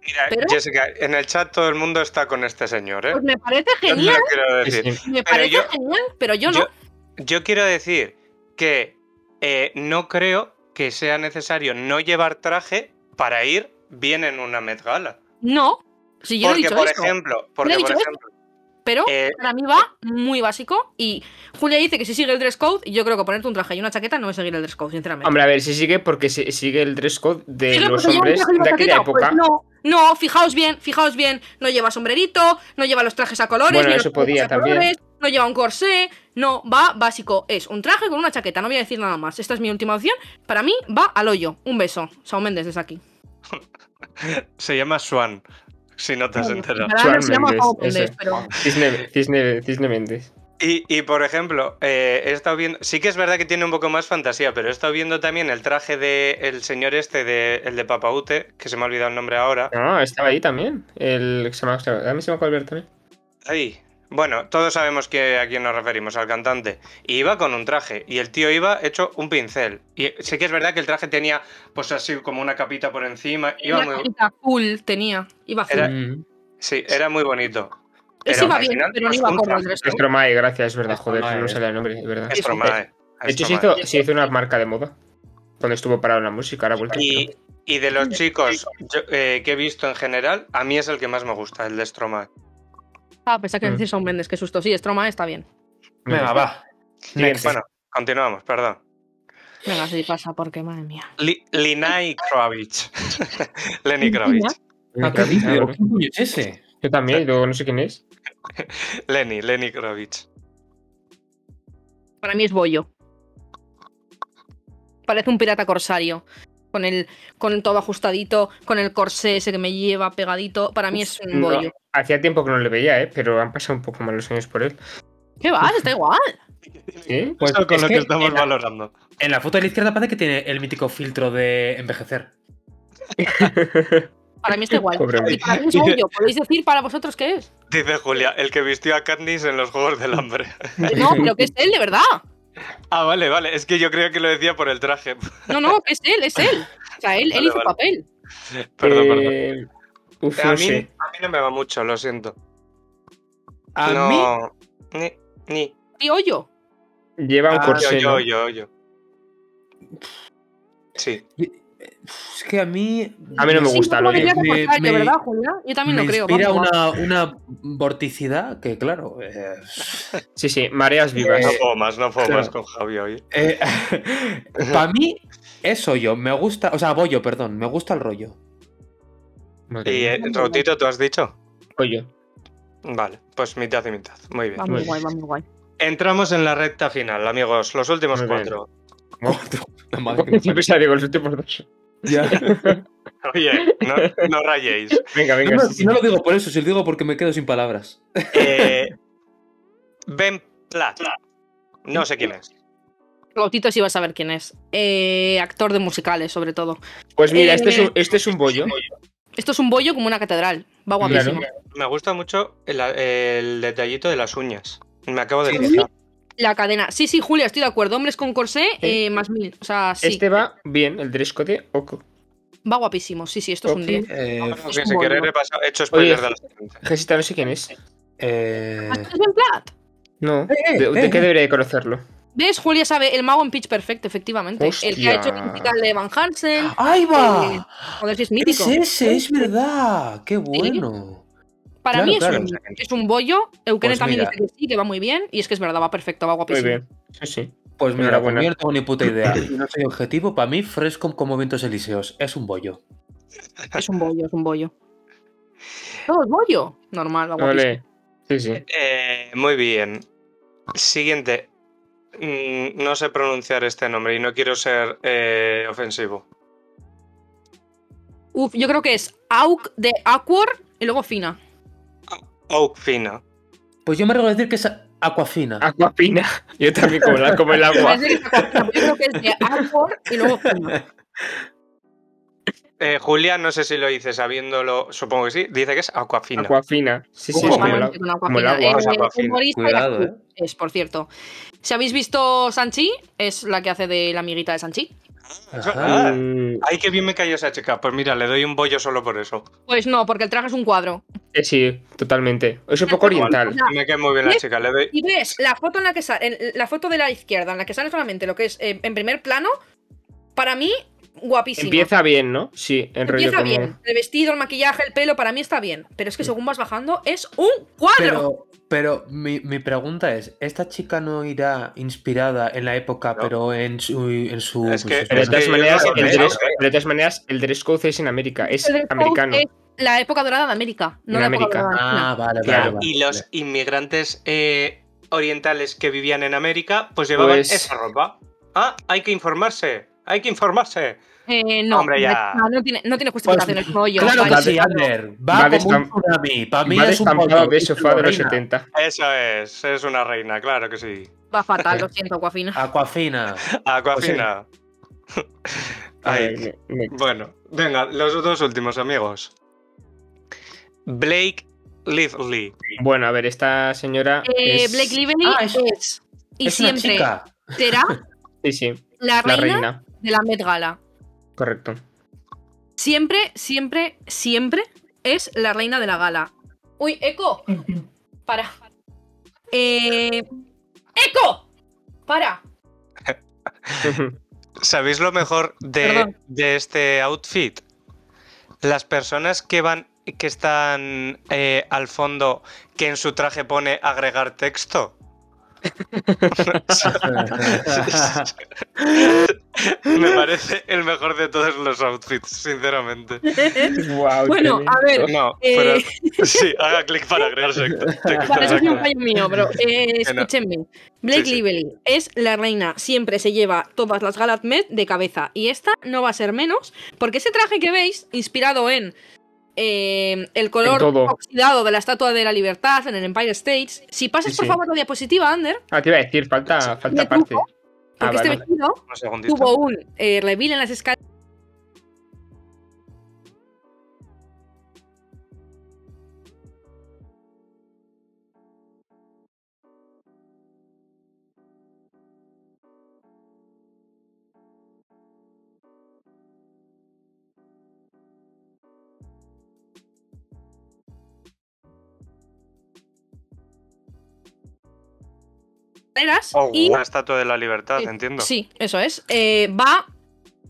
Speaker 1: Mira,
Speaker 3: ¿Pero?
Speaker 1: Jessica, en el chat todo el mundo está con este señor, ¿eh?
Speaker 3: Pues me parece
Speaker 1: Yo
Speaker 3: genial.
Speaker 1: no quiero
Speaker 2: Sí,
Speaker 1: decir.
Speaker 2: sí.
Speaker 3: Me
Speaker 1: Pero
Speaker 3: parece
Speaker 1: yo-
Speaker 3: genial, pero yo no.
Speaker 1: Yo, yo quiero decir que eh, no creo que sea necesario no llevar traje para ir bien en una Met Gala.
Speaker 3: No. Si yo no he
Speaker 1: porque,
Speaker 3: dicho
Speaker 1: por
Speaker 3: eso.
Speaker 1: ejemplo, porque, por
Speaker 3: dicho eso.
Speaker 1: ejemplo,
Speaker 3: Pero
Speaker 1: eh,
Speaker 3: para mí va muy básico. Y Julia dice que si sigue el dress code, y yo creo que ponerte un traje y una chaqueta no es seguir el dress code, sinceramente.
Speaker 2: Hombre, a ver, si sigue porque se- sigue el dress code de
Speaker 3: Sigue
Speaker 2: los
Speaker 3: porque lleva un
Speaker 2: hombres
Speaker 3: traje y una
Speaker 2: de aquella
Speaker 3: chaqueta, pues
Speaker 2: época.
Speaker 3: no, no, fijaos bien, fijaos bien. No lleva sombrerito, no lleva los trajes a colores,
Speaker 2: Bueno,
Speaker 3: ni
Speaker 2: eso
Speaker 3: los pelucas
Speaker 2: podía
Speaker 3: a
Speaker 2: también.
Speaker 3: colores, no lleva un corsé. No, va básico. Es un traje con una chaqueta. No voy a decir nada más. Esta es mi última opción. Para mí va al hoyo. Un beso. Saúl Méndez desde aquí.
Speaker 1: se llama Swan, si no te has enterado.
Speaker 3: Para
Speaker 2: Shawn
Speaker 3: no se llama
Speaker 2: Mendes,
Speaker 3: Shawn Mendes,
Speaker 2: ese.
Speaker 3: pero-
Speaker 2: Cisne, Cisne, Cisne Méndez.
Speaker 1: Y, y, por ejemplo, eh, he estado viendo. Sí que es verdad que tiene un poco más fantasía, pero he estado viendo también el traje del señor este, de, el de Papaute, que se me ha olvidado el nombre ahora.
Speaker 2: No, estaba ahí también. El que se llama, a mí se me acuerda Albert también.
Speaker 1: Ahí. Bueno, todos sabemos que a quién nos referimos, al cantante. Y iba con un traje, y el tío iba hecho un pincel. Y sí que es verdad que el traje tenía, pues así como una capita por encima. Iba
Speaker 3: Una
Speaker 1: muy,
Speaker 3: chaqueta cool tenía. Iba azul.
Speaker 1: Era-
Speaker 4: Mm.
Speaker 1: sí, era muy bonito.
Speaker 3: Ese
Speaker 1: Pero
Speaker 3: iba
Speaker 1: al
Speaker 3: bien,
Speaker 1: final,
Speaker 3: pero no
Speaker 1: pues,
Speaker 3: iba
Speaker 1: un
Speaker 3: acorde al
Speaker 1: traje.
Speaker 3: dress code.
Speaker 2: Stromae, gracias, es verdad, joder,
Speaker 4: Stromae,
Speaker 2: no me sale el nombre, es verdad.
Speaker 1: Es Stromae, eh,
Speaker 2: De
Speaker 1: es
Speaker 2: hecho, se
Speaker 1: Stromae.
Speaker 2: hizo, se hizo una marca de moda cuando estuvo parado en la música, ahora ha vuelto.
Speaker 1: Y,
Speaker 2: creo.
Speaker 1: y de los chicos yo, eh, que he visto en general, a mí es el que más me gusta, el de Stromae.
Speaker 3: Ah, pensaba que
Speaker 2: Mm.
Speaker 3: decís Shawn Mendes, qué susto. Sí, Stroma está bien.
Speaker 4: Venga, va.
Speaker 2: Siguiente.
Speaker 4: Next.
Speaker 1: Bueno, continuamos, perdón.
Speaker 3: Venga, si pasa, porque madre mía.
Speaker 1: Li- Linai Kravitz. <laughs> Lenny Kravitz.
Speaker 4: Ah, ¿qué
Speaker 2: Kravitz,
Speaker 4: dices?
Speaker 2: ¿no?
Speaker 4: ¿Qué coño es ese?
Speaker 2: Yo también, y luego no sé quién es.
Speaker 1: Lenny, Lenny Kravitz.
Speaker 3: Para mí es bollo. Parece un pirata corsario. Con el, con el todo ajustadito, con el corsé ese que me lleva pegadito. Para mí es un
Speaker 2: No,
Speaker 3: bollo.
Speaker 2: hacía tiempo que no le veía, ¿eh? pero han pasado un poco malos años por él. ¿Eh?
Speaker 3: ¿Qué vas? Está igual.
Speaker 2: ¿Sí?
Speaker 4: Pues
Speaker 1: Eso con
Speaker 4: es
Speaker 1: lo que,
Speaker 4: que
Speaker 1: estamos
Speaker 4: en la-
Speaker 1: valorando.
Speaker 4: En la foto de la izquierda parece que tiene el mítico filtro de envejecer. <laughs>
Speaker 3: Para mí está igual.
Speaker 2: Pobre
Speaker 3: Y para mí es bollo. ¿Podéis decir para vosotros qué es?
Speaker 1: Dice Julia, el que vistió a Katniss en los Juegos del Hambre.
Speaker 3: No, pero que es él, de verdad.
Speaker 1: <laughs> Ah, vale, vale. Es que yo creía que lo decía por el traje. <laughs>
Speaker 3: No, no, que es él, es él. O sea, él, él
Speaker 1: Vale,
Speaker 3: hizo
Speaker 1: vale.
Speaker 3: papel.
Speaker 2: <laughs>
Speaker 1: Perdón, perdón.
Speaker 2: Eh, Uf,
Speaker 1: A
Speaker 2: no
Speaker 1: mí,
Speaker 2: sé.
Speaker 1: a mí no me va mucho, lo siento.
Speaker 4: A
Speaker 1: no,
Speaker 4: mí
Speaker 1: Ni, ni.
Speaker 3: Criollo.
Speaker 2: Lleva un
Speaker 1: Ah,
Speaker 2: corsé.
Speaker 1: yo,
Speaker 2: ¿no?
Speaker 1: yo, yo, yo. Sí.
Speaker 4: Es que a mí.
Speaker 2: A mí no me
Speaker 3: Sí,
Speaker 2: gusta
Speaker 3: yo
Speaker 2: lo
Speaker 3: creo que
Speaker 2: de.
Speaker 3: ya como
Speaker 4: Me-
Speaker 3: contrario,
Speaker 4: me-
Speaker 3: ¿verdad, Julia? Yo también
Speaker 4: me
Speaker 3: lo creo.
Speaker 4: inspira
Speaker 3: vamos.
Speaker 4: una, una vorticidad que, claro. eh, <laughs>
Speaker 2: Sí, sí, mareas vivas.
Speaker 1: Eh, No fomas, no fomas
Speaker 2: claro.
Speaker 1: con Javi hoy.
Speaker 4: Para eh, mí, eso yo. Me gusta. O sea, bollo, perdón. Me gusta el <laughs> rollo.
Speaker 2: Madre
Speaker 1: Y
Speaker 2: mía.
Speaker 1: eh, Rautito, ¿tú has dicho?
Speaker 2: Pollo.
Speaker 1: Vale, pues mitad y mitad. Muy bien.
Speaker 3: Va muy guay, va muy guay.
Speaker 1: Entramos en la recta final, amigos. Los últimos
Speaker 2: Muy bien.
Speaker 1: cuatro.
Speaker 4: La madre que <laughs> me
Speaker 2: Siempre
Speaker 4: parió.
Speaker 2: se digo los últimos dos.
Speaker 4: Ya.
Speaker 1: Oye, no, no rayéis.
Speaker 2: Venga,
Speaker 4: No,
Speaker 2: venga.
Speaker 4: no,
Speaker 2: sí, sí.
Speaker 4: no lo digo por eso, si lo digo porque me quedo sin palabras.
Speaker 1: Eh, ben Platt. No sé quién es.
Speaker 3: Gautito sí va a saber quién es. Eh, actor de musicales, sobre todo.
Speaker 2: Pues mira, este
Speaker 3: Eh,
Speaker 2: es un, este es un bollo.
Speaker 3: Esto es un bollo como una catedral. Va guapísimo.
Speaker 2: Claro.
Speaker 1: Me gusta mucho el, el detallito de las uñas. Me acabo de fijar.
Speaker 3: La cadena. Sí, sí, Julia, estoy de acuerdo. Hombres con corsé, eh, más mil. O sea, sí.
Speaker 2: Este va bien, el dress code, oco.
Speaker 3: Va guapísimo. Sí, sí, esto es un
Speaker 2: Ok.
Speaker 3: 10.
Speaker 4: Eh,
Speaker 1: Creo que
Speaker 3: es
Speaker 1: si
Speaker 3: un
Speaker 1: queréis
Speaker 3: bollo.
Speaker 1: repasar, he hecho spoilers
Speaker 2: Oye.
Speaker 1: de la siguiente.
Speaker 2: Jesita, no sé quién es.
Speaker 4: eh,
Speaker 3: ¿Has visto en Plat?
Speaker 2: No.
Speaker 4: eh,
Speaker 2: ¿De, de
Speaker 4: eh,
Speaker 2: qué debería de conocerlo?
Speaker 3: ¿Ves? Julia sabe el mago en Pitch Perfect, efectivamente. El que ha hecho
Speaker 2: Hostia. Ah,
Speaker 3: el musical de Van Hansen.
Speaker 4: ¡Ahí
Speaker 3: Eh,
Speaker 4: va!
Speaker 3: Joder, si es
Speaker 4: Es
Speaker 3: mítico.
Speaker 4: ese, es verdad. ¡Qué bueno!
Speaker 3: Para
Speaker 4: Claro,
Speaker 3: mí es,
Speaker 4: claro.
Speaker 3: un, es un bollo. Eukene
Speaker 4: Pues
Speaker 3: también
Speaker 4: mira.
Speaker 3: dice que sí, que va muy bien. Y es que es verdad, va perfecto, va
Speaker 2: Muy
Speaker 3: guapísimo.
Speaker 2: bien. Sí, sí.
Speaker 4: Pues mira,
Speaker 2: Enhorabuena.
Speaker 4: pues yo no tengo ni
Speaker 2: <clears throat>
Speaker 4: puta idea. Y No soy objetivo. Para mí, Frescom como Vientos Elíseos. Es un bollo.
Speaker 3: Es un bollo, es un bollo. Todo es bollo. Normal, va guapísimo.
Speaker 2: Vale. Sí, sí.
Speaker 1: Eh, muy bien. Siguiente. Mm, No sé pronunciar este nombre y no quiero ser eh, ofensivo.
Speaker 3: Uf, yo creo que es Auk de Aquor y luego Fina.
Speaker 1: Aukfina.
Speaker 4: Pues yo me arriesgo a decir que es Aquafina.
Speaker 2: Ah, Aquapina. <laughs> Yo también como, la- como el
Speaker 3: Me <laughs>
Speaker 2: agua.
Speaker 3: parece que es Aquafina, pero Yo creo que es de Aquor y luego Fina.
Speaker 1: Eh, Julia, no sé si lo dice sabiéndolo, supongo que sí. Dice que es Aquafina.
Speaker 2: Aquafina. Sí, sí,
Speaker 1: Ojo,
Speaker 2: como
Speaker 4: eh.
Speaker 1: como
Speaker 2: el
Speaker 1: el-
Speaker 2: agua. como el agua,
Speaker 3: Es
Speaker 1: es Aquafina.
Speaker 3: Eh, humorista y
Speaker 4: Cuidado,
Speaker 3: actriz
Speaker 4: eh.
Speaker 3: es, por cierto. Si habéis visto Sanchi, es la que hace de la amiguita de Sanchi.
Speaker 1: Es
Speaker 4: Ajá.
Speaker 3: Ah,
Speaker 1: verdad.
Speaker 2: Mm,
Speaker 1: Ay, qué bien me cayó esa chica. Pues mira, le doy un bollo solo por eso.
Speaker 3: Pues no, porque el traje es un cuadro.
Speaker 2: eh, sí, totalmente. Es un poco oriental.
Speaker 3: Ya.
Speaker 1: Me cae muy bien la chica. Le doy.
Speaker 3: Y ves la foto en la que sale, la foto de la izquierda, en la que sale solamente lo que es eh, en primer plano, para mí, guapísimo.
Speaker 2: Empieza bien, ¿no? Sí, en rollo
Speaker 3: Empieza
Speaker 2: como.
Speaker 3: bien. El vestido, el maquillaje, el pelo, para mí está bien. Pero es que según vas bajando, es un cuadro.
Speaker 4: Pero, pero mi, mi pregunta es: ¿esta chica no irá inspirada en la época,
Speaker 1: No.
Speaker 4: pero en su. En su
Speaker 1: Es que-
Speaker 2: Pero de
Speaker 1: Es que
Speaker 2: todas,
Speaker 1: yo
Speaker 2: maneras,
Speaker 1: no lo
Speaker 2: el
Speaker 1: veo,
Speaker 2: dress,
Speaker 1: ¿eh?
Speaker 2: pero de todas maneras, el dress code es en América, es
Speaker 3: El dress code
Speaker 2: americano.
Speaker 3: es la época dorada de América, no
Speaker 2: En
Speaker 3: la época
Speaker 2: América.
Speaker 3: dorada de China.
Speaker 4: Ah, vale, vale.
Speaker 2: Claro.
Speaker 4: vale.
Speaker 1: Y los inmigrantes eh, orientales que vivían en América, pues llevaban
Speaker 2: Pues-
Speaker 1: esa ropa. Ah, hay que informarse. Hay que informarse.
Speaker 3: Eh, no,
Speaker 1: Hombre, ya.
Speaker 3: no, no tiene, no tiene justificación el rollo.
Speaker 4: Pues, Claro
Speaker 3: vale.
Speaker 4: que sí, Ander.
Speaker 2: Va
Speaker 4: Va
Speaker 2: de
Speaker 4: como un
Speaker 2: estamp-
Speaker 4: tsunami. Para mí
Speaker 2: Va
Speaker 4: es un
Speaker 2: destampado
Speaker 4: bollo,
Speaker 2: de
Speaker 4: y se
Speaker 2: sofá
Speaker 4: lo
Speaker 2: de los
Speaker 4: reina.
Speaker 2: 70.
Speaker 1: Eso es. Es una reina, claro que sí.
Speaker 3: Va fatal, lo siento,
Speaker 4: Ah,
Speaker 3: Guafina.
Speaker 4: Aquafina.
Speaker 2: Pues <laughs>
Speaker 1: Aquafina. Ay,
Speaker 2: Eh, me- me-
Speaker 1: Bueno, venga, los dos últimos amigos. Blake Lively.
Speaker 2: Bueno, a ver, esta señora.
Speaker 3: Eh,
Speaker 2: es-
Speaker 3: Blake Lively
Speaker 4: Ah,
Speaker 3: es,
Speaker 4: es-
Speaker 3: y
Speaker 4: es una
Speaker 3: siempre
Speaker 4: chica. <laughs>
Speaker 3: será
Speaker 2: Sí, sí,
Speaker 3: la
Speaker 2: la
Speaker 3: reina,
Speaker 2: reina.
Speaker 3: de la Met Gala.
Speaker 2: Correcto. <laughs>
Speaker 3: Siempre, siempre, siempre es la reina de la gala. Uy, Eco, para. Eh, Eco, para. <laughs>
Speaker 1: ¿Sabéis lo mejor de,
Speaker 3: Perdón.
Speaker 1: de este outfit? Las personas que van que están eh, al fondo que en su traje pone agregar
Speaker 2: <laughs>
Speaker 1: texto. Me parece el mejor de todos los outfits, sinceramente.
Speaker 2: Guau,
Speaker 3: Bueno, a ver,
Speaker 1: No,
Speaker 3: Eh.
Speaker 1: pero sí, haga clic para agregar
Speaker 3: <laughs>
Speaker 1: texto.
Speaker 3: Vale, eso es un
Speaker 1: exacto.
Speaker 3: fallo mío, pero eh,
Speaker 2: <laughs>
Speaker 1: Que no.
Speaker 3: escúchenme. Blake
Speaker 1: Sí, sí.
Speaker 3: Lively es la reina, siempre se lleva todas las galas Met de cabeza y esta no va a ser menos, porque ese traje que veis, inspirado en eh, el color
Speaker 2: En todo.
Speaker 3: oxidado de la Estatua de la Libertad en el Empire State, si pasas
Speaker 2: Sí,
Speaker 3: por
Speaker 2: sí.
Speaker 3: favor la diapositiva, Ander,
Speaker 2: Ah, te iba a decir, falta, falta
Speaker 3: Me
Speaker 2: parte. Ah,
Speaker 3: porque este
Speaker 2: vale.
Speaker 3: vestido
Speaker 1: Un segundito.
Speaker 3: tuvo un eh, reveal en las escaleras. carreras.
Speaker 1: Oh,
Speaker 3: y,
Speaker 1: Una estatua de la libertad, entiendo.
Speaker 3: Sí, eso es. Eh, va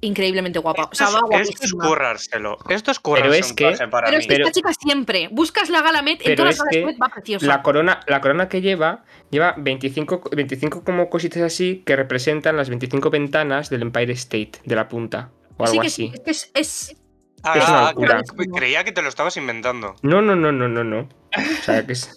Speaker 3: increíblemente guapa. O sea,
Speaker 1: Esto
Speaker 3: va
Speaker 1: es- esto es
Speaker 3: guapísima.
Speaker 1: currárselo. Esto es currarse
Speaker 2: es
Speaker 1: un
Speaker 2: que-
Speaker 1: traje para
Speaker 3: Pero
Speaker 1: mí.
Speaker 3: es que
Speaker 2: Pero-
Speaker 3: esta chica siempre. Buscas la Galamet en
Speaker 2: Pero
Speaker 3: todas
Speaker 2: es
Speaker 3: las
Speaker 2: que
Speaker 3: Galamet, va preciosa.
Speaker 2: La corona, la corona que lleva, lleva 25, co- 25 como cositas así que representan las 25 ventanas del Empire State, de la punta, o
Speaker 3: sí
Speaker 2: algo
Speaker 3: que
Speaker 2: así.
Speaker 3: sí, es que es, es-
Speaker 1: Ah,
Speaker 2: es una
Speaker 1: ah,
Speaker 2: locura.
Speaker 1: cre- creía que te lo estabas inventando.
Speaker 2: No, no, no, no, no, no. O sea, que es-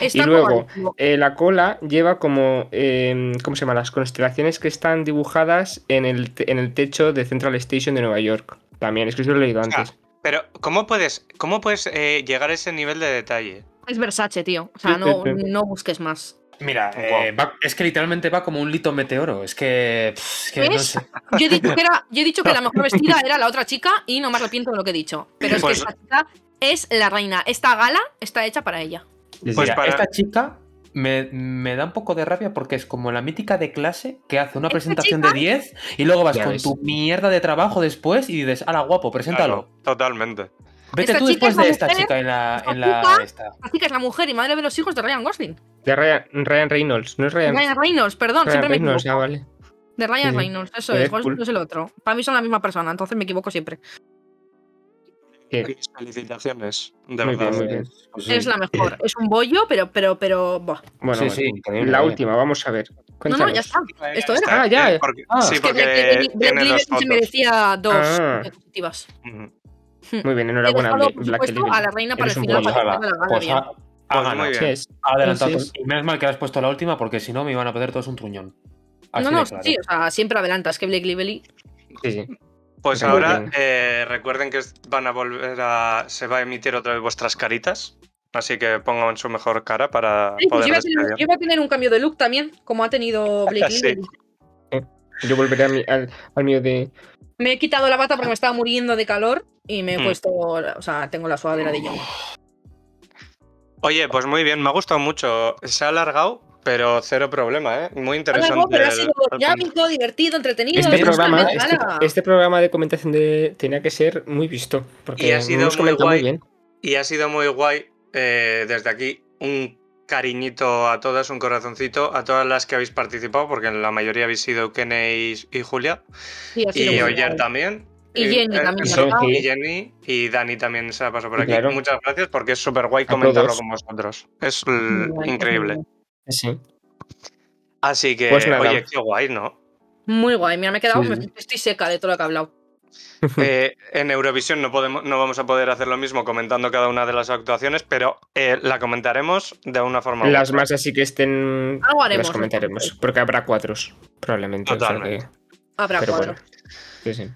Speaker 3: está
Speaker 2: Y luego,
Speaker 3: guapísimo.
Speaker 2: eh, la cola lleva como, eh, ¿cómo se llama? Las constelaciones que están dibujadas en el, te- en el techo de Central Station de Nueva York. También, es que eso lo he leído
Speaker 1: sea,
Speaker 2: antes.
Speaker 1: Pero, ¿cómo puedes, cómo puedes eh, llegar a ese nivel de detalle?
Speaker 3: Es Versace, tío. O sea,
Speaker 2: Sí,
Speaker 3: no,
Speaker 2: sí, sí.
Speaker 3: no busques más.
Speaker 4: Mira,
Speaker 1: Wow.
Speaker 4: eh, va- es que literalmente va como un lito meteoro. Es que. pff, es que no
Speaker 3: ¿Ves?
Speaker 4: sé.
Speaker 3: Yo he dicho que, era, yo he dicho que la mejor vestida era la otra chica y no más arrepiento de lo que he dicho. Pero es
Speaker 1: Pues-
Speaker 3: que esta chica es la reina. Esta gala está hecha para ella.
Speaker 4: Pues
Speaker 1: Pues
Speaker 4: mira,
Speaker 1: para-
Speaker 4: Esta chica me, me da un poco de rabia porque es como la mítica de clase que hace una
Speaker 3: Esta
Speaker 4: presentación de 10 y luego vas
Speaker 2: Ya
Speaker 4: con
Speaker 2: ves.
Speaker 4: tu mierda de trabajo después y dices, ala, guapo, preséntalo.
Speaker 1: Claro, totalmente.
Speaker 4: Vete
Speaker 3: Esta
Speaker 4: tú
Speaker 3: chica
Speaker 4: después
Speaker 3: es la
Speaker 4: de esta
Speaker 3: mujer,
Speaker 4: chica en la.
Speaker 3: esta
Speaker 4: En la
Speaker 3: puta.
Speaker 4: esta.
Speaker 3: Así que es la mujer y madre de los hijos de Ryan Gosling.
Speaker 2: De Ryan, Ryan Reynolds, no es Ryan,
Speaker 3: Ryan Reynolds, perdón,
Speaker 2: Ryan
Speaker 3: siempre me
Speaker 2: Reynolds,
Speaker 3: equivoco.
Speaker 2: ah, vale.
Speaker 3: De Ryan
Speaker 2: Sí.
Speaker 3: Reynolds, eso
Speaker 2: De
Speaker 3: es. Gosling
Speaker 2: Deadpool.
Speaker 3: es el otro. Para mí son la misma persona, entonces me equivoco siempre.
Speaker 2: Que-
Speaker 1: Mis felicitaciones. De
Speaker 2: Muy bien,
Speaker 1: verdad.
Speaker 2: muy bien.
Speaker 4: Pues sí.
Speaker 3: Es la mejor. Es un bollo, pero, pero, pero. buah.
Speaker 2: Bueno,
Speaker 4: Sí,
Speaker 2: bueno,
Speaker 4: sí, increíble, eh.
Speaker 2: la
Speaker 4: vaya.
Speaker 2: última, vamos a ver.
Speaker 3: No, no,
Speaker 2: Cuéntanos.
Speaker 3: ya está. Esto era.
Speaker 1: Está
Speaker 2: Ah, ya,
Speaker 1: bien,
Speaker 2: eh.
Speaker 1: porque-
Speaker 4: Ah.
Speaker 1: sí,
Speaker 4: Es
Speaker 1: porque
Speaker 3: Blake- Blake
Speaker 1: tiene dos
Speaker 3: Lively se
Speaker 1: fotos.
Speaker 3: merecía dos
Speaker 2: Ah.
Speaker 3: positivas.
Speaker 1: Ujú.
Speaker 2: Muy bien, enhorabuena,
Speaker 3: He dejado,
Speaker 2: Bla-
Speaker 3: por
Speaker 2: Black
Speaker 3: supuesto,
Speaker 2: Lively.
Speaker 3: a la reina para
Speaker 2: Eres
Speaker 3: el
Speaker 2: un
Speaker 3: final.
Speaker 4: Pues
Speaker 2: pollo.
Speaker 3: para
Speaker 4: ala,
Speaker 3: que la gala
Speaker 4: pues
Speaker 3: bien.
Speaker 4: ha- ha
Speaker 1: Pues
Speaker 4: ganado.
Speaker 1: muy
Speaker 2: Sí,
Speaker 1: bien.
Speaker 2: es.
Speaker 4: Adelantado.
Speaker 2: Entonces-
Speaker 4: Y menos mal que has puesto la última porque si no me iban a perder todos un truñón. Así
Speaker 3: No, no,
Speaker 4: de claro.
Speaker 3: sí, o sea, siempre adelantas que Blake Lively.
Speaker 2: Sí, sí.
Speaker 1: Pues
Speaker 2: Muy
Speaker 1: ahora
Speaker 2: bien.
Speaker 1: eh, recuerden que es- van a volver a. Se va a emitir otra vez vuestras caritas. Así que pongan su mejor cara para
Speaker 3: Sí, pues
Speaker 1: poder este
Speaker 3: yo, iba a tener,
Speaker 1: despedir.
Speaker 3: yo iba a tener un cambio de look también, como ha tenido Blake
Speaker 1: <laughs> Sí.
Speaker 3: Lively.
Speaker 2: Yo volveré a mi- al, al mío de.
Speaker 3: Me he quitado la bata porque me estaba muriendo de calor y me he
Speaker 1: Mm.
Speaker 3: puesto, o sea, tengo la sudadera de John.
Speaker 1: Oye, pues muy bien, me ha gustado mucho. Se ha alargado, pero cero problema, ¿eh? Muy interesante.
Speaker 3: Algo, pero ha sido
Speaker 1: el-
Speaker 3: dinámico, divertido, entretenido.
Speaker 2: Este
Speaker 3: es una
Speaker 2: programa, este,
Speaker 3: gala.
Speaker 2: este programa de comentación de, tenía que ser muy visto. Porque
Speaker 1: Y ha sido
Speaker 2: hemos
Speaker 1: muy
Speaker 2: comentado
Speaker 1: guay.
Speaker 2: bien.
Speaker 1: Y ha sido muy guay eh, desde aquí un cariñito a todas, un corazoncito a todas las que habéis participado, porque la mayoría habéis sido Kene y, y Julia,
Speaker 3: Sí, ha sido
Speaker 1: y
Speaker 3: muy
Speaker 1: Oyer
Speaker 3: guay.
Speaker 1: también.
Speaker 3: Y Jenny
Speaker 1: eh,
Speaker 3: también,
Speaker 1: eso,
Speaker 2: ¿verdad?
Speaker 1: y Jenny y Dani también se ha pasado por
Speaker 2: Y
Speaker 1: aquí.
Speaker 2: claro.
Speaker 1: Muchas gracias porque es súper guay
Speaker 2: A
Speaker 1: comentarlo
Speaker 2: todos.
Speaker 1: con vosotros. Es
Speaker 3: Muy
Speaker 1: l-
Speaker 3: guay,
Speaker 1: increíble.
Speaker 2: Sí.
Speaker 1: Así que,
Speaker 2: Pues nada.
Speaker 1: oye, qué guay, ¿no?
Speaker 2: <laughs>
Speaker 3: Muy guay, mira, me he quedado,
Speaker 2: Sí,
Speaker 3: me-
Speaker 2: sí.
Speaker 3: estoy seca de todo lo que he hablado.
Speaker 1: Eh, en Eurovisión no, podemos, no vamos a poder hacer lo mismo comentando cada una de las actuaciones, pero eh, la comentaremos de una forma u
Speaker 2: Las
Speaker 1: otra.
Speaker 2: más así que estén.
Speaker 3: Algo haremos,
Speaker 2: Las comentaremos.
Speaker 3: entonces.
Speaker 2: Porque habrá cuatros, probablemente. o sea que-
Speaker 1: Totalmente.
Speaker 3: Habrá
Speaker 2: pero
Speaker 3: cuatro.
Speaker 2: bueno. Sí, sí.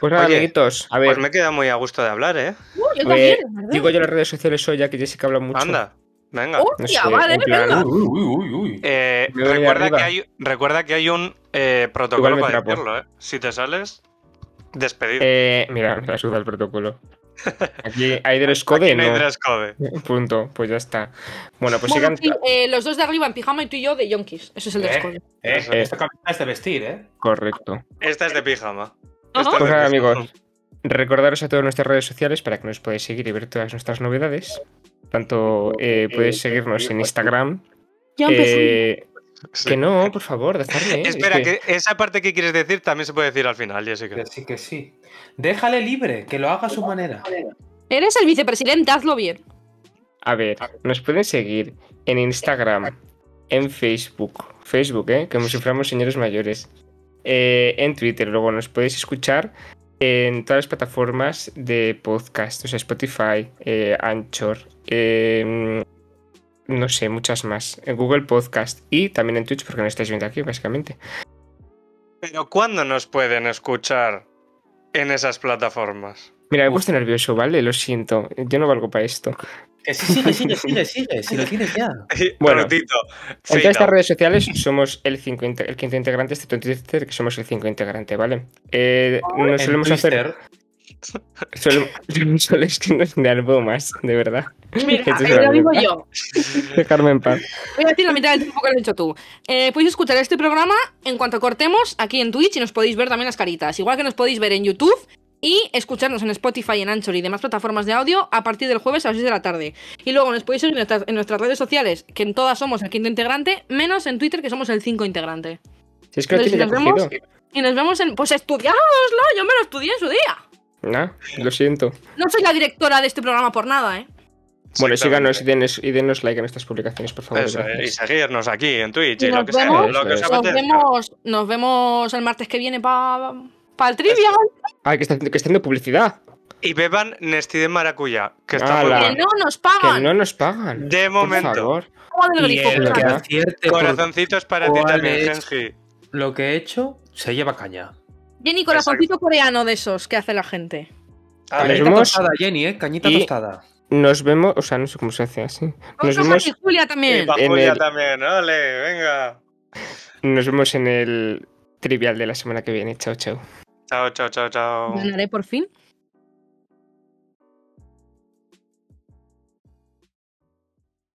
Speaker 2: Pues nada,
Speaker 1: Oye,
Speaker 2: amiguitos. A ver,
Speaker 1: Pues me queda muy a gusto de hablar, ¿eh?
Speaker 3: Uh, yo
Speaker 2: eh,
Speaker 3: también, ¿verdad?
Speaker 2: digo yo las redes sociales hoy, ya que Jessica habla mucho.
Speaker 1: Anda, venga.
Speaker 2: No
Speaker 3: Hostia,
Speaker 2: sé,
Speaker 3: vale,
Speaker 2: en plan,
Speaker 3: venga.
Speaker 4: Uy, uy, uy, uy.
Speaker 1: Eh,
Speaker 2: Me voy de
Speaker 1: recuerda,
Speaker 2: arriba.
Speaker 1: que hay, recuerda que hay un eh,
Speaker 2: Igual
Speaker 1: protocolo
Speaker 2: me
Speaker 1: para
Speaker 2: trapo.
Speaker 1: decirlo, ¿eh? Si te sales, despedir.
Speaker 2: eh, mira, me la suda
Speaker 1: <laughs>
Speaker 2: el protocolo. Aquí hay del
Speaker 1: Aquí
Speaker 2: escode,
Speaker 1: no hay
Speaker 2: ¿no?
Speaker 1: dress code.
Speaker 2: Punto, pues ya está. Bueno, pues sigan.
Speaker 3: Bueno, sí, eh, los dos de arriba en pijama y tú y yo de Yonkis. Eso es el
Speaker 4: ¿Eh?
Speaker 3: descuento.
Speaker 4: Eh,
Speaker 1: Eso.
Speaker 4: esta camisa es de vestir, ¿eh?
Speaker 2: Correcto.
Speaker 1: Esta es de pijama. Esta
Speaker 3: Ajá.
Speaker 1: es de
Speaker 2: Pues nada,
Speaker 1: pijama.
Speaker 2: amigos. Recordaros a todas nuestras redes sociales para que nos podáis seguir y ver todas nuestras novedades. Tanto eh, podéis seguirnos en Instagram.
Speaker 3: Ya empecé.
Speaker 2: eh,
Speaker 1: <laughs> Sí.
Speaker 2: que no, por favor, <laughs> dejadme. es
Speaker 1: Espera, que... esa parte que quieres decir también se puede decir al final, Jessica.
Speaker 4: Que sí, que sí. Déjale libre, que lo haga a su manera.
Speaker 3: Eres el vicepresidente, hazlo
Speaker 2: <laughs>
Speaker 3: bien.
Speaker 2: A ver, nos pueden seguir en Instagram, en Facebook. Facebook, ¿eh? Como si fuéramos señores mayores. eh, en Twitter. Luego nos podéis escuchar en todas las plataformas de podcast. O sea, Spotify, eh, Anchor, eh, no sé, muchas más. En Google Podcast y también en Twitch porque nos estáis viendo aquí, básicamente.
Speaker 1: Pero ¿cuándo nos pueden escuchar en esas
Speaker 2: <laughs>
Speaker 1: plataformas?
Speaker 2: Mira, me he puesto nervioso, ¿vale? Lo siento. Yo no valgo para esto.
Speaker 4: Que sí, sigue, sigue, sigue, sigue. Si lo tienes ya.
Speaker 2: Bueno,
Speaker 1: Cortito.
Speaker 2: En todas estas
Speaker 1: Fade out.
Speaker 2: redes sociales somos el, cinco inte- el quinto integrante, excepto en Twitter, que somos el 5 integrante, ¿vale? Eh,
Speaker 1: Ah,
Speaker 2: nos
Speaker 4: En
Speaker 2: solemos <laughs> hacer.
Speaker 4: Twitter,
Speaker 2: Solemos, <laughs> solemos que nos de algo más, de verdad.
Speaker 3: Mira,
Speaker 2: Esto este es
Speaker 3: eh,
Speaker 2: una
Speaker 3: lo digo
Speaker 2: mierda.
Speaker 3: yo.
Speaker 2: Dejarme en paz.
Speaker 3: Voy a decir la mitad del tiempo que lo he hecho tú. Eh, podéis escuchar este programa en cuanto cortemos aquí en Twitch y nos podéis ver también las caritas. Igual que nos podéis ver en YouTube Y escucharnos en Spotify, en Anchor y demás plataformas de audio a partir del jueves a las 6 de la tarde. Y luego nos podéis seguir en nuestras, en nuestras redes sociales, que en todas somos el quinto integrante, menos en Twitter, que somos el cinco integrante.
Speaker 2: Si es que lo tiene
Speaker 3: Entonces, si
Speaker 2: ya
Speaker 3: nos vemos-
Speaker 2: cogido.
Speaker 3: Y nos vemos en. Pues estudiáoslo, yo me lo estudié en su día.
Speaker 2: No, lo siento.
Speaker 3: No soy la directora de este programa por nada, ¿eh?
Speaker 2: Bueno, síganos
Speaker 1: Exactamente.
Speaker 2: y denos, y denos like a nuestras publicaciones, por favor.
Speaker 1: Eso,
Speaker 2: gracias.
Speaker 1: eh, y seguirnos aquí en Twitch y,
Speaker 3: Y
Speaker 1: lo
Speaker 3: nos
Speaker 1: que sea,
Speaker 3: vemos,
Speaker 1: lo que os
Speaker 2: eso es.
Speaker 3: Nos
Speaker 1: apetezca.
Speaker 3: vemos, nos vemos el martes que viene para el trivia.
Speaker 2: Ah, que está, haciendo- que está haciendo publicidad.
Speaker 1: Y beban Nestí de maracuyá, que está muy
Speaker 2: Ala.
Speaker 3: Que
Speaker 1: bueno.
Speaker 3: no nos
Speaker 2: Que
Speaker 3: pagan.
Speaker 2: no nos pagan.
Speaker 1: De
Speaker 2: Por
Speaker 1: momento,
Speaker 2: favor.
Speaker 3: Agua del
Speaker 4: Y
Speaker 3: grifo,
Speaker 4: el que
Speaker 2: claro.
Speaker 4: acierte por
Speaker 1: corazoncitos para ti
Speaker 4: ¿Cuál
Speaker 1: también,
Speaker 4: es?
Speaker 1: Genji.
Speaker 4: lo que he hecho se lleva caña.
Speaker 3: Jenny, corazoncito coreano de esos que hace la gente.
Speaker 1: A ver,
Speaker 2: Nos
Speaker 4: Cañita
Speaker 2: vemos.
Speaker 4: tostada, Jenny, ¿eh? Cañita
Speaker 2: Y-
Speaker 4: tostada.
Speaker 2: Nos vemos, o sea, no sé cómo se hace así. Nos
Speaker 4: Pues
Speaker 3: Otros
Speaker 2: vemos,
Speaker 3: aquí, Julia
Speaker 1: y
Speaker 3: también.
Speaker 1: pa'
Speaker 2: en
Speaker 1: Julia
Speaker 2: el-
Speaker 1: también, ole, venga.
Speaker 2: nos vemos en el trivial de la semana que viene. Chao, chao.
Speaker 1: Chao, chao, chao, chao.
Speaker 3: Ganaré por fin.